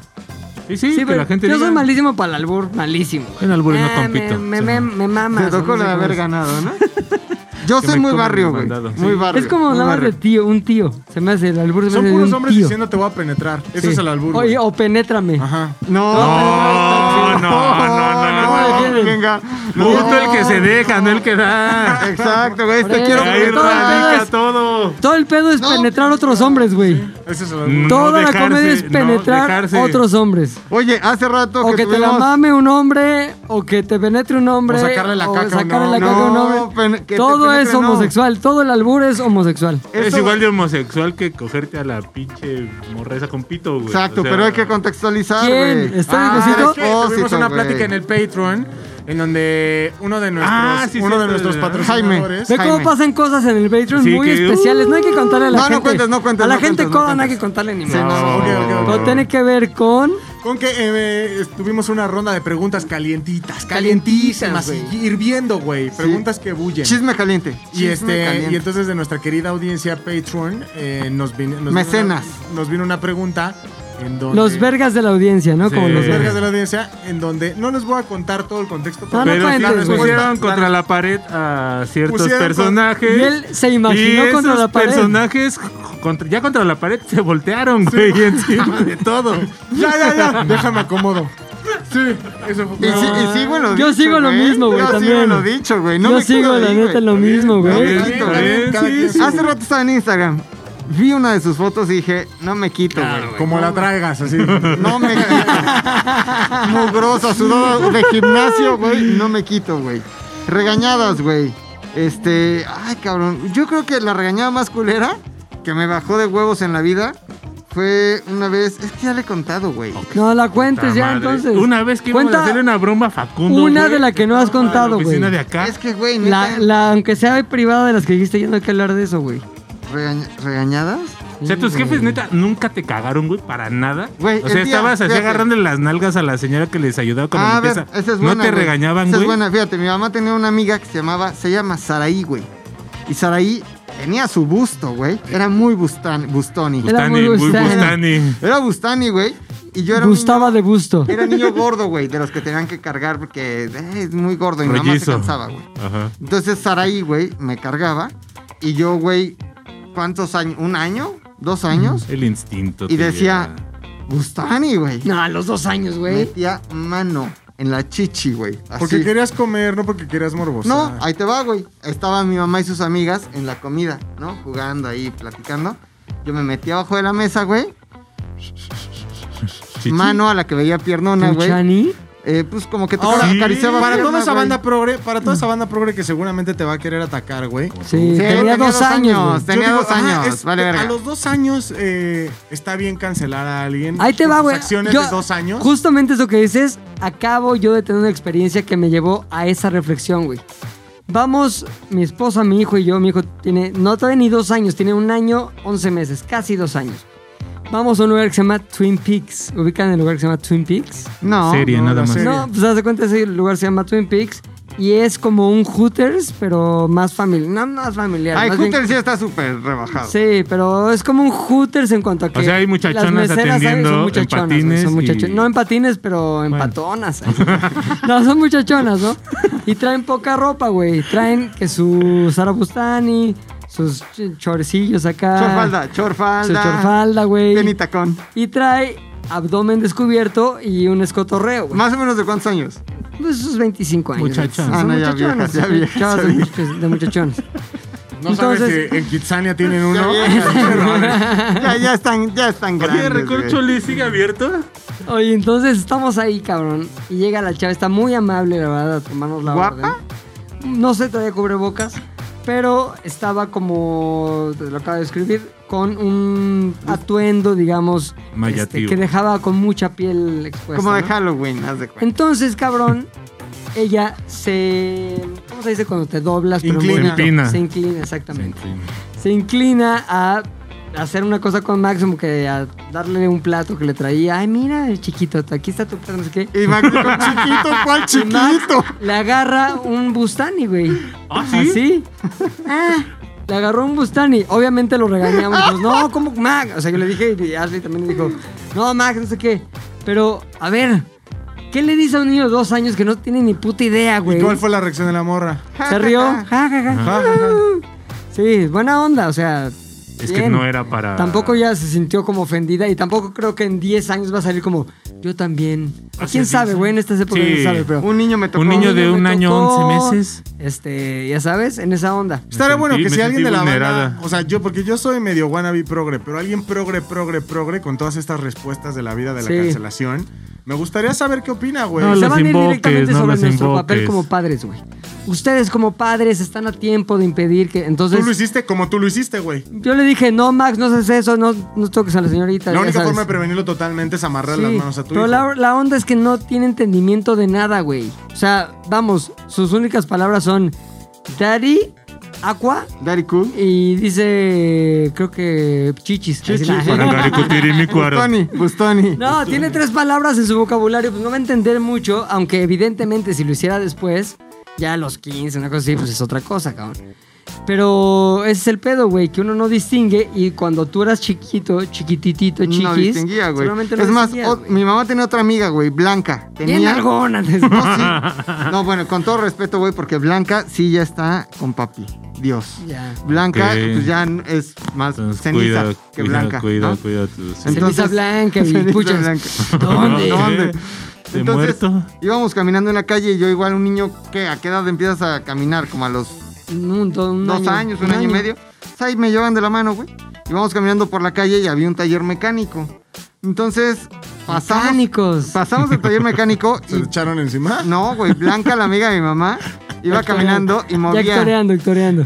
Speaker 4: Sí, sí, que
Speaker 1: pero
Speaker 4: la gente
Speaker 1: yo
Speaker 4: diga.
Speaker 1: soy malísimo para el albur, malísimo. güey.
Speaker 4: En albur no
Speaker 1: Ah,
Speaker 4: compito.
Speaker 1: Me,
Speaker 4: Sí.
Speaker 1: me, me, me mama.
Speaker 5: Te tocó la de haber ganado, *laughs* ¿no? Yo
Speaker 4: Que
Speaker 5: soy
Speaker 4: me
Speaker 5: muy
Speaker 4: coman
Speaker 5: barrio,
Speaker 4: el
Speaker 5: güey.
Speaker 4: mandado.
Speaker 5: Muy
Speaker 4: Sí.
Speaker 5: barrio.
Speaker 1: Es como
Speaker 5: muy
Speaker 1: nada más de
Speaker 5: barrio.
Speaker 1: tío, un tío. Se me hace el albur. Se me
Speaker 6: Son
Speaker 1: hace
Speaker 6: puros
Speaker 1: de un
Speaker 6: hombres
Speaker 1: tío.
Speaker 6: diciendo te voy a penetrar. Eso
Speaker 1: Sí.
Speaker 6: es el albur.
Speaker 1: Oye,
Speaker 6: güey.
Speaker 5: oh,
Speaker 1: o penétrame.
Speaker 6: Ajá.
Speaker 5: No,
Speaker 4: No, no, no, no.
Speaker 1: no.
Speaker 5: venga.
Speaker 4: Punto el que se deja, no el que
Speaker 5: *laughs*
Speaker 4: da.
Speaker 5: Exacto, güey.
Speaker 1: Por
Speaker 5: Te quiero
Speaker 1: eso,
Speaker 4: Ahí
Speaker 1: Sobre todo,
Speaker 5: penetrar.
Speaker 4: radica
Speaker 1: entonces-
Speaker 4: todo.
Speaker 1: Todo el pedo es penetrar
Speaker 6: pues,
Speaker 1: a otros hombres, güey.
Speaker 6: Eso es el albur.
Speaker 4: No
Speaker 1: Toda la
Speaker 4: dejarse,
Speaker 1: comedia es
Speaker 4: no
Speaker 1: penetrar
Speaker 4: dejarse.
Speaker 1: a otros hombres.
Speaker 5: Oye, hace rato
Speaker 1: O
Speaker 5: que
Speaker 1: que te la
Speaker 5: tuvimos-
Speaker 1: mame un hombre, o que te penetre un hombre.
Speaker 6: O sacarle la caca a un
Speaker 1: sacarle la
Speaker 6: hombre.
Speaker 1: caca a un
Speaker 5: No,
Speaker 1: hombre.
Speaker 5: pen- que te
Speaker 1: Todo es
Speaker 5: penetre, no.
Speaker 1: homosexual, todo el albur es homosexual.
Speaker 5: Eso-
Speaker 4: Es igual de homosexual que cogerte a la pinche morreza con pito, güey.
Speaker 5: Exacto,
Speaker 4: O sea,
Speaker 5: pero hay que contextualizar,
Speaker 1: ¿Quién?
Speaker 5: güey.
Speaker 1: ¿Está
Speaker 6: Ah,
Speaker 1: Diegucito?
Speaker 6: es que tuvimos una plática en el Patreon en donde uno de nuestros,
Speaker 4: Ah, sí,
Speaker 6: uno de
Speaker 4: cierto,
Speaker 6: nuestros
Speaker 4: ¿verdad?
Speaker 6: patrocinadores.
Speaker 1: Ve cómo
Speaker 5: Jaime.
Speaker 1: pasan cosas en el Patreon
Speaker 4: Sí,
Speaker 1: muy
Speaker 4: que-
Speaker 1: especiales. No hay que contarle a la
Speaker 5: No, no
Speaker 1: gente.
Speaker 5: cuentes, no cuentes,
Speaker 1: A la
Speaker 5: no
Speaker 1: gente
Speaker 5: cuentes, no
Speaker 1: coda no hay que
Speaker 5: cuentes.
Speaker 1: contarle ni
Speaker 5: Sí,
Speaker 1: más.
Speaker 5: no,
Speaker 6: Oh, ok, ok, ok.
Speaker 1: Pero tiene que ver con.
Speaker 6: Con que eh, tuvimos una ronda de preguntas calientitas, calientísimas,
Speaker 1: Calientísimas,
Speaker 6: y hirviendo, güey. Preguntas que bullen.
Speaker 5: Chisme caliente.
Speaker 6: Y,
Speaker 5: chisme
Speaker 6: este,
Speaker 5: caliente.
Speaker 6: y entonces de nuestra querida audiencia Patreon eh, nos vino nos vino
Speaker 5: Mecenas.
Speaker 6: una- nos vino una pregunta en donde
Speaker 1: Los vergas de la audiencia, ¿no?
Speaker 4: Sí.
Speaker 1: Como los
Speaker 6: los
Speaker 4: Eh.
Speaker 1: vergas.
Speaker 6: vergas de la audiencia en donde no les voy a contar todo el contexto
Speaker 1: No, no
Speaker 4: Pero sí
Speaker 1: cuentes,
Speaker 4: nos
Speaker 1: güey.
Speaker 4: pusieron contra la pared a ciertos
Speaker 6: Pusieron con-
Speaker 4: personajes.
Speaker 1: Y él se imaginó
Speaker 4: y
Speaker 1: contra
Speaker 4: esos
Speaker 1: la pared.
Speaker 4: personajes, contra- ya contra la pared, se voltearon, güey,
Speaker 1: *laughs*
Speaker 4: encima de todo.
Speaker 6: *laughs* Ya, ya, ya. Déjame acomodo. Sí, eso fue.
Speaker 5: Y, sí, y sigo en lo
Speaker 1: Yo
Speaker 5: dicho,
Speaker 1: sigo lo
Speaker 5: güey.
Speaker 1: mismo, güey,
Speaker 5: Yo sigo
Speaker 1: también.
Speaker 5: en lo dicho, güey. No
Speaker 1: Yo
Speaker 5: me quito
Speaker 1: sigo,
Speaker 5: de
Speaker 1: la
Speaker 5: ahí,
Speaker 1: neta,
Speaker 5: güey.
Speaker 1: lo mismo, güey.
Speaker 4: bien, está bien,
Speaker 6: Cada
Speaker 4: sí,
Speaker 6: quien
Speaker 4: sí.
Speaker 6: su-
Speaker 5: Hace rato estaba en Instagram. Vi una de sus fotos y dije, no me quito, güey.
Speaker 6: Como la
Speaker 5: *laughs*
Speaker 6: traigas, así.
Speaker 5: No me
Speaker 6: *laughs*
Speaker 5: quito. Mugrosa, sudada de gimnasio, güey. No me quito, güey. Regañadas, güey. Este, ay, cabrón. Yo creo que la regañada más culera que me bajó de huevos en la vida fue una vez. Es que ya le he contado, güey.
Speaker 1: No la cuentes
Speaker 4: Puta
Speaker 1: ya
Speaker 4: madre.
Speaker 1: entonces.
Speaker 4: Una vez que íbamos
Speaker 1: Cuenta
Speaker 4: a hacerle una broma a Facundo.
Speaker 1: una
Speaker 4: güey,
Speaker 1: de la que no has
Speaker 4: estaba en
Speaker 1: contado,
Speaker 4: La oficina
Speaker 1: güey.
Speaker 4: de acá.
Speaker 5: Es que, güey,
Speaker 1: La,
Speaker 5: neta,
Speaker 1: la- aunque sea privada de las que dijiste, ya no hay que hablar de eso, güey.
Speaker 5: regaña- regañadas.
Speaker 4: O sea, tus
Speaker 1: Sí, güey.
Speaker 4: jefes neta nunca te cagaron, güey, para nada.
Speaker 5: Mm. Güey,
Speaker 4: o sea,
Speaker 5: el día-
Speaker 4: estabas así
Speaker 5: fíjate.
Speaker 4: agarrándole las nalgas a la señora que les ayudaba con
Speaker 5: Ah,
Speaker 4: la
Speaker 5: a ver,
Speaker 4: limpieza.
Speaker 5: esa es
Speaker 4: no
Speaker 5: buena.
Speaker 4: te
Speaker 5: güey.
Speaker 4: regañaban,
Speaker 5: Esa
Speaker 4: güey.
Speaker 5: es buena, fíjate, mi mamá tenía una amiga que se llamaba, se llama Saraí, güey. Y Saraí tenía su busto, güey. Era muy bustan, bustoni.
Speaker 1: Era
Speaker 4: Bustani,
Speaker 1: muy
Speaker 4: muy
Speaker 1: bustani.
Speaker 4: Bustani.
Speaker 5: Era bustani, güey. Y yo era un
Speaker 1: Gustaba de gusto.
Speaker 5: Era niño gordo, güey, de los que tenían que cargar porque eh, es muy gordo y mi mamá se
Speaker 4: Rollizo.
Speaker 5: cansaba, güey.
Speaker 4: Ajá.
Speaker 5: Entonces Saraí, güey, me cargaba y yo, güey, ¿cuántos años? ¿Un año? ¿Dos años?
Speaker 4: El instinto.
Speaker 5: Y
Speaker 4: te
Speaker 5: decía,
Speaker 4: lleva.
Speaker 5: Bustani, güey.
Speaker 1: No, a los dos años, güey.
Speaker 5: Metía mano en la chichi, güey.
Speaker 6: Porque
Speaker 5: así.
Speaker 6: querías comer, no porque querías morbos.
Speaker 5: No, ahí te va, güey. Estaba mi mamá y sus amigas en la comida, ¿no? Jugando ahí, platicando. Yo me metí abajo de la mesa, güey.
Speaker 4: Chichi.
Speaker 5: Mano a la que veía piernona, güey.
Speaker 1: Chani.
Speaker 5: Eh, pues como que te
Speaker 6: Ahora,
Speaker 5: acariciaba
Speaker 6: para
Speaker 5: pierna,
Speaker 6: toda esa
Speaker 5: güey.
Speaker 6: banda progre, para toda esa banda progre que seguramente te va a querer atacar, güey.
Speaker 1: Sí, tenía, dos años. güey.
Speaker 5: Tenía
Speaker 6: Yo digo,
Speaker 5: dos años,
Speaker 6: ajá, es-
Speaker 5: vale verga.
Speaker 6: A los dos años eh, está bien cancelar a alguien.
Speaker 1: Ahí te
Speaker 6: por
Speaker 1: va,
Speaker 6: sus
Speaker 1: güey.
Speaker 6: acciones
Speaker 1: Yo-
Speaker 6: de dos años.
Speaker 1: Justamente eso que dices, acabo yo de tener una experiencia que me llevó a esa reflexión, güey. Vamos, mi esposa, mi hijo y yo, mi hijo tiene, no todavía ni dos años, tiene un año, once meses, casi dos años. Vamos a un lugar que se llama Twin Peaks. ¿Ubican el lugar que se llama Twin Peaks?
Speaker 5: No,
Speaker 4: Serie,
Speaker 6: no,
Speaker 4: nada
Speaker 6: la
Speaker 4: más.
Speaker 6: serie.
Speaker 1: No, pues haz de cuenta, ese lugar se llama Twin Peaks y es como un Hooters, pero más familiar. No, más familiar.
Speaker 4: Ah,
Speaker 5: Ay,
Speaker 1: más bien-
Speaker 5: Hunter sí está súper rebajado.
Speaker 1: Sí, pero es como un Hooters en cuanto a que.
Speaker 4: sea, hay muchachonas
Speaker 1: las meseras, ¿sabes?
Speaker 4: atendiendo en
Speaker 1: güey,
Speaker 4: patines
Speaker 1: son muchacho-
Speaker 4: y-
Speaker 1: No en patines, pero en
Speaker 4: Bueno. *laughs*
Speaker 1: patonas. *laughs* ahí. no, son muchachonas, ¿no? Y traen poca ropa, güey. Traen que su Sarabustani, sus ch- chorecillos acá.
Speaker 5: Chorfalda,
Speaker 1: Su
Speaker 5: chorfalda.
Speaker 1: chorfalda,
Speaker 5: Bien y
Speaker 1: güey.
Speaker 5: tacón.
Speaker 1: Y trae abdomen descubierto y un escotorreo, güey.
Speaker 5: Más o menos de cuántos años.
Speaker 1: Pues sus 25 años.
Speaker 4: Muchachas.
Speaker 1: Son
Speaker 5: Ah, no, ya
Speaker 1: muchachonas,
Speaker 5: viejas, ya
Speaker 1: son
Speaker 5: viejas,
Speaker 1: chavas
Speaker 5: ya
Speaker 1: de
Speaker 5: viejas.
Speaker 1: muchach- de muchachones.
Speaker 6: No sabes
Speaker 1: Entonces-
Speaker 6: si en Kitsania tienen uno. *laughs*
Speaker 5: ya, ya están, ya están
Speaker 4: Oye,
Speaker 5: grandes.
Speaker 4: ¿Record
Speaker 5: güey.
Speaker 4: Choli sigue abierto?
Speaker 1: Oye, entonces estamos ahí, cabrón. Y llega la chava, está muy amable, la verdad, a tomarnos la
Speaker 5: ¿Guapa?
Speaker 1: orden. No sé, todavía cubrebocas. Pero estaba como, te lo acabo de escribir, con un atuendo, digamos, este,
Speaker 4: Mayativo.
Speaker 1: que dejaba con mucha piel expuesta.
Speaker 5: Como de
Speaker 1: ¿no?
Speaker 5: Halloween, haz de cuenta.
Speaker 1: Entonces, cabrón, ella se. ¿Cómo se dice cuando te doblas? pero
Speaker 6: Inclina.
Speaker 1: muy bonito?
Speaker 4: Se inclina.
Speaker 1: Se inclina, exactamente se inclina a hacer una cosa con Máximo que a darle un plato que le traía. Ay, mira, chiquito, aquí está tu plato, no sé qué.
Speaker 5: Y Max dijo, chiquito, ¿cuál
Speaker 1: Y Max
Speaker 5: chiquito?
Speaker 1: le agarra un Bustani, güey.
Speaker 4: ¿Ah, sí?
Speaker 1: Así. Ah, le agarró un Bustani. Obviamente lo regañamos. Pues, no, ¿cómo Max? O sea, yo le dije y Ashley también dijo, no, Max, no sé qué. Pero, a ver, ¿qué le dice a un niño de dos años que no tiene ni puta idea,
Speaker 6: ¿Y
Speaker 1: güey?
Speaker 6: cuál fue la reacción de la morra? Ah,
Speaker 1: Se rió. Ja, ja,
Speaker 4: Ah,
Speaker 1: ja.
Speaker 6: Ja, ja, ja.
Speaker 1: Sí, buena onda, o sea.
Speaker 4: Es que
Speaker 1: bien.
Speaker 4: no era para.
Speaker 1: Tampoco ya se sintió como ofendida y tampoco creo que en 10 años va a salir como yo también.
Speaker 4: Así
Speaker 1: ¿Quién
Speaker 4: es,
Speaker 1: sabe,
Speaker 4: sí.
Speaker 1: güey? En estas épocas
Speaker 4: Sí.
Speaker 1: quién sabe, pero
Speaker 5: Un niño me tocó.
Speaker 4: Un niño de
Speaker 1: me
Speaker 4: un año,
Speaker 1: tocó,
Speaker 4: 11 meses.
Speaker 1: Este, ya sabes, en esa onda.
Speaker 6: Estaría
Speaker 4: Me
Speaker 6: bueno
Speaker 4: sentí-
Speaker 6: que
Speaker 4: me
Speaker 6: si
Speaker 4: sentí
Speaker 6: alguien de la banda,
Speaker 4: vulnerada.
Speaker 6: o sea, yo porque yo soy medio wannabe progre, pero alguien progre, progre, progre con todas estas respuestas de la vida de la
Speaker 1: Sí.
Speaker 6: cancelación, me gustaría saber qué opina, güey.
Speaker 4: No,
Speaker 1: se
Speaker 4: las
Speaker 1: van a ir
Speaker 4: invoques,
Speaker 1: directamente
Speaker 4: no
Speaker 1: sobre
Speaker 4: las
Speaker 1: nuestro papel
Speaker 4: invoques.
Speaker 1: como padres, güey. Ustedes como padres están a tiempo de impedir que
Speaker 6: tú lo
Speaker 1: entonces
Speaker 6: hiciste como tú lo hiciste, güey.
Speaker 1: yo le dije, "No, Max, no haces eso, no no toques a la señorita."
Speaker 6: La
Speaker 1: ya
Speaker 6: única
Speaker 1: sabes.
Speaker 6: forma de prevenirlo totalmente es amarrar las
Speaker 1: Sí,
Speaker 6: manos a tu
Speaker 1: pero
Speaker 6: hijo.
Speaker 1: la, la onda es que no tiene entendimiento de nada, güey. O sea, vamos, sus únicas palabras son Daddy, Aqua
Speaker 5: Daddy cool.
Speaker 1: y dice, creo que chichis. Así *laughs* la-
Speaker 4: Parangaricutirini, cuaro.
Speaker 5: Bustoni, Bustoni.
Speaker 1: No, tiene tres palabras en su vocabulario, pues no va a entender mucho, aunque evidentemente si lo hiciera después, ya a los 15, una cosa así, pues es otra cosa, cabrón. Pero ese es el pedo, güey, que uno no distingue y cuando tú eras chiquito, chiquititito, chiquis,
Speaker 5: No distinguía, güey.
Speaker 1: seguramente no
Speaker 5: Es más,
Speaker 1: distinguías,
Speaker 5: o-
Speaker 1: güey.
Speaker 5: mi mamá tenía otra amiga, güey, Blanca.
Speaker 1: Bien
Speaker 5: Tenía
Speaker 1: algón antes.
Speaker 5: *laughs* No, sí. No, bueno, con todo respeto, güey, porque Blanca sí ya está con papi. Dios.
Speaker 1: Ya.
Speaker 5: Blanca,
Speaker 4: Ok.
Speaker 5: pues ya n- es más
Speaker 4: Entonces,
Speaker 5: ceniza
Speaker 4: cuida,
Speaker 5: que
Speaker 4: cuida,
Speaker 5: Blanca.
Speaker 4: Cuida,
Speaker 5: ¿no?
Speaker 4: cuida tus.
Speaker 5: Entonces-
Speaker 1: Ceniza blanca
Speaker 5: *laughs*
Speaker 1: y
Speaker 5: Ceniza
Speaker 1: puchas.
Speaker 5: blanca.
Speaker 1: ¿Dónde?
Speaker 5: *laughs* ¿Dónde?
Speaker 4: ¿De
Speaker 5: Entonces,
Speaker 4: muerto?
Speaker 5: Íbamos caminando en la calle y yo igual un niño que a qué edad empiezas a caminar, como a los
Speaker 1: Un- do- un
Speaker 5: dos
Speaker 1: año,
Speaker 5: años, un, año, y medio. O sea, ahí me llevan de la mano, güey. Íbamos caminando por la calle y había un taller mecánico. Entonces, pasamos,
Speaker 1: Satánicos.
Speaker 5: pasamos del taller mecánico
Speaker 4: *laughs*
Speaker 6: ¿Se lo
Speaker 5: y
Speaker 6: echaron encima?
Speaker 5: *laughs* no, güey, Blanca, la amiga de mi mamá, iba caminando y
Speaker 1: Ya
Speaker 5: movía.
Speaker 1: actoreando, actoreando.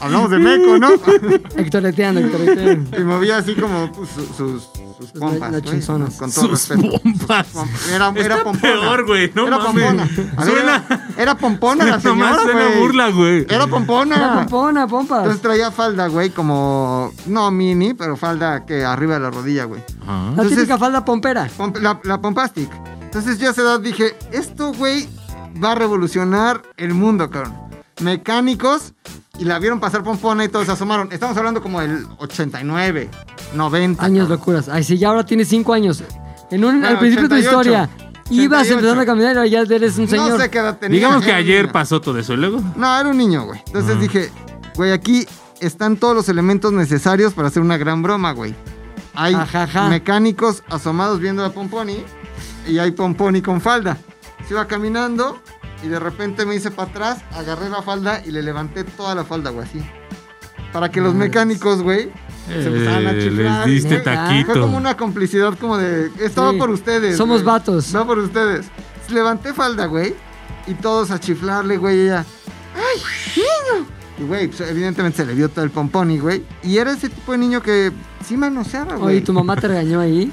Speaker 5: Hablamos de Meco, ¿no?
Speaker 4: *laughs*
Speaker 1: Hectoreteando,
Speaker 5: *laughs*
Speaker 1: hectoreteando.
Speaker 5: Y movía así como pues, su- sus, sus pompas.
Speaker 1: na-
Speaker 5: güey,
Speaker 1: nachonzonas.
Speaker 5: Con todo
Speaker 4: Sus
Speaker 5: respeto.
Speaker 4: pompas.
Speaker 5: Sus pompas. Era, era
Speaker 4: Está
Speaker 5: pompona.
Speaker 4: peor, güey, no
Speaker 5: era
Speaker 4: mames.
Speaker 5: pompona. A ver,
Speaker 4: Suena-
Speaker 5: era, era pompona la
Speaker 4: *laughs*
Speaker 5: señora,
Speaker 4: Nomás suena
Speaker 5: güey.
Speaker 4: burla, güey.
Speaker 5: Era pompona.
Speaker 1: Una pompona, pompas.
Speaker 5: Entonces traía falda, güey, como... No mini, pero falda que arriba de la rodilla, güey.
Speaker 4: Ajá.
Speaker 1: La
Speaker 5: entonces-
Speaker 1: típica falda pompera.
Speaker 5: Pomp- la, la Pompastic. Entonces yo a esa edad dije, esto, güey, va a revolucionar el mundo, cabrón. Mecánicos, y la vieron pasar pompona y todos se asomaron. Estamos hablando como del 89, 90.
Speaker 1: Años
Speaker 5: cabrón.
Speaker 1: locuras. Ay, sí, ya ahora tienes cinco años. En un, al
Speaker 5: Bueno,
Speaker 1: principio de tu
Speaker 5: 88.
Speaker 1: historia, ibas
Speaker 5: 88.
Speaker 1: empezando a caminar y ahora ya eres un señor.
Speaker 5: No sé qué edad tenía.
Speaker 4: Digamos que
Speaker 5: era un
Speaker 4: ayer
Speaker 5: niño.
Speaker 4: pasó todo eso. y Luego,
Speaker 5: No, era un niño, güey. Entonces dije, güey, aquí están todos los elementos necesarios para hacer una gran broma, güey. Hay
Speaker 1: Ajaja.
Speaker 5: mecánicos asomados viendo a Pomponi y hay Pomponi con falda. Se iba caminando y de repente me hice para atrás, agarré la falda y le levanté toda la falda, güey, así. Para que los mecánicos, güey, se empezaran a
Speaker 4: eh, les
Speaker 5: chiflar.
Speaker 4: diste
Speaker 1: neta.
Speaker 5: Fue
Speaker 4: taquito.
Speaker 5: como una complicidad como de... Esto
Speaker 1: Sí.
Speaker 5: va por ustedes.
Speaker 1: Somos
Speaker 5: güey.
Speaker 1: vatos.
Speaker 5: Va por ustedes. Levanté falda, güey. Y todos a chiflarle, güey. Y ella... ¡Ay, niño! Y, güey, pues, evidentemente se le vio todo el pomponi, güey. Y era ese tipo de niño que sí manoseaba, güey.
Speaker 1: Oye, tu mamá te regañó ahí.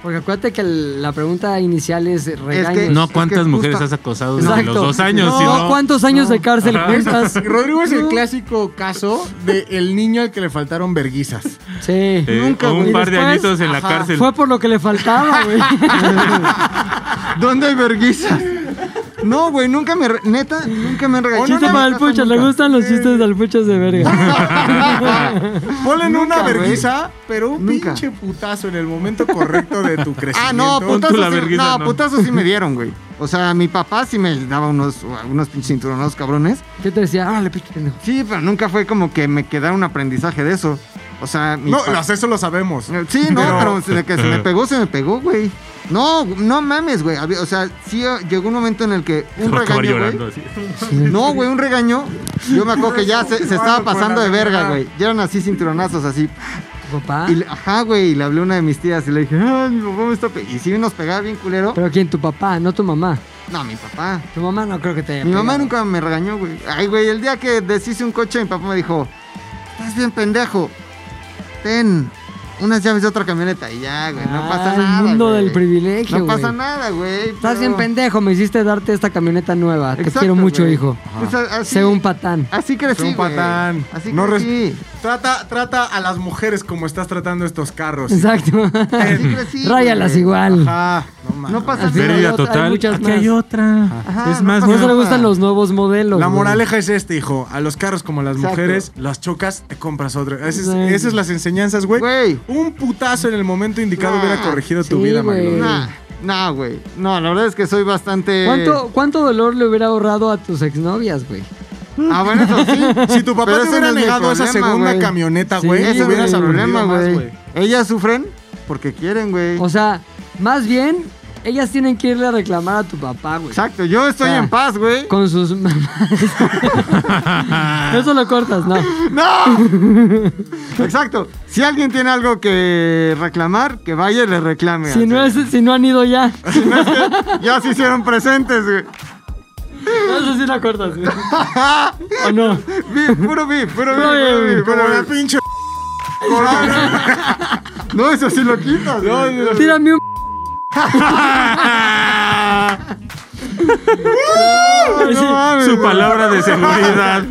Speaker 1: Porque acuérdate que el- la pregunta inicial es regaños.
Speaker 5: que-
Speaker 4: No,
Speaker 5: que
Speaker 4: ¿cuántas
Speaker 5: justo-
Speaker 4: mujeres has acosado
Speaker 1: Exacto.
Speaker 4: durante los dos años?
Speaker 1: No,
Speaker 4: si no-
Speaker 1: ¿cuántos años de cárcel
Speaker 4: Ajá.
Speaker 1: cuentas?
Speaker 4: *laughs*
Speaker 6: Rodrigo es el
Speaker 1: No.
Speaker 6: clásico caso de el niño al que le faltaron verguizas.
Speaker 1: Sí.
Speaker 4: eh,
Speaker 5: Nunca,
Speaker 4: un
Speaker 5: güey.
Speaker 4: par de
Speaker 1: Después,
Speaker 4: añitos en la
Speaker 5: ajá,
Speaker 4: cárcel.
Speaker 1: Fue por lo que le faltaba,
Speaker 5: *laughs*
Speaker 1: güey.
Speaker 5: ¿Dónde hay verguizas? No, güey, nunca me... re- Neta, nunca me regañó.
Speaker 1: Chiste para el pucho, le gustan los chistes del pucho de verga.
Speaker 6: Ponen
Speaker 5: Nunca,
Speaker 6: una
Speaker 5: güey.
Speaker 6: verguiza, pero un
Speaker 5: Nunca.
Speaker 6: pinche putazo en el momento correcto de tu
Speaker 5: *laughs*
Speaker 6: crecimiento.
Speaker 5: *laughs* Ah, no,
Speaker 4: Pon tú la
Speaker 5: putazos sí,
Speaker 4: vergüenza,
Speaker 5: no,
Speaker 4: no.
Speaker 5: putazos sí me dieron, güey. O sea, mi papá sí me daba unos, unos pinches cinturonados cabrones.
Speaker 1: ¿Qué te decía? Ah, le pinche pendejo.
Speaker 5: Sí, pero nunca fue como que me quedara un aprendizaje de eso. O sea, mi
Speaker 6: No,
Speaker 5: pa-
Speaker 6: las- eso lo sabemos.
Speaker 5: Sí, no,
Speaker 6: Pero-
Speaker 5: pero, de que se me pegó, se me pegó, güey. No, no mames, güey. Había- O sea, sí eh, llegó un momento en el que un
Speaker 4: Acaba
Speaker 5: regaño,
Speaker 4: llorando
Speaker 5: güey.
Speaker 4: así.
Speaker 5: No, güey, un regaño. Yo me acuerdo que ya se, se estaba pasando de verga, güey. Ya eran así cinturonazos, así.
Speaker 1: ¿Tu
Speaker 6: Ah.
Speaker 1: papá?
Speaker 5: Y le- ajá, güey, y le hablé a una de mis tías y le dije, ah, mi papá me está pe-". Y sí nos pegaba bien culero.
Speaker 1: ¿Pero quién? ¿Tu papá? No tu mamá.
Speaker 5: No, mi papá.
Speaker 1: Tu mamá no creo que te haya
Speaker 5: Mi mamá
Speaker 1: pegado.
Speaker 5: nunca me regañó, güey. Ay, güey, el día que deshice un coche, mi papá me dijo, estás bien pendejo. Ten unas llaves de otra camioneta y ya, güey. No
Speaker 1: Ah,
Speaker 5: pasa
Speaker 1: el
Speaker 5: nada.
Speaker 1: mundo
Speaker 5: güey.
Speaker 1: del privilegio,
Speaker 5: No pasa
Speaker 1: güey.
Speaker 5: nada, güey.
Speaker 1: Estás
Speaker 5: pero-
Speaker 1: bien pendejo, me hiciste darte esta camioneta nueva. Te
Speaker 5: Exacto,
Speaker 1: quiero mucho,
Speaker 5: güey. Ah,
Speaker 1: hijo.
Speaker 5: Pues, a- así,
Speaker 1: Sé un patán.
Speaker 5: así crecí,
Speaker 6: Sé un
Speaker 5: güey.
Speaker 6: patán.
Speaker 5: Así
Speaker 6: No res-
Speaker 5: crecí.
Speaker 6: Trata, trata a las mujeres como estás tratando estos carros.
Speaker 5: pues
Speaker 1: Exacto.
Speaker 5: *laughs* Así
Speaker 1: *laughs*
Speaker 5: crecí.
Speaker 1: Ráyalas
Speaker 5: Eh, güey.
Speaker 1: igual.
Speaker 6: Ah, no mames.
Speaker 5: No pasa
Speaker 1: Así
Speaker 5: nada.
Speaker 1: hay
Speaker 4: Pérdida
Speaker 1: otra- hay
Speaker 4: total.
Speaker 1: muchas
Speaker 4: Aquí
Speaker 1: más.
Speaker 4: hay otra.
Speaker 5: Ajá,
Speaker 4: es
Speaker 5: no
Speaker 4: más,
Speaker 5: pasa
Speaker 1: Por
Speaker 4: güey,
Speaker 1: eso le
Speaker 5: nada.
Speaker 1: gustan los nuevos modelos.
Speaker 6: La
Speaker 1: güey.
Speaker 6: moraleja es este, hijo. A los carros como a las
Speaker 5: Exacto.
Speaker 6: mujeres, las chocas, te compras otra. Esa es-
Speaker 1: Güey.
Speaker 6: esas son las enseñanzas, güey.
Speaker 5: Güey.
Speaker 6: Un putazo en el momento indicado
Speaker 5: Nah.
Speaker 6: hubiera corregido tu
Speaker 1: Sí,
Speaker 6: vida,
Speaker 1: güey.
Speaker 6: Mario.
Speaker 5: Nah, nah, güey. No, la verdad es que soy bastante.
Speaker 1: ¿Cuánto, ¿Cuánto dolor le hubiera ahorrado a tus exnovias, güey?
Speaker 5: Ah, bueno, eso sí.
Speaker 6: Si tu papá
Speaker 5: Pero
Speaker 6: te
Speaker 5: ese
Speaker 6: hubiera
Speaker 5: no es mi
Speaker 6: negado esa
Speaker 5: problema,
Speaker 6: segunda
Speaker 5: güey.
Speaker 6: camioneta,
Speaker 1: Sí,
Speaker 6: güey,
Speaker 1: ese
Speaker 5: Ese
Speaker 6: te
Speaker 5: no
Speaker 6: hubieras
Speaker 5: es el problema,
Speaker 6: aprendido más,
Speaker 5: güey. Ellas sufren porque quieren, güey.
Speaker 1: O sea, más bien, ellas tienen que irle a reclamar a tu papá, güey.
Speaker 5: Exacto, yo estoy
Speaker 1: O sea,
Speaker 5: en paz, güey.
Speaker 1: Con sus mamás. Eso lo cortas, no. *laughs*
Speaker 5: ¡No! Exacto. Si alguien tiene algo que reclamar, que vaya y le reclame.
Speaker 1: Si no, es, si no han ido ya.
Speaker 5: *laughs* Ya se hicieron presentes, güey. *laughs*
Speaker 1: Eso sí la cortas, güey. ¿O no?
Speaker 5: Bip, puro bip,
Speaker 1: Puro
Speaker 5: puro bip, puro
Speaker 1: bip,
Speaker 5: bip, puro
Speaker 6: Como la
Speaker 5: bip.
Speaker 6: pinche.
Speaker 5: *laughs* No, eso sí lo quitas. güey.
Speaker 1: Tírame un. Sí.
Speaker 4: Su palabra de seguridad.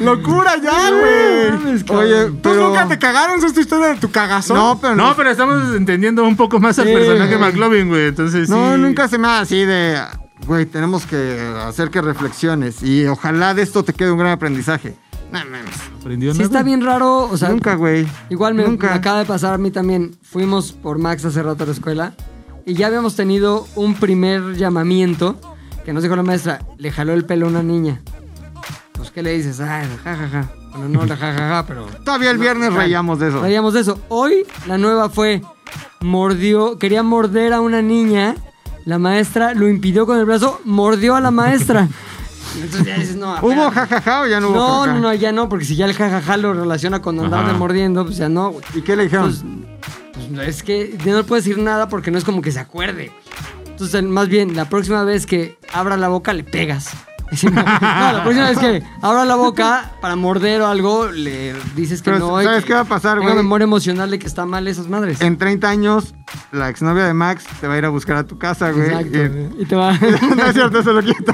Speaker 6: ¡Locura ya, güey!
Speaker 1: Mames, cabrón.
Speaker 5: Oye,
Speaker 6: Tú
Speaker 5: pero...
Speaker 6: nunca te cagaron, esa es tu historia de tu cagazón.
Speaker 5: No, pero
Speaker 4: No, pero estamos entendiendo un poco más al
Speaker 1: Sí,
Speaker 4: personaje
Speaker 1: güey.
Speaker 4: McLovin, güey. Entonces,
Speaker 5: No,
Speaker 4: sí.
Speaker 5: nunca se me ha así de, güey, tenemos que hacer que reflexiones y ojalá de esto te quede un gran aprendizaje. No mames.
Speaker 4: aprendió
Speaker 1: Sí
Speaker 4: nada.
Speaker 1: está bien raro, o sea,
Speaker 5: Nunca, güey.
Speaker 1: igual me,
Speaker 5: Nunca.
Speaker 1: me acaba de pasar a mí también. Fuimos por Max hace rato a la escuela y ya habíamos tenido un primer llamamiento que nos dijo la maestra, le jaló el pelo a una niña. Pues, ¿qué le dices? Ah, jajaja. Bueno, no, la jajaja, pero
Speaker 5: Todavía el viernes rayamos de eso.
Speaker 1: Sabíamos de eso. Hoy la nueva fue mordió, quería morder a una niña. La maestra lo impidió con el brazo, mordió a la
Speaker 5: *laughs*
Speaker 1: maestra. Entonces ya dices, no,
Speaker 5: ¿Hubo
Speaker 1: espérate.
Speaker 5: jajaja o ya no hubo
Speaker 1: No,
Speaker 5: jajaja?
Speaker 1: no, no, ya no, porque si ya el jajaja lo relaciona con andarte
Speaker 4: Ajá.
Speaker 1: mordiendo, pues ya no, güey.
Speaker 5: ¿Y qué le dijeron?
Speaker 1: Entonces, pues, no, es que ya no le puedes decir nada porque no es como que se acuerde. Entonces, más bien, la próxima vez que abra la boca le pegas. *laughs* Sí, no. No, la próxima vez que abra la boca para morder o algo, le dices que
Speaker 5: Pero,
Speaker 1: no. y
Speaker 5: ¿sabes
Speaker 1: que
Speaker 5: qué va a pasar,
Speaker 1: tenga
Speaker 5: güey?
Speaker 1: memoria emocional de que está mal esas madres.
Speaker 5: En 30 años, la exnovia de Max te va a ir a buscar a tu casa, güey.
Speaker 1: Exacto.
Speaker 5: Y-
Speaker 1: Y te va.
Speaker 5: *laughs*
Speaker 1: *laughs*
Speaker 5: no es cierto, se lo quito.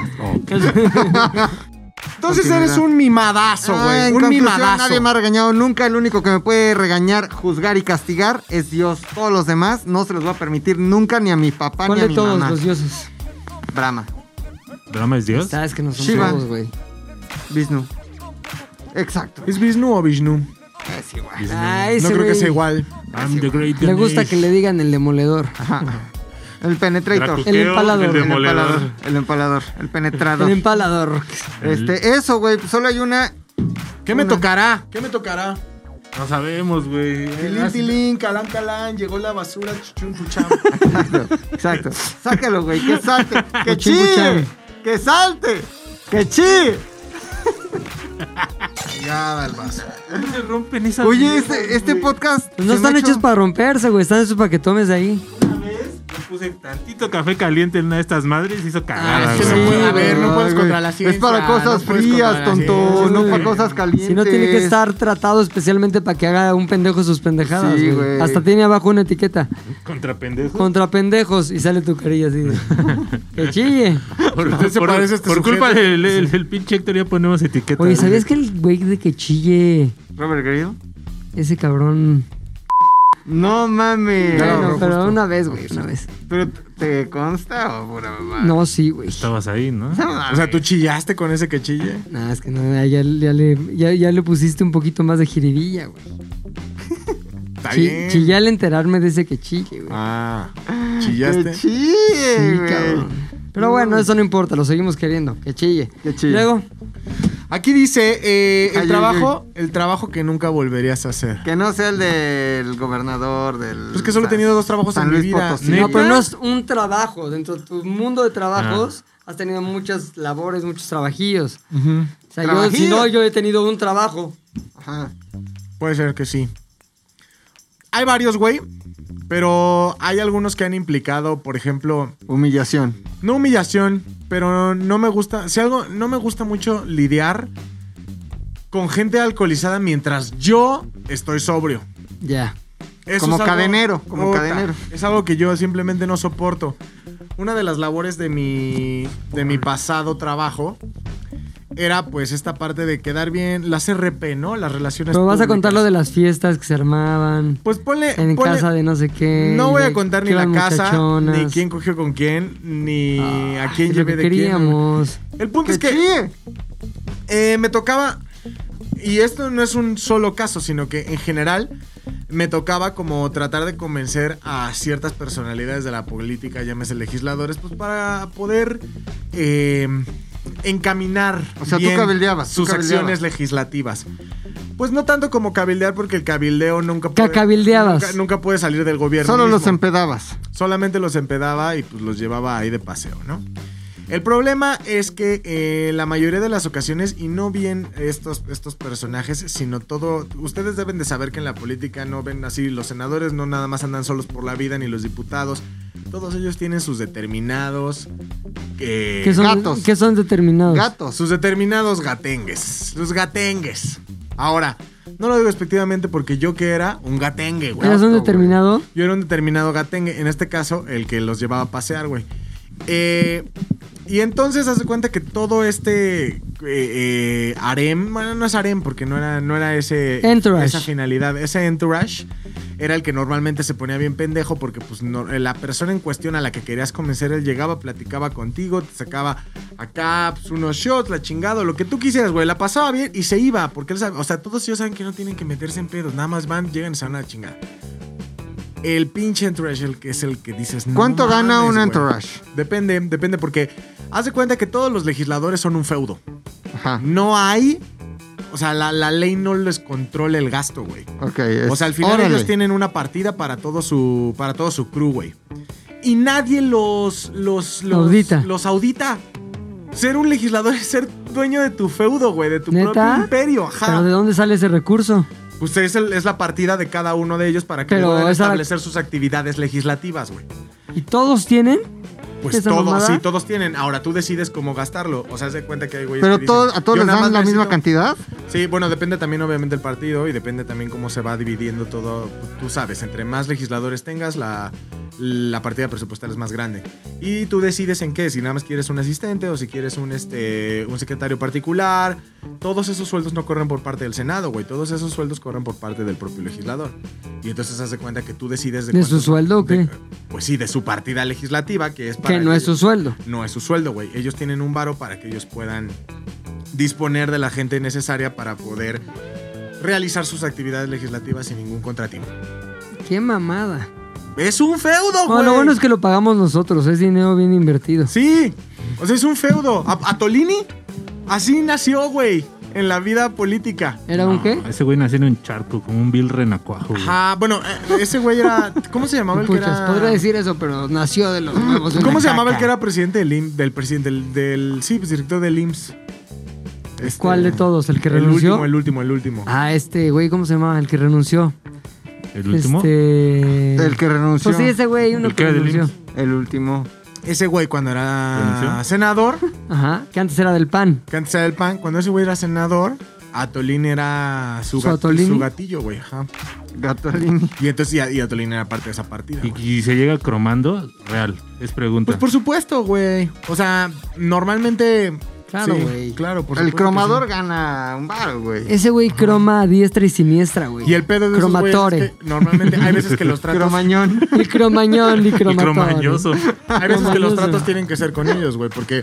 Speaker 6: Entonces
Speaker 5: Continuidad.
Speaker 6: eres un mimadazo,
Speaker 5: Ah,
Speaker 6: güey.
Speaker 5: en
Speaker 6: Un
Speaker 5: conclusión,
Speaker 6: mimadazo.
Speaker 5: Nadie me ha regañado nunca. El único que me puede regañar, juzgar y castigar es Dios. Todos los demás no se los va a permitir nunca ni a mi papá
Speaker 1: ¿Cuál
Speaker 5: ni a
Speaker 1: de
Speaker 5: mi
Speaker 1: todos
Speaker 5: mamá.
Speaker 1: los dioses?
Speaker 5: Brahma,
Speaker 4: ¿Drama es Dios?
Speaker 1: Sabes que no son
Speaker 5: Shiva.
Speaker 1: todos, güey.
Speaker 5: Vishnu. Exacto.
Speaker 6: ¿Es Vishnu o Vishnu?
Speaker 5: Es igual.
Speaker 1: Ah, ese
Speaker 6: No creo que
Speaker 1: güey.
Speaker 6: sea igual.
Speaker 4: I'm the great
Speaker 1: Le gusta
Speaker 4: Ganesh.
Speaker 1: que le digan el demoledor.
Speaker 5: Ajá. El penetrator.
Speaker 4: Dracus-
Speaker 1: El
Speaker 4: Creo
Speaker 1: empalador.
Speaker 4: que
Speaker 1: El
Speaker 4: el
Speaker 1: empalador.
Speaker 4: demoledor.
Speaker 5: El empalador. El penetrador.
Speaker 1: El empalador.
Speaker 5: Este, eso, güey. Solo hay una.
Speaker 6: ¿Qué me tocará? ¿Qué me tocará?
Speaker 4: No sabemos, güey.
Speaker 6: Tilín, tilín, calán, calán. Llegó la basura, chuchun, puchán.
Speaker 5: Exacto. exacto. Sácalo, güey. Que salte. Que
Speaker 1: Cuchín,
Speaker 5: chille.
Speaker 1: cuchán.
Speaker 5: Que salte. Que chille.
Speaker 6: Ya, el vaso.
Speaker 4: Se rompen esas
Speaker 5: Oye,
Speaker 4: mierdas,
Speaker 5: este, este
Speaker 4: güey.
Speaker 5: podcast.
Speaker 1: Pues no
Speaker 5: se me
Speaker 1: están
Speaker 5: ha
Speaker 1: hechos
Speaker 5: hecho-
Speaker 1: para romperse, güey. Están hechos para que tomes de ahí.
Speaker 4: Una vez le puse tantito café caliente en una de estas madres y hizo cagada,
Speaker 1: Ah,
Speaker 6: es que
Speaker 4: güey.
Speaker 6: no puede- a ver, no
Speaker 5: Ay,
Speaker 6: puedes
Speaker 5: güey.
Speaker 6: contra la ciencia,
Speaker 5: Es para cosas
Speaker 6: no puedes
Speaker 5: frías,
Speaker 6: contra la
Speaker 5: tonto.
Speaker 6: ciencia,
Speaker 5: No para
Speaker 6: güey.
Speaker 5: cosas calientes.
Speaker 1: Si no tiene que estar tratado especialmente para que haga un pendejo sus pendejadas.
Speaker 5: Sí,
Speaker 1: güey.
Speaker 5: güey.
Speaker 1: Hasta tiene abajo una etiqueta.
Speaker 4: Contra pendejos.
Speaker 1: Contra pendejos. Y sale tu carilla así. de, que chille.
Speaker 4: Por,
Speaker 6: se
Speaker 4: por-
Speaker 6: parece a este
Speaker 4: por
Speaker 6: sujeto.
Speaker 4: culpa del el- el pinche Héctor ya ponemos etiquetas.
Speaker 1: Oye, ¿sabías que el güey de que chille,
Speaker 5: Robert Grill.
Speaker 1: ese cabrón?
Speaker 5: No mames.
Speaker 1: Bueno, pero una vez, güey, una vez.
Speaker 5: Pero te consta o pura mamá.
Speaker 1: No, sí, güey.
Speaker 4: Estabas ahí, ¿no?
Speaker 6: O sea, tú chillaste con ese que chille.
Speaker 1: Nada, es que no, ya, ya le, ya, ya le pusiste un poquito más de jiribilla, güey.
Speaker 6: Está
Speaker 1: Chi-
Speaker 6: bien.
Speaker 1: Chillé al enterarme de ese que chille, güey.
Speaker 6: Ah,
Speaker 5: Que
Speaker 6: chillaste.
Speaker 1: Sí,
Speaker 5: chille, güey.
Speaker 1: cabrón. Pero bueno, eso no importa, lo seguimos queriendo. Que chille.
Speaker 5: Que chille.
Speaker 1: Luego,
Speaker 6: Aquí dice eh,
Speaker 5: Ay,
Speaker 6: el
Speaker 5: ay,
Speaker 6: trabajo, el trabajo que nunca volverías a hacer.
Speaker 5: Que no sea el del gobernador del.
Speaker 6: Pues Es que solo he tenido dos trabajos
Speaker 5: San
Speaker 6: en mi
Speaker 5: Luis
Speaker 6: vida.
Speaker 5: Potosí.
Speaker 1: no,
Speaker 4: ¿Neta?
Speaker 1: pero no es un trabajo. Dentro de tu mundo de trabajos,
Speaker 6: Ah.
Speaker 1: has tenido muchas labores, muchos trabajillos. O sea, yo, si
Speaker 5: Trabajillos.
Speaker 1: no, yo he tenido un trabajo.
Speaker 5: Ajá.
Speaker 6: Puede ser que sí. Hay varios, güey. Pero hay algunos que han implicado, por ejemplo,
Speaker 5: Humillación.
Speaker 6: no humillación, pero no me gusta. Si algo, no me gusta mucho lidiar con gente alcoholizada mientras yo estoy sobrio.
Speaker 1: Ya.
Speaker 6: Eso
Speaker 5: Como
Speaker 6: es algo-
Speaker 5: cadenero, como
Speaker 6: Puta,
Speaker 5: cadenero.
Speaker 6: Es algo que yo simplemente no soporto. Una de las labores de mi, de mi pasado trabajo era pues esta parte de quedar bien, las RP, ¿no? Las relaciones
Speaker 1: Pero vas a
Speaker 6: Pues públicas.
Speaker 1: contar lo de las fiestas que se armaban.
Speaker 6: Pues ponle...
Speaker 1: En
Speaker 6: ponle-
Speaker 1: casa de no sé qué.
Speaker 6: No
Speaker 1: y
Speaker 6: voy a
Speaker 1: de
Speaker 6: contar ni
Speaker 1: que
Speaker 6: la
Speaker 1: iban
Speaker 6: casa, ni
Speaker 1: muchachonas.
Speaker 6: quién cogió con quién, ni
Speaker 1: Ah,
Speaker 6: a quién
Speaker 1: es lo que
Speaker 6: llevé de quién.
Speaker 1: queríamos.
Speaker 6: El punto es que...
Speaker 5: chille.
Speaker 6: Eh, me tocaba, y esto no es un solo caso, sino que en general me tocaba como tratar de convencer a ciertas personalidades de la política, llámese legisladores, pues para poder eh, encaminar
Speaker 5: O sea, tú
Speaker 6: bien
Speaker 5: cabildeabas, tú
Speaker 6: sus
Speaker 5: cabildeabas.
Speaker 6: acciones legislativas. Pues no tanto como cabildear, porque el cabildeo nunca
Speaker 1: Ca- cabildeabas.
Speaker 6: Nunca, nunca puede salir del gobierno.
Speaker 5: Solo los
Speaker 6: mismo
Speaker 5: empedabas.
Speaker 6: solamente los empedaba y pues los llevaba ahí de paseo, ¿no? El problema es que eh, la mayoría de las ocasiones, y no bien estos, estos personajes, sino todo, ustedes deben de saber que en la política no ven así, los senadores no nada más andan solos por la vida, ni los diputados, todos ellos tienen sus determinados... eh,
Speaker 1: ¿Qué son,
Speaker 5: Gatos.
Speaker 1: ¿Qué son determinados?
Speaker 5: Gatos.
Speaker 6: sus determinados gatengues, los gatengues. Ahora, no lo digo despectivamente porque yo que era un gatengue, güey.
Speaker 1: ¿Ya son
Speaker 5: güey.
Speaker 1: determinados?
Speaker 6: Yo era un determinado gatengue, en este caso el que los llevaba a pasear, güey. Eh, y entonces haz de cuenta que todo este eh, eh, harem, bueno, no es harem porque no era, no era ese,
Speaker 1: Entourage.
Speaker 6: esa finalidad, ese entourage era el que normalmente se ponía bien pendejo porque pues no- la persona en cuestión a la que querías convencer, él llegaba, platicaba contigo, te sacaba acá pues, unos shots, la chingada, lo que tú quisieras, güey, la pasaba bien y se iba, porque él sabe- o sea, todos ellos saben que no tienen que meterse en pedos, nada más van, llegan y se van a la chingada. El pinche entourage el que es el que dices, no
Speaker 5: ¿Cuánto gana
Speaker 6: mames,
Speaker 5: un
Speaker 6: güey.
Speaker 5: entourage?
Speaker 6: Depende, depende porque haz de cuenta que todos los legisladores son un feudo.
Speaker 5: Ajá.
Speaker 6: No hay, o sea, la, la ley no les controla el gasto, güey.
Speaker 5: Ok. es-
Speaker 6: O sea, al final
Speaker 5: órale.
Speaker 6: ellos tienen una partida para todo su, para todo su crew, güey. Y nadie los, los, los
Speaker 1: Audita.
Speaker 6: Los audita. Ser un legislador es ser dueño de tu feudo, güey, de tu
Speaker 1: ¿Neta?
Speaker 6: propio imperio,
Speaker 1: ¿Pero de
Speaker 6: ajá.
Speaker 1: dónde sale ese recurso?
Speaker 6: Pues es, el- es la partida de cada uno de ellos para que
Speaker 1: Pero
Speaker 6: puedan
Speaker 1: esa-
Speaker 6: establecer sus actividades legislativas, güey.
Speaker 1: ¿Y todos tienen?
Speaker 6: Pues
Speaker 5: esa
Speaker 6: todos,
Speaker 5: mamada?
Speaker 6: sí, todos tienen. Ahora tú decides cómo gastarlo. O sea, haz de cuenta que hay güeyes
Speaker 5: Pero
Speaker 6: que dicen,
Speaker 5: todo- a todos
Speaker 6: "Yo
Speaker 5: les
Speaker 6: nada
Speaker 5: dan
Speaker 6: más
Speaker 5: la misma
Speaker 6: necesito-".
Speaker 5: cantidad.
Speaker 6: Sí, bueno, depende también obviamente el partido y depende también cómo se va dividiendo todo. Tú sabes, entre más legisladores tengas, la, la partida presupuestal es más grande. Y tú decides en qué, si nada más quieres un asistente o si quieres un, este, un secretario particular. Todos esos sueldos no corren por parte del Senado, güey. Todos esos sueldos corren por parte del propio legislador. Y entonces haz de cuenta que tú decides...
Speaker 1: ¿De su
Speaker 6: cuántos-
Speaker 1: sueldo o
Speaker 6: de-
Speaker 1: qué?
Speaker 6: pues sí, de su partida legislativa, que es para...
Speaker 1: Que no es
Speaker 6: que-
Speaker 1: su sueldo.
Speaker 6: no es su sueldo, güey. Ellos tienen un varo para que ellos puedan disponer de la gente necesaria para poder realizar sus actividades legislativas sin ningún contratiempo.
Speaker 1: Qué mamada.
Speaker 6: Es un feudo,
Speaker 1: No,
Speaker 6: güey.
Speaker 1: lo bueno es que lo pagamos nosotros, es dinero bien invertido.
Speaker 6: Sí, o sea, es un feudo. A, a Tolini así nació, güey, en la vida política.
Speaker 1: ¿Era un qué?
Speaker 4: Ese güey nació en un charco, como un vil renacuajo. güey.
Speaker 6: Ajá, bueno, eh, ese güey era ¿cómo se llamaba el que
Speaker 1: Puchas,
Speaker 6: era?
Speaker 1: podría decir eso, pero nació de los huevos. de una
Speaker 6: ¿Cómo se llamaba el
Speaker 1: caca.
Speaker 6: que era presidente del IMSS, del presidente del, del- sí, pues, director del IMSS? Este,
Speaker 1: ¿Cuál de todos? ¿El que
Speaker 6: El
Speaker 1: renunció?
Speaker 6: último, el último, el último.
Speaker 1: Ah, este güey, ¿cómo se llamaba? El que renunció.
Speaker 4: El último.
Speaker 1: Este.
Speaker 5: El que renunció.
Speaker 1: Pues sí, ese güey, uno
Speaker 4: ¿El
Speaker 1: que
Speaker 4: que era del
Speaker 1: renunció.
Speaker 5: El último.
Speaker 6: Ese güey cuando era
Speaker 4: ¿Renunció?
Speaker 6: senador,
Speaker 1: Ajá, que antes era del PAN.
Speaker 6: que antes era el PAN, cuando ese güey era senador, Atolín era su,
Speaker 1: ¿Su
Speaker 6: gat-
Speaker 1: Atolini?
Speaker 6: su gatillo, güey. ajá.
Speaker 5: Gatolini.
Speaker 6: Y entonces y, y Atolín era parte de esa partida. güey.
Speaker 4: Y, y se llega cromando, real. Es pregunta.
Speaker 6: Pues por supuesto, güey. O sea, normalmente...
Speaker 1: Claro,
Speaker 6: sí,
Speaker 1: güey.
Speaker 6: claro, por
Speaker 5: El
Speaker 6: supuesto que
Speaker 5: cromador
Speaker 6: sí.
Speaker 5: gana un baro, güey.
Speaker 1: Ese güey croma a diestra y siniestra, güey.
Speaker 6: Y el pedo de esos güeyes es
Speaker 1: Cromatore.
Speaker 6: que normalmente hay veces
Speaker 1: *laughs*
Speaker 6: que los tratos...
Speaker 5: Cromañón.
Speaker 1: El cromañón y
Speaker 4: *laughs* y
Speaker 1: cromatore.
Speaker 4: cromañoso.
Speaker 6: Hay veces que los
Speaker 1: Cromañoso.
Speaker 6: tratos tienen que ser con ellos, güey, porque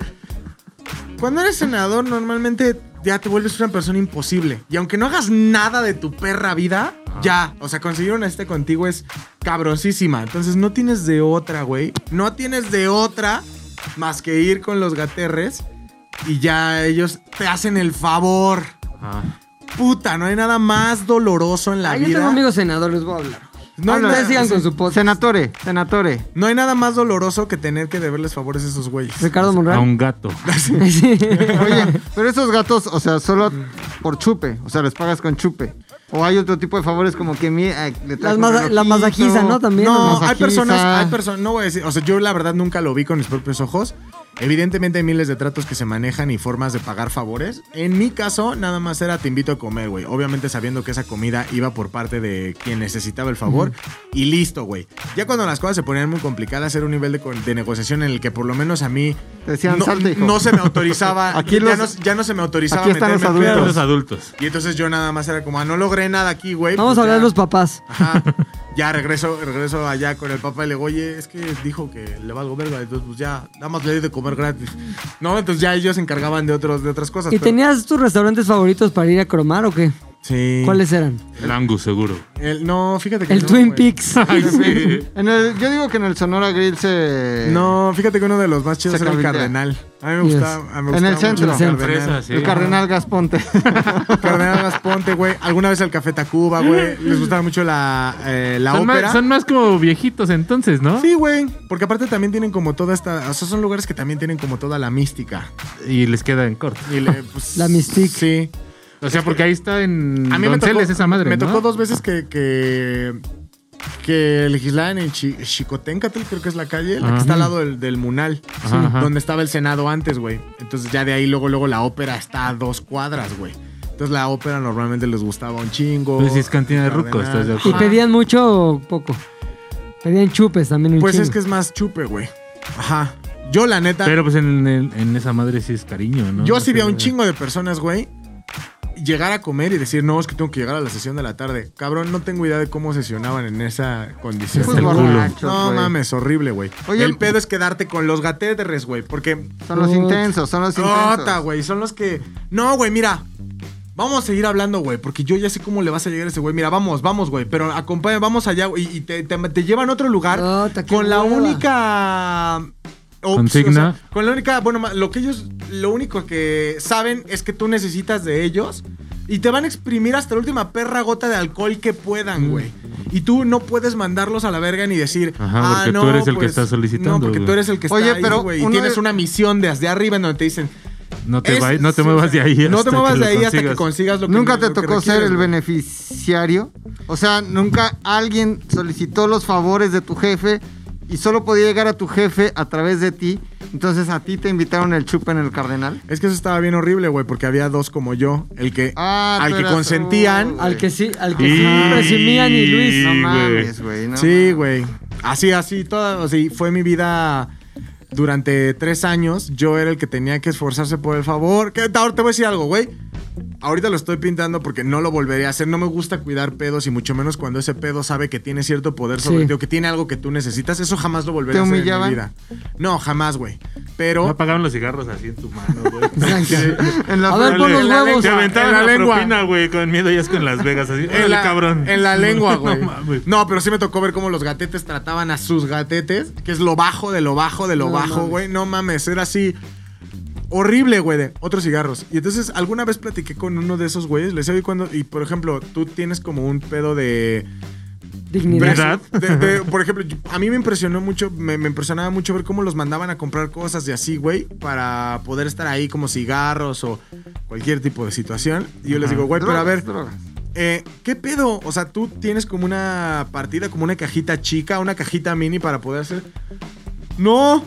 Speaker 6: cuando eres senador normalmente ya te vuelves una persona imposible. Y aunque no hagas nada de tu perra vida, ya, o sea, conseguir un este contigo es cabrosísima. Entonces no tienes de otra, güey. No tienes de otra más que ir con los gaterres y ya ellos te hacen el favor.
Speaker 4: Ajá.
Speaker 6: Puta, no hay nada más doloroso en la
Speaker 1: Ah, yo
Speaker 6: vida.
Speaker 1: tengo amigos senadores, voy a hablar.
Speaker 6: No,
Speaker 1: Ah,
Speaker 6: no,
Speaker 1: ustedes sigan
Speaker 6: sí.
Speaker 1: con su podcast.
Speaker 5: Senatore, senatore.
Speaker 6: No hay nada más doloroso que tener que deberles favores a esos güeyes.
Speaker 1: Ricardo
Speaker 4: A
Speaker 1: Monreal.
Speaker 4: un
Speaker 6: *laughs*
Speaker 4: gato.
Speaker 1: *laughs* Sí.
Speaker 5: Oye, pero esos gatos, o sea, solo por chupe. O sea, les pagas con chupe. O hay otro tipo de favores como que mi, eh, le traes
Speaker 1: Las
Speaker 5: un
Speaker 1: masa- la
Speaker 5: relojito.
Speaker 1: masajiza, ¿no? También.
Speaker 6: No,
Speaker 1: ¿no?
Speaker 6: hay
Speaker 5: masajista.
Speaker 6: personas, hay personas, no voy a decir, o sea, yo la verdad nunca lo vi con mis propios ojos. Evidentemente hay miles de tratos que se manejan y formas de pagar favores. En mi caso, nada más era te invito a comer, güey. Obviamente sabiendo que esa comida iba por parte de quien necesitaba el favor. Y listo, güey. Ya cuando las cosas se ponían muy complicadas, era un nivel de, con- de negociación en el que por lo menos a mí
Speaker 5: Te decían,
Speaker 6: no,
Speaker 5: "Salte, hijo".
Speaker 6: no se me autorizaba.
Speaker 5: *laughs* Aquí
Speaker 6: ya,
Speaker 5: los-
Speaker 6: no, ya no se me autorizaba
Speaker 5: aquí están los
Speaker 6: meterme en
Speaker 5: adultos.
Speaker 4: Los
Speaker 6: pedos.
Speaker 4: adultos.
Speaker 6: Y entonces yo nada más era como, ah, no logré nada aquí, güey.
Speaker 1: Vamos a
Speaker 6: pues
Speaker 1: hablar
Speaker 6: ya.
Speaker 1: de los papás.
Speaker 6: Ajá. Ya regreso, regreso allá con el papá y le digo, oye, es que dijo que le valgo verga, entonces pues ya, nada más le di de comer gratis. No, entonces ya ellos se encargaban de otros, de otras cosas.
Speaker 1: ¿Y
Speaker 6: pero-
Speaker 1: tenías tus restaurantes favoritos para ir a cromar o qué?
Speaker 6: Sí.
Speaker 1: ¿Cuáles eran?
Speaker 4: El Angus, seguro.
Speaker 6: El- no, fíjate que
Speaker 1: El
Speaker 6: no,
Speaker 1: Twin
Speaker 6: güey.
Speaker 1: Peaks.
Speaker 4: Ay, sí.
Speaker 5: En el- yo digo que en el Sonora Grill se.
Speaker 6: No, fíjate que uno de los más chidos
Speaker 5: Se
Speaker 6: era el
Speaker 5: cabildeaba.
Speaker 6: Cardenal. A mí me
Speaker 1: Yes.
Speaker 6: gustaba, a mí me
Speaker 5: En el
Speaker 6: gustaba mucho
Speaker 5: centro.
Speaker 6: el Cardenal.
Speaker 4: Fresa, sí.
Speaker 5: El Cardenal
Speaker 6: *laughs*
Speaker 5: Gasponte. *laughs*
Speaker 6: Cardenal Gasponte, güey. Alguna vez el Café Tacuba, güey. Les gustaba mucho la, eh, la
Speaker 4: son,
Speaker 6: ópera.
Speaker 4: más, son más como viejitos entonces, ¿no?
Speaker 6: Sí, güey. Porque aparte también tienen como toda esta... O sea, son lugares que también tienen como toda la mística.
Speaker 4: Y les queda en corto.
Speaker 6: Y le- pues,
Speaker 1: La mystique.
Speaker 6: Sí.
Speaker 4: O sea, porque ahí está en
Speaker 6: A mí me tocó,
Speaker 4: Donceles esa madre,
Speaker 6: me
Speaker 4: ¿no?
Speaker 6: tocó dos veces que, que, que legislaban en Chi- Chicoténcatl, creo que es la calle, la que
Speaker 4: Ajá.
Speaker 6: está al lado del, del Munal,
Speaker 4: Ajá, ajá.
Speaker 6: donde estaba el Senado antes, güey. Entonces ya de ahí luego, luego la ópera está a dos cuadras, güey. Entonces la ópera normalmente les gustaba un chingo.
Speaker 4: Pues sí, es cantina de ruco,
Speaker 6: Cardenal.
Speaker 4: estás de
Speaker 1: ¿Y
Speaker 4: acuerdo.
Speaker 1: pedían mucho o poco? Pedían chupes también un
Speaker 6: Pues es
Speaker 1: chingo.
Speaker 6: que es más chupe, güey. Ajá. Yo la neta...
Speaker 4: Pero pues en, en- en esa madre sí es cariño, ¿no?
Speaker 6: Yo sí vi a un
Speaker 4: chingo
Speaker 6: chingo de personas, güey, llegar a comer y decir, no, es que tengo que llegar a la sesión de la tarde. Cabrón, no tengo idea de cómo sesionaban en esa condición. Pues,
Speaker 4: Hasta el
Speaker 5: Fútbol
Speaker 4: culo.
Speaker 5: borrachos,
Speaker 6: no
Speaker 5: güey.
Speaker 6: mames, horrible, güey.
Speaker 5: Oye,
Speaker 6: el pedo es quedarte con los gatetres, güey, porque...
Speaker 5: Son los intensos, son los intensos.
Speaker 6: Rota, güey, son los que... No, güey, mira. Vamos a seguir hablando, güey, porque yo ya sé cómo le vas a llegar a ese güey. Mira, vamos, vamos, güey, pero acompáñame, vamos allá, güey, y te, te- te llevan a otro lugar
Speaker 1: Rota, qué
Speaker 6: con la
Speaker 1: hueva.
Speaker 6: única ops-
Speaker 4: Consigna.
Speaker 6: o sea, con la única, bueno, ma- lo que ellos, lo único que saben es que tú necesitas de ellos y te van a exprimir hasta la última perra gota de alcohol que
Speaker 4: Mm.
Speaker 6: puedan, güey. Y tú no puedes mandarlos a la verga ni decir,
Speaker 4: Ajá,
Speaker 6: ah,
Speaker 4: porque tú
Speaker 6: no,
Speaker 4: eres el que
Speaker 6: pues,
Speaker 4: está solicitando,
Speaker 6: No, porque tú
Speaker 4: güey".
Speaker 6: eres el que
Speaker 5: Oye,
Speaker 6: está
Speaker 5: pero
Speaker 6: ahí, güey. Y
Speaker 5: uno
Speaker 6: tienes
Speaker 5: de-
Speaker 6: una misión desde arriba en donde te dicen,
Speaker 4: No te,
Speaker 6: "Es-
Speaker 4: vai- no te
Speaker 6: sí,
Speaker 4: muevas
Speaker 6: o sea,
Speaker 4: de ahí.
Speaker 6: No te
Speaker 4: hasta
Speaker 6: muevas
Speaker 4: que
Speaker 6: de
Speaker 4: lo
Speaker 6: ahí hasta que
Speaker 4: consigas.
Speaker 6: consigas lo que
Speaker 5: ¿Nunca
Speaker 6: lo
Speaker 5: te
Speaker 6: que
Speaker 5: tocó
Speaker 6: requieres,
Speaker 5: ser el
Speaker 6: güey.
Speaker 5: beneficiario? O sea, ¿nunca alguien solicitó los favores de tu jefe y solo podía llegar a tu jefe a través de ti. Entonces a ti te invitaron el chupe en el Cardenal.
Speaker 6: Es que eso estaba bien horrible, güey, porque había dos como yo. El que
Speaker 5: Ah,
Speaker 6: al
Speaker 5: tú
Speaker 6: que
Speaker 5: eras
Speaker 6: consentían.
Speaker 5: tú,
Speaker 1: Al que sí, al que
Speaker 4: Y-
Speaker 1: sí presumían y Luis.
Speaker 5: *laughs* No
Speaker 4: Sí,
Speaker 5: mames, güey. no
Speaker 6: sí, güey. Así, así, toda, así fue mi vida durante tres años. Yo era el que tenía que esforzarse por el favor. Que, ahora te voy a decir algo, güey. Ahorita lo estoy pintando porque no lo volveré a hacer. No me gusta cuidar pedos y mucho menos cuando ese pedo sabe que tiene cierto poder sobre
Speaker 1: Sí.
Speaker 6: ti o que tiene algo que tú necesitas. Eso jamás lo volveré
Speaker 5: ¿Te
Speaker 6: a hacer en mi
Speaker 5: humillaban?
Speaker 6: vida. No, jamás, güey.
Speaker 4: No
Speaker 6: Pero
Speaker 4: apagaban los cigarros así en tu mano, güey.
Speaker 5: En la
Speaker 1: A ver,
Speaker 5: frente.
Speaker 1: pon los
Speaker 4: En la
Speaker 1: huevos.
Speaker 4: Te aventaban
Speaker 6: En la
Speaker 4: la,
Speaker 6: lengua.
Speaker 4: propina, güey, con miedo ya es con Las Vegas, así.
Speaker 6: en
Speaker 4: órale,
Speaker 6: la,
Speaker 4: cabrón.
Speaker 6: En la lengua, güey.
Speaker 4: *laughs* No
Speaker 6: No,
Speaker 4: mames.
Speaker 6: pero sí me tocó ver cómo los gatetes trataban a sus gatetes, que es lo bajo de lo bajo de lo
Speaker 1: No
Speaker 6: bajo,
Speaker 1: mames.
Speaker 6: güey. No mames, era así. Horrible, güey, de otros cigarros. Y entonces, alguna vez platiqué con uno de esos güeyes, les decía, "Oye, cuando. Y por ejemplo, tú tienes como un pedo de.
Speaker 1: Eh, Dignidad.
Speaker 4: ¿Verdad?
Speaker 6: De-
Speaker 4: *laughs*
Speaker 6: de- por ejemplo, yo- a mí me impresionó mucho, me, me impresionaba mucho ver cómo los mandaban a comprar cosas y así, güey, para poder estar ahí como cigarros o cualquier tipo de situación. Y yo les digo, güey, pero a ver,
Speaker 5: Drogas,
Speaker 6: eh, ¿Qué pedo? O sea, tú tienes como una partida, como una cajita chica, una cajita mini para poder hacer. No,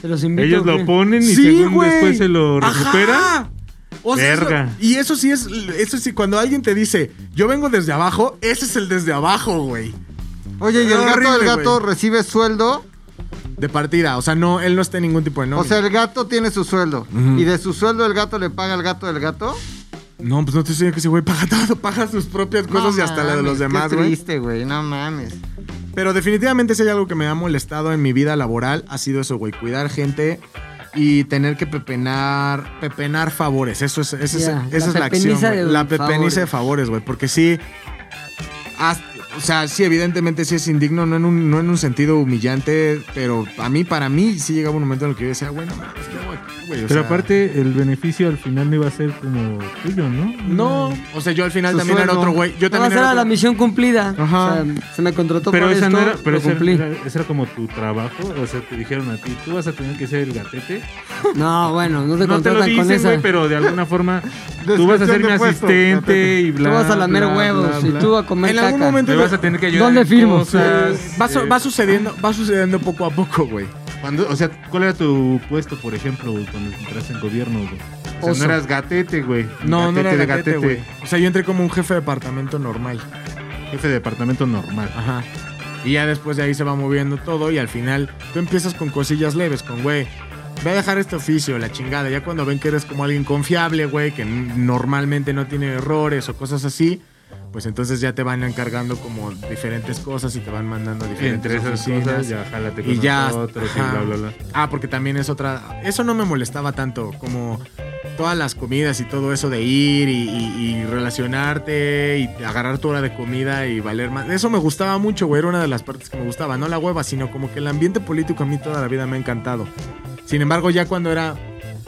Speaker 1: Te los invito.
Speaker 4: Ellos
Speaker 1: güey.
Speaker 4: lo ponen y
Speaker 6: sí,
Speaker 4: según
Speaker 6: güey.
Speaker 4: después se lo
Speaker 6: Ajá.
Speaker 4: recupera.
Speaker 6: O sea, eso-
Speaker 4: Verga.
Speaker 6: y eso sí es, eso sí, cuando alguien te dice, yo vengo desde abajo, ese es el desde abajo, güey.
Speaker 5: drogas. Oye, ¿y el
Speaker 6: Era
Speaker 5: gato
Speaker 6: horrible,
Speaker 5: del gato
Speaker 6: güey.
Speaker 5: recibe sueldo?
Speaker 6: De partida, o sea, no, él no está en ningún tipo de
Speaker 5: o
Speaker 6: nombre.
Speaker 5: sea, el gato tiene su sueldo. Y de su sueldo el gato le paga al gato del gato.
Speaker 6: no, pues no te estoy diciendo que ese güey paga todo, paga sus propias cosas y hasta la de Pues los demás,
Speaker 5: Qué
Speaker 6: güey.
Speaker 5: triste, güey. No mames.
Speaker 6: Pero definitivamente si hay algo que me ha molestado en mi vida laboral ha sido eso, güey, cuidar gente y tener que pepenar, pepenar favores. Eso es, esa es-
Speaker 1: Ya,
Speaker 6: esa
Speaker 1: la
Speaker 6: es la acción,
Speaker 1: pepeniza
Speaker 6: güey.
Speaker 1: de
Speaker 6: la
Speaker 1: favores.
Speaker 6: pepeniza de favores, güey, porque sí, has- o sea, sí, evidentemente sí es indigno, no en, un, no en un sentido humillante, pero a mí, para mí, sí llegaba un momento en el que yo decía, bueno, es que hago aquí, güey. O
Speaker 4: Pero
Speaker 6: sea,
Speaker 4: aparte, el beneficio al final no iba a ser como tuyo, ¿no?
Speaker 6: No, o sea, yo al final
Speaker 5: Su
Speaker 6: también era
Speaker 5: sueldo.
Speaker 6: otro güey. Yo
Speaker 1: No, esa
Speaker 6: también era
Speaker 1: era la
Speaker 6: otro-
Speaker 1: misión cumplida.
Speaker 6: Ajá.
Speaker 1: O sea, se me contrató
Speaker 4: Pero
Speaker 1: para
Speaker 4: esa
Speaker 1: esto,
Speaker 4: no era, pero
Speaker 1: lo
Speaker 4: esa era-
Speaker 1: cumplí.
Speaker 4: *laughs* era- esa era como tu trabajo, o sea, te dijeron a ti, tú vas a tener que ser el gatete.
Speaker 1: No, bueno, no te
Speaker 4: No te
Speaker 1: contratan
Speaker 4: lo
Speaker 1: con
Speaker 4: dicen,
Speaker 1: esa.
Speaker 4: güey, pero de alguna forma tú vas a ser
Speaker 5: Descripción
Speaker 4: mi
Speaker 5: de puesto,
Speaker 4: asistente
Speaker 5: gatete.
Speaker 4: y bla.
Speaker 1: tú vas a lamer
Speaker 4: bla,
Speaker 1: huevos
Speaker 4: bla, bla.
Speaker 1: y tú a comer
Speaker 6: En
Speaker 1: caca.
Speaker 6: algún momento
Speaker 4: Me vas a tener que ayudar.
Speaker 1: ¿Dónde
Speaker 4: en
Speaker 1: firmo?
Speaker 4: cosas,
Speaker 6: Va, su-
Speaker 4: eh,
Speaker 6: va sucediendo, va sucediendo poco a poco, güey.
Speaker 4: Cuando, o sea, ¿cuál era tu puesto, por ejemplo, güey, cuando entraste en gobierno, güey? O sea,
Speaker 6: Oso.
Speaker 4: no eras gatete, güey.
Speaker 6: No, no era
Speaker 4: de
Speaker 6: gatete, güey. O sea, yo entré como un jefe de departamento normal.
Speaker 4: Jefe de Este departamento normal.
Speaker 6: Ajá. Y ya después de ahí se va moviendo todo y al final tú empiezas con cosillas leves, con güey. Voy a dejar este oficio, la chingada. Ya cuando ven que eres como alguien confiable, güey, que n- normalmente no tiene errores o cosas así, pues entonces ya te van encargando como diferentes cosas y te van mandando diferentes
Speaker 4: Entre esas
Speaker 6: oficinas.
Speaker 4: cosas, ya jálate con
Speaker 6: y ya
Speaker 4: nosotros y
Speaker 6: ajá.
Speaker 4: bla, bla, bla.
Speaker 6: Ah, porque también es otra. Eso no me molestaba tanto, como todas las comidas y todo eso de ir y, y- y relacionarte y agarrar tu hora de comida y valer más. Eso me gustaba mucho, güey. Era una de las partes que me gustaba. No la hueva, sino como que el ambiente político a mí toda la vida me ha encantado. Sin embargo, ya cuando era.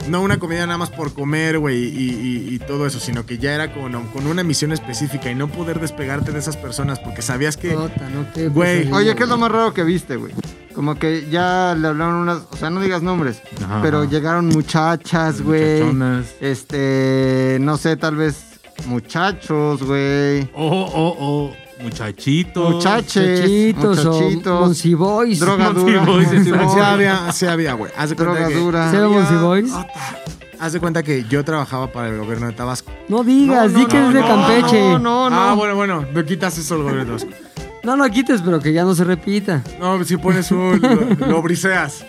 Speaker 6: No una comida nada más por comer, güey, y, y- y todo eso, sino que ya era con, con una misión específica y no poder despegarte de esas personas porque sabías que...
Speaker 1: Jota, no te-
Speaker 6: Güey.
Speaker 5: Oye, ¿qué es lo más raro que viste, güey? Como que ya le hablaron unas, o sea, no digas nombres,
Speaker 4: Ajá.
Speaker 5: pero llegaron muchachas, güey.
Speaker 4: Muchachonas.
Speaker 5: Este, no sé, tal vez muchachos, güey.
Speaker 4: Oh, oh, oh. Muchachito.
Speaker 5: Muchaches,
Speaker 1: Muchachitos o
Speaker 5: muchachitos,
Speaker 1: Monsi Boys.
Speaker 5: droga dura,
Speaker 4: Monty Boys,
Speaker 5: Monty
Speaker 4: exacto.
Speaker 6: *laughs* Sí
Speaker 5: Boys,
Speaker 6: había, sí había, güey. Haz de cuenta
Speaker 5: droga
Speaker 6: que-
Speaker 5: dura.
Speaker 1: ¿Cero
Speaker 6: había-
Speaker 1: Monsi Boys?
Speaker 6: Haz de cuenta que yo trabajaba para el gobierno de Tabasco.
Speaker 1: No digas,
Speaker 6: No,
Speaker 1: di
Speaker 6: no,
Speaker 1: que es de
Speaker 6: no,
Speaker 1: Campeche.
Speaker 5: No, no, no.
Speaker 6: Ah, bueno, bueno, me quitas eso el gobierno de Tabasco.
Speaker 1: No lo quites, pero que ya no se repita.
Speaker 6: No, si pones un. Lo, lo briseas.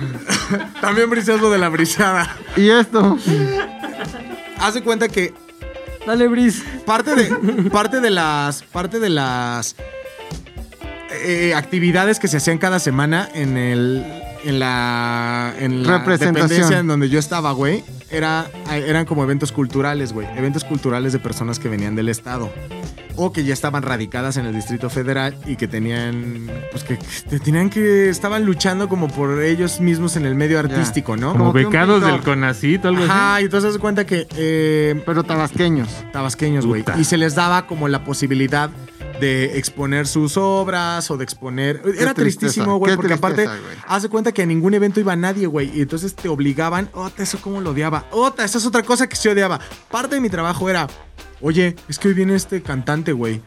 Speaker 6: *laughs* También briseas lo de la briseada.
Speaker 5: Y esto,
Speaker 6: Haz de cuenta que
Speaker 1: Dale, Bris.
Speaker 6: parte de, parte de las. Parte de las. eh, actividades que se hacían cada semana en el. En la. En la
Speaker 5: Representación.
Speaker 6: dependencia en donde yo estaba, güey. Era, eran como eventos culturales, güey. Eventos culturales de personas que venían del Estado. o que ya estaban radicadas en el Distrito Federal y que tenían, pues que, que tenían que, estaban luchando como por ellos mismos en el medio artístico, ¿no?
Speaker 4: Como
Speaker 5: Como que un
Speaker 4: becados
Speaker 5: pintor.
Speaker 4: del Conacit, algo
Speaker 6: Ajá, y entonces se cuenta que eh,
Speaker 5: pero tabasqueños.
Speaker 6: tabasqueños, güey,
Speaker 4: Puta.
Speaker 6: y se les daba como la posibilidad de exponer sus obras o de exponer...
Speaker 5: tristeza,
Speaker 6: Era tristísimo, güey,
Speaker 5: qué
Speaker 6: porque aparte,
Speaker 5: tristeza, güey.
Speaker 6: hace cuenta que a ningún evento iba nadie, güey, y entonces te obligaban, ota, eso como lo odiaba, ota, esa es otra cosa que se odiaba. Parte de mi trabajo era, oye, es que hoy viene este cantante, güey.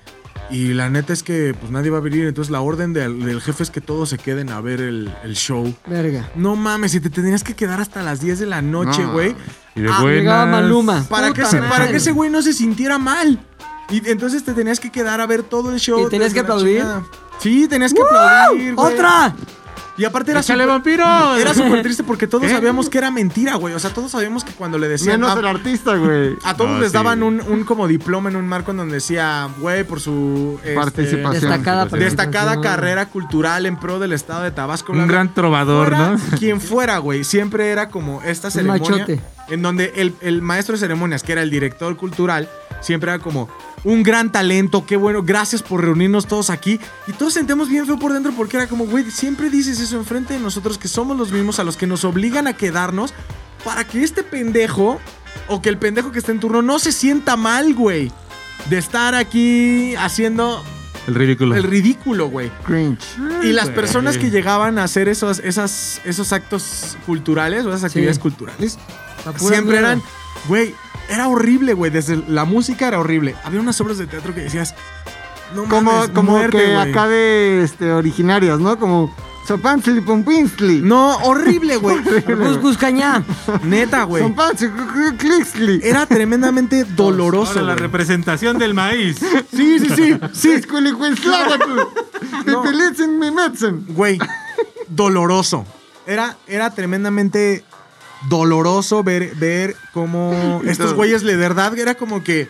Speaker 6: Y la neta es que pues nadie va a venir. Entonces la orden del, del jefe es que todos se queden a ver el, el show.
Speaker 1: Verga.
Speaker 6: No mames, si te tenías que quedar hasta las 10 de la noche,
Speaker 5: No.
Speaker 6: güey.
Speaker 4: Y de
Speaker 6: Ah,
Speaker 4: buenas.
Speaker 1: Llegaba Maluma.
Speaker 6: Para,
Speaker 1: Puta
Speaker 6: que, se-
Speaker 1: madre.
Speaker 6: para que ese güey no se sintiera mal. Y entonces te tenías que quedar a ver todo el show.
Speaker 1: ¿Y tenías
Speaker 6: desde
Speaker 1: que
Speaker 6: la
Speaker 1: aplaudir?
Speaker 6: chingada. Sí, tenías que
Speaker 1: ¡Wow!
Speaker 6: aplaudir. güey.
Speaker 1: ¡Otra!
Speaker 6: Y aparte era
Speaker 4: ¡Échale,
Speaker 6: súper-
Speaker 4: vampiro!
Speaker 6: Era súper triste porque todos
Speaker 4: ¿Eh?
Speaker 6: sabíamos que era mentira, güey. O sea, todos sabíamos que cuando le decían.
Speaker 5: Menos
Speaker 6: "Ah,
Speaker 5: el artista, güey.
Speaker 6: a todos
Speaker 4: Ah,
Speaker 6: les
Speaker 4: sí.
Speaker 6: daban un, un como diploma en un marco en donde decía, güey, por su este,
Speaker 5: Participación.
Speaker 1: Destacada
Speaker 4: Destacada
Speaker 6: destacada
Speaker 1: participación.
Speaker 6: carrera cultural en pro del estado de Tabasco. bla,
Speaker 4: Un
Speaker 6: bla".
Speaker 4: gran trovador,
Speaker 6: Fuera
Speaker 4: ¿no?
Speaker 6: Quien fuera, güey, siempre era como esta ceremonia
Speaker 1: machote.
Speaker 6: en donde el, el maestro de ceremonias, que era el director cultural, siempre era como un gran talento, qué bueno, gracias por reunirnos todos aquí. Y todos sentimos bien feo por dentro porque era como, güey, siempre dices eso enfrente de nosotros que somos los mismos a los que nos obligan a quedarnos para que este pendejo o que el pendejo que está en turno no se sienta mal, güey, de estar aquí haciendo
Speaker 4: El ridículo.
Speaker 6: el ridículo, güey.
Speaker 5: Cringe.
Speaker 6: Y las
Speaker 4: güey.
Speaker 6: personas que llegaban a hacer esos, esas, esos actos culturales o esas actividades
Speaker 1: Sí.
Speaker 6: culturales,
Speaker 1: La pura
Speaker 6: siempre
Speaker 1: mierda.
Speaker 6: eran, güey, era horrible, güey. Desde la música era horrible. Había unas obras de teatro que decías, no
Speaker 5: Como,
Speaker 6: mames,
Speaker 5: como
Speaker 6: muerte,
Speaker 5: que
Speaker 6: güey.
Speaker 5: acá de este, originarias, ¿no? Como Sopantzli Pompinsli.
Speaker 6: No, horrible, güey.
Speaker 1: Gus Gus
Speaker 6: *laughs*
Speaker 1: Cañá.
Speaker 6: Neta, güey. Eh,
Speaker 5: Sopantzli Clixli.
Speaker 6: Era tremendamente doloroso.
Speaker 4: Ahora la
Speaker 6: güey.
Speaker 4: representación del *laughs* maíz.
Speaker 5: Sí, sí, sí. *laughs* Sí,
Speaker 6: *laughs*
Speaker 5: Pipilitzin mi metzen.
Speaker 6: Güey, doloroso. Era, era tremendamente doloroso ver, ver cómo estos güeyes, de verdad, era como que.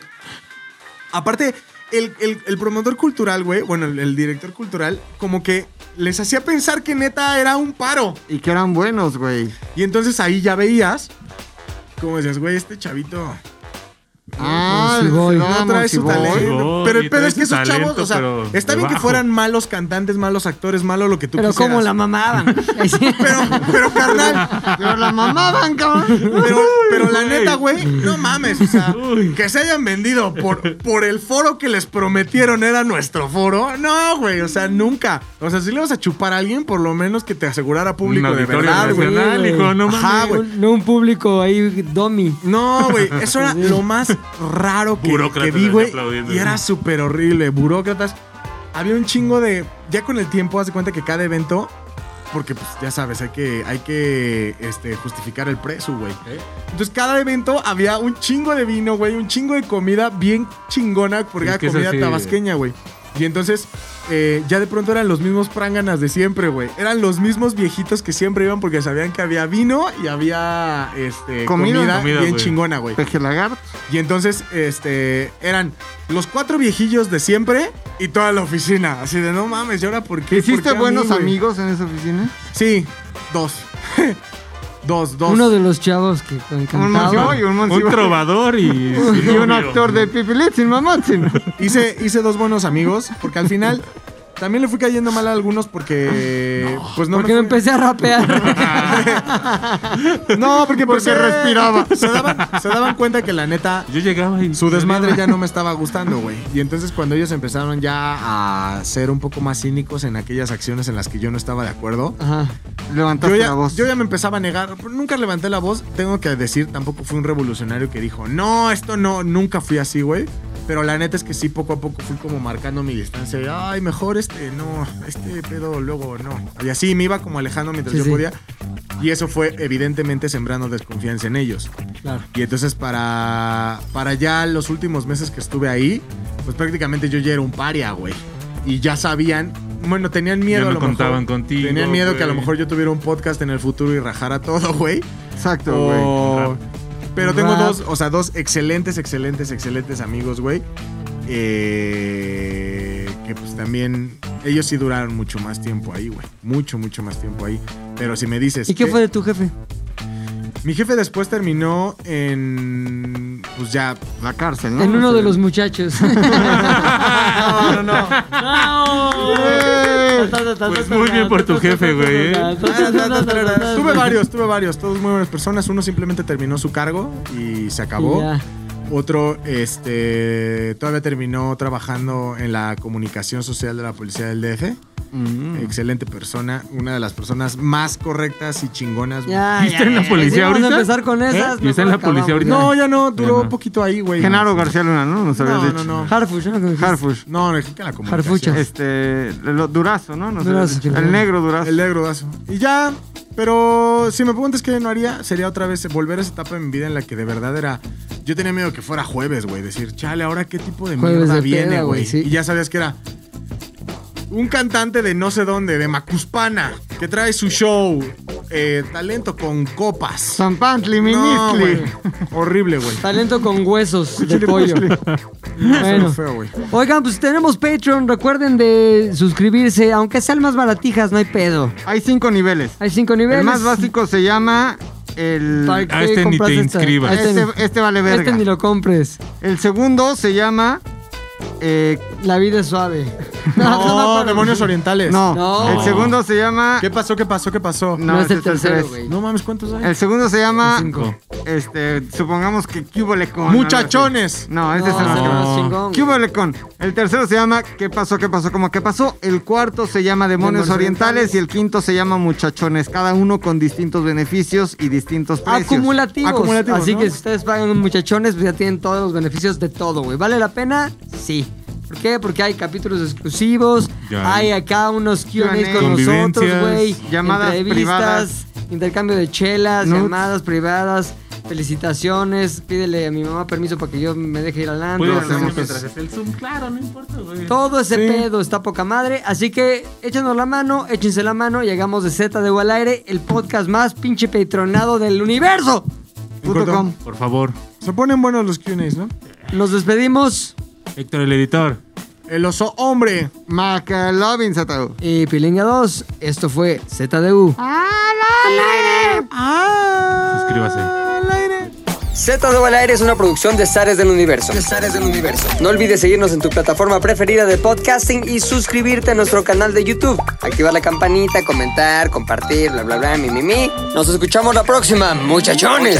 Speaker 6: Aparte, el, el- el promotor cultural, güey, bueno, el, el director cultural, como que les hacía pensar que neta era un paro.
Speaker 5: Y que eran buenos, güey.
Speaker 6: Y entonces ahí ya veías, como decías, güey, este chavito.
Speaker 5: Ah,
Speaker 1: sí voy.
Speaker 5: vamos,
Speaker 6: No trae
Speaker 5: sí
Speaker 6: su
Speaker 5: voy.
Speaker 6: talento.
Speaker 4: Voy,
Speaker 6: Pero el
Speaker 4: y
Speaker 6: pedo
Speaker 4: trae
Speaker 6: es que
Speaker 4: su
Speaker 6: esos chavos,
Speaker 4: talento,
Speaker 6: o sea,
Speaker 4: pero
Speaker 6: está bien que
Speaker 4: debajo.
Speaker 6: fueran malos cantantes, malos actores, malo lo que tú
Speaker 1: Pero
Speaker 6: quisieras. Ah,
Speaker 1: como la mamaban. Ahí sí.
Speaker 6: *laughs* Pero, pero carnal,
Speaker 5: Pero la mamaban, cabrón.
Speaker 6: Pero, pero la
Speaker 4: güey.
Speaker 6: neta, güey, no mames. O sea,
Speaker 4: Uy.
Speaker 6: que se hayan vendido por, por el foro que les prometieron era nuestro foro. No, güey, o sea, nunca. O sea, si le vas a chupar a alguien, por lo menos que te asegurara
Speaker 4: Un
Speaker 6: público de
Speaker 4: auditorio
Speaker 1: Este,
Speaker 6: verdad, güey.
Speaker 4: nacional,
Speaker 1: güey.
Speaker 4: hijo, no mames.
Speaker 6: Ajá, güey.
Speaker 1: Un- no un público ahí dummy.
Speaker 6: No,
Speaker 4: *laughs*
Speaker 6: güey, eso era lo más raro que, que
Speaker 4: Burócratas
Speaker 6: vi,
Speaker 4: así
Speaker 6: güey.
Speaker 4: aplaudiendo,
Speaker 6: Y era
Speaker 4: güey.
Speaker 6: súper horrible. Burócratas. Había un chingo de. Ya con el tiempo, haz de cuenta que cada evento. Porque, pues, ya sabes, hay que, hay que este, justificar el precio, güey. Entonces, cada evento había un chingo de vino, güey. Un chingo de comida bien chingona. Porque
Speaker 4: Es
Speaker 6: era
Speaker 4: que es
Speaker 6: comida
Speaker 4: así.
Speaker 6: tabasqueña, güey. Y entonces, eh, ya de pronto eran los mismos pránganas de siempre, güey. Eran los mismos viejitos que siempre iban porque sabían que había vino y había este,
Speaker 5: Comida.
Speaker 6: comida,
Speaker 4: Comida,
Speaker 6: bien
Speaker 4: güey. *laughs*
Speaker 6: chingona, güey.
Speaker 5: Peje lagarto.
Speaker 6: Y entonces, este, eran los cuatro viejillos de siempre y toda la oficina. Así de, no mames, ¿y ahora por qué?
Speaker 5: ¿Hiciste
Speaker 6: ¿Por qué a mí,
Speaker 5: buenos
Speaker 6: güey?"
Speaker 5: amigos en esa oficina?
Speaker 6: Sí, dos. *laughs* dos, dos.
Speaker 1: Uno de los chavos que
Speaker 5: Un
Speaker 1: cantaba.
Speaker 5: monsivo y un
Speaker 4: Un
Speaker 5: monsivo.
Speaker 4: trovador *laughs* y.
Speaker 5: Y un actor de Pipilitzin Mamotzin.
Speaker 6: hice, hice dos buenos amigos porque al final también le fui cayendo mal a algunos porque... pues no
Speaker 1: Porque me
Speaker 6: fue-
Speaker 1: empecé a
Speaker 6: *laughs*
Speaker 1: rapear.
Speaker 6: No, porque,
Speaker 5: Porque
Speaker 6: empecé-
Speaker 5: respiraba.
Speaker 6: *laughs* Se daban, se daban cuenta que la neta...
Speaker 4: Yo llegaba y.
Speaker 6: Su desmadre ya no me estaba gustando, güey. Y entonces cuando ellos empezaron ya a ser un poco más cínicos en aquellas acciones en las que yo no estaba de acuerdo,
Speaker 1: Ajá.
Speaker 5: Levantaste
Speaker 6: Yo ya,
Speaker 5: la voz.
Speaker 6: yo ya me empezaba a negar. pero Nunca levanté la voz. Tengo que decir, tampoco fui un revolucionario que dijo, no, esto no, nunca fui así, güey. Pero la neta es que sí, poco a poco fui como marcando mi distancia. y, Ay, mejor este, no, este pedo luego no. Y así me iba como alejando mientras
Speaker 1: Sí,
Speaker 6: yo
Speaker 1: sí.
Speaker 6: podía. Y eso fue evidentemente sembrando desconfianza en ellos.
Speaker 1: Claro.
Speaker 6: Y entonces para, para ya los últimos meses que estuve ahí, pues prácticamente yo ya era un paria, güey. Y ya sabían, bueno, tenían miedo
Speaker 4: no
Speaker 6: a lo
Speaker 4: contaban
Speaker 6: mejor.
Speaker 4: contigo,
Speaker 6: Tenían miedo que a lo
Speaker 4: güey.
Speaker 6: mejor yo tuviera un podcast en el futuro y rajara todo, güey.
Speaker 5: Exacto, güey.
Speaker 6: O- Pero
Speaker 1: Un
Speaker 6: tengo
Speaker 1: rap.
Speaker 6: dos, o sea, dos excelentes, excelentes, excelentes amigos, güey. Eh, que pues también ellos sí duraron mucho más tiempo ahí, güey. Mucho, mucho más tiempo ahí. Pero si me dices...
Speaker 1: ¿Y qué
Speaker 6: que-
Speaker 1: fue de tu jefe?
Speaker 6: Mi jefe después terminó en... Pues ya...
Speaker 1: Ah,
Speaker 5: La cárcel, ¿no?
Speaker 1: En uno de
Speaker 5: Sí.
Speaker 1: los muchachos.
Speaker 6: No, no, no.
Speaker 4: Pues muy bien por tu jefe, güey, ¿eh?
Speaker 6: tuve varios, tuve varios. Todos muy buenas personas. Uno simplemente terminó su cargo y se acabó.
Speaker 1: Y ya.
Speaker 6: Otro, este, todavía terminó trabajando en la comunicación social de la policía del DF.
Speaker 1: Mm.
Speaker 6: Excelente persona, una de las personas más correctas y chingonas. güey.
Speaker 1: Ya,
Speaker 4: ¿Y está en la policía
Speaker 1: sí, Vamos
Speaker 4: ahorita?
Speaker 1: a empezar con esas.
Speaker 4: ¿Eh? ¿Y está en la
Speaker 1: mejor
Speaker 4: policía
Speaker 1: acabamos.
Speaker 6: No, ya no, duró
Speaker 4: Ya no.
Speaker 6: un poquito ahí, güey.
Speaker 5: Genaro García Luna, ¿no? Nos habías
Speaker 6: No,
Speaker 5: dicho.
Speaker 6: no, no.
Speaker 1: Harfush, ¿no?
Speaker 5: Harfush.
Speaker 6: No, dejé que la comunicación.
Speaker 1: Harfucho.
Speaker 5: Este, lo- Durazo, ¿no? Nos habías
Speaker 1: Durazo,
Speaker 5: dicho.
Speaker 1: chingón.
Speaker 5: el negro Durazo.
Speaker 6: El negro dazo. Y ya, pero si me preguntas qué no haría, sería otra vez volver a esa etapa de mi vida en la que de verdad era. Yo tenía miedo que fuera jueves, güey. Decir, chale, ahora qué tipo de
Speaker 1: Jueves
Speaker 6: mierda
Speaker 1: de
Speaker 6: viene,
Speaker 1: peda,
Speaker 6: güey.
Speaker 1: güey, sí.
Speaker 6: Y ya sabías que era. Un cantante de no sé dónde, de Macuspana, que trae su show. eh, talento con copas.
Speaker 5: Zampantli,
Speaker 6: No, güey.
Speaker 5: Ministli.
Speaker 1: *laughs*
Speaker 6: Horrible, güey.
Speaker 1: Talento con huesos de pollo.
Speaker 6: Bueno.
Speaker 1: Bueno.
Speaker 6: Feo, güey.
Speaker 1: Oigan, pues tenemos Patreon. Recuerden de suscribirse. Aunque sean más baratijas, no hay pedo.
Speaker 5: Hay cinco niveles.
Speaker 1: Hay cinco niveles.
Speaker 5: El más básico se llama el...
Speaker 1: Para que
Speaker 4: A este ni
Speaker 1: compras
Speaker 4: te
Speaker 1: esta.
Speaker 4: inscribas.
Speaker 1: A
Speaker 5: Este,
Speaker 1: Este,
Speaker 5: este vale verga.
Speaker 1: este ni lo compres.
Speaker 5: El segundo se llama... eh,
Speaker 1: La vida es suave. *laughs* me
Speaker 6: No,
Speaker 1: acuerdo.
Speaker 6: demonios orientales.
Speaker 5: no.
Speaker 1: No.
Speaker 5: el segundo se llama...
Speaker 6: ¿Qué pasó? ¿Qué pasó? ¿Qué pasó?
Speaker 1: No, es
Speaker 5: ese
Speaker 1: el tercero,
Speaker 5: tres.
Speaker 1: güey.
Speaker 6: No mames, ¿cuántos hay?
Speaker 5: El segundo se llama...
Speaker 1: El cinco.
Speaker 5: Este, supongamos que Cubole con...
Speaker 6: Muchachones.
Speaker 5: No, ese
Speaker 1: No,
Speaker 5: este es el
Speaker 1: ese
Speaker 5: más
Speaker 1: es
Speaker 5: que
Speaker 1: el más
Speaker 5: no.
Speaker 1: chingón, güey.
Speaker 5: ¿Qué hubo, Lecón? El tercero se llama ¿Qué pasó? ¿Qué pasó? ¿Cómo qué pasó? El cuarto se llama Demonios,
Speaker 1: Demonios
Speaker 5: orientales,
Speaker 1: Orientales.
Speaker 5: y el quinto se llama Muchachones, cada uno con distintos beneficios y distintos precios.
Speaker 1: Acumulativos.
Speaker 6: Acumulativos,
Speaker 1: Así
Speaker 6: ¿no?
Speaker 1: que si ustedes pagan muchachones, pues ya tienen todos los beneficios de todo, güey. ¿Vale la pena? Sí. ¿Por qué? Porque hay capítulos exclusivos,
Speaker 4: Ya.
Speaker 1: hay acá unos Q&A con
Speaker 4: Convivencias.
Speaker 1: nosotros, güey.
Speaker 5: Llamadas privadas.
Speaker 1: intercambio de chelas,
Speaker 5: Nudes.
Speaker 1: llamadas privadas, felicitaciones. Pídele a mi mamá permiso para que yo me deje ir al antro.
Speaker 4: Puedes hacerlo
Speaker 5: hacemos eso.
Speaker 4: mientras esté el Zoom, claro, no importa, güey.
Speaker 1: Todo ese pedo está poca madre. Así que échanos la mano, échense la mano. Llegamos de Z de U al aire, el podcast más pinche patronado del universo.
Speaker 5: Punto com.
Speaker 4: Por favor.
Speaker 6: Se ponen buenos los Q&As, ¿no?
Speaker 1: Nos despedimos.
Speaker 4: Héctor, el editor.
Speaker 6: El oso hombre.
Speaker 5: Macalovin, Zatau.
Speaker 1: Y Pilinga 2, esto fue ZDU.
Speaker 7: ¡Ah,
Speaker 4: Ah. Suscríbase.
Speaker 1: ZDU al aire es una producción de Zares del Universo.
Speaker 2: del universo.
Speaker 1: No olvides seguirnos en tu plataforma preferida de podcasting y suscribirte a nuestro canal de YouTube. Activar la campanita, comentar, compartir, bla, bla, bla, mi, mi, mi. Nos escuchamos la próxima, muchachones.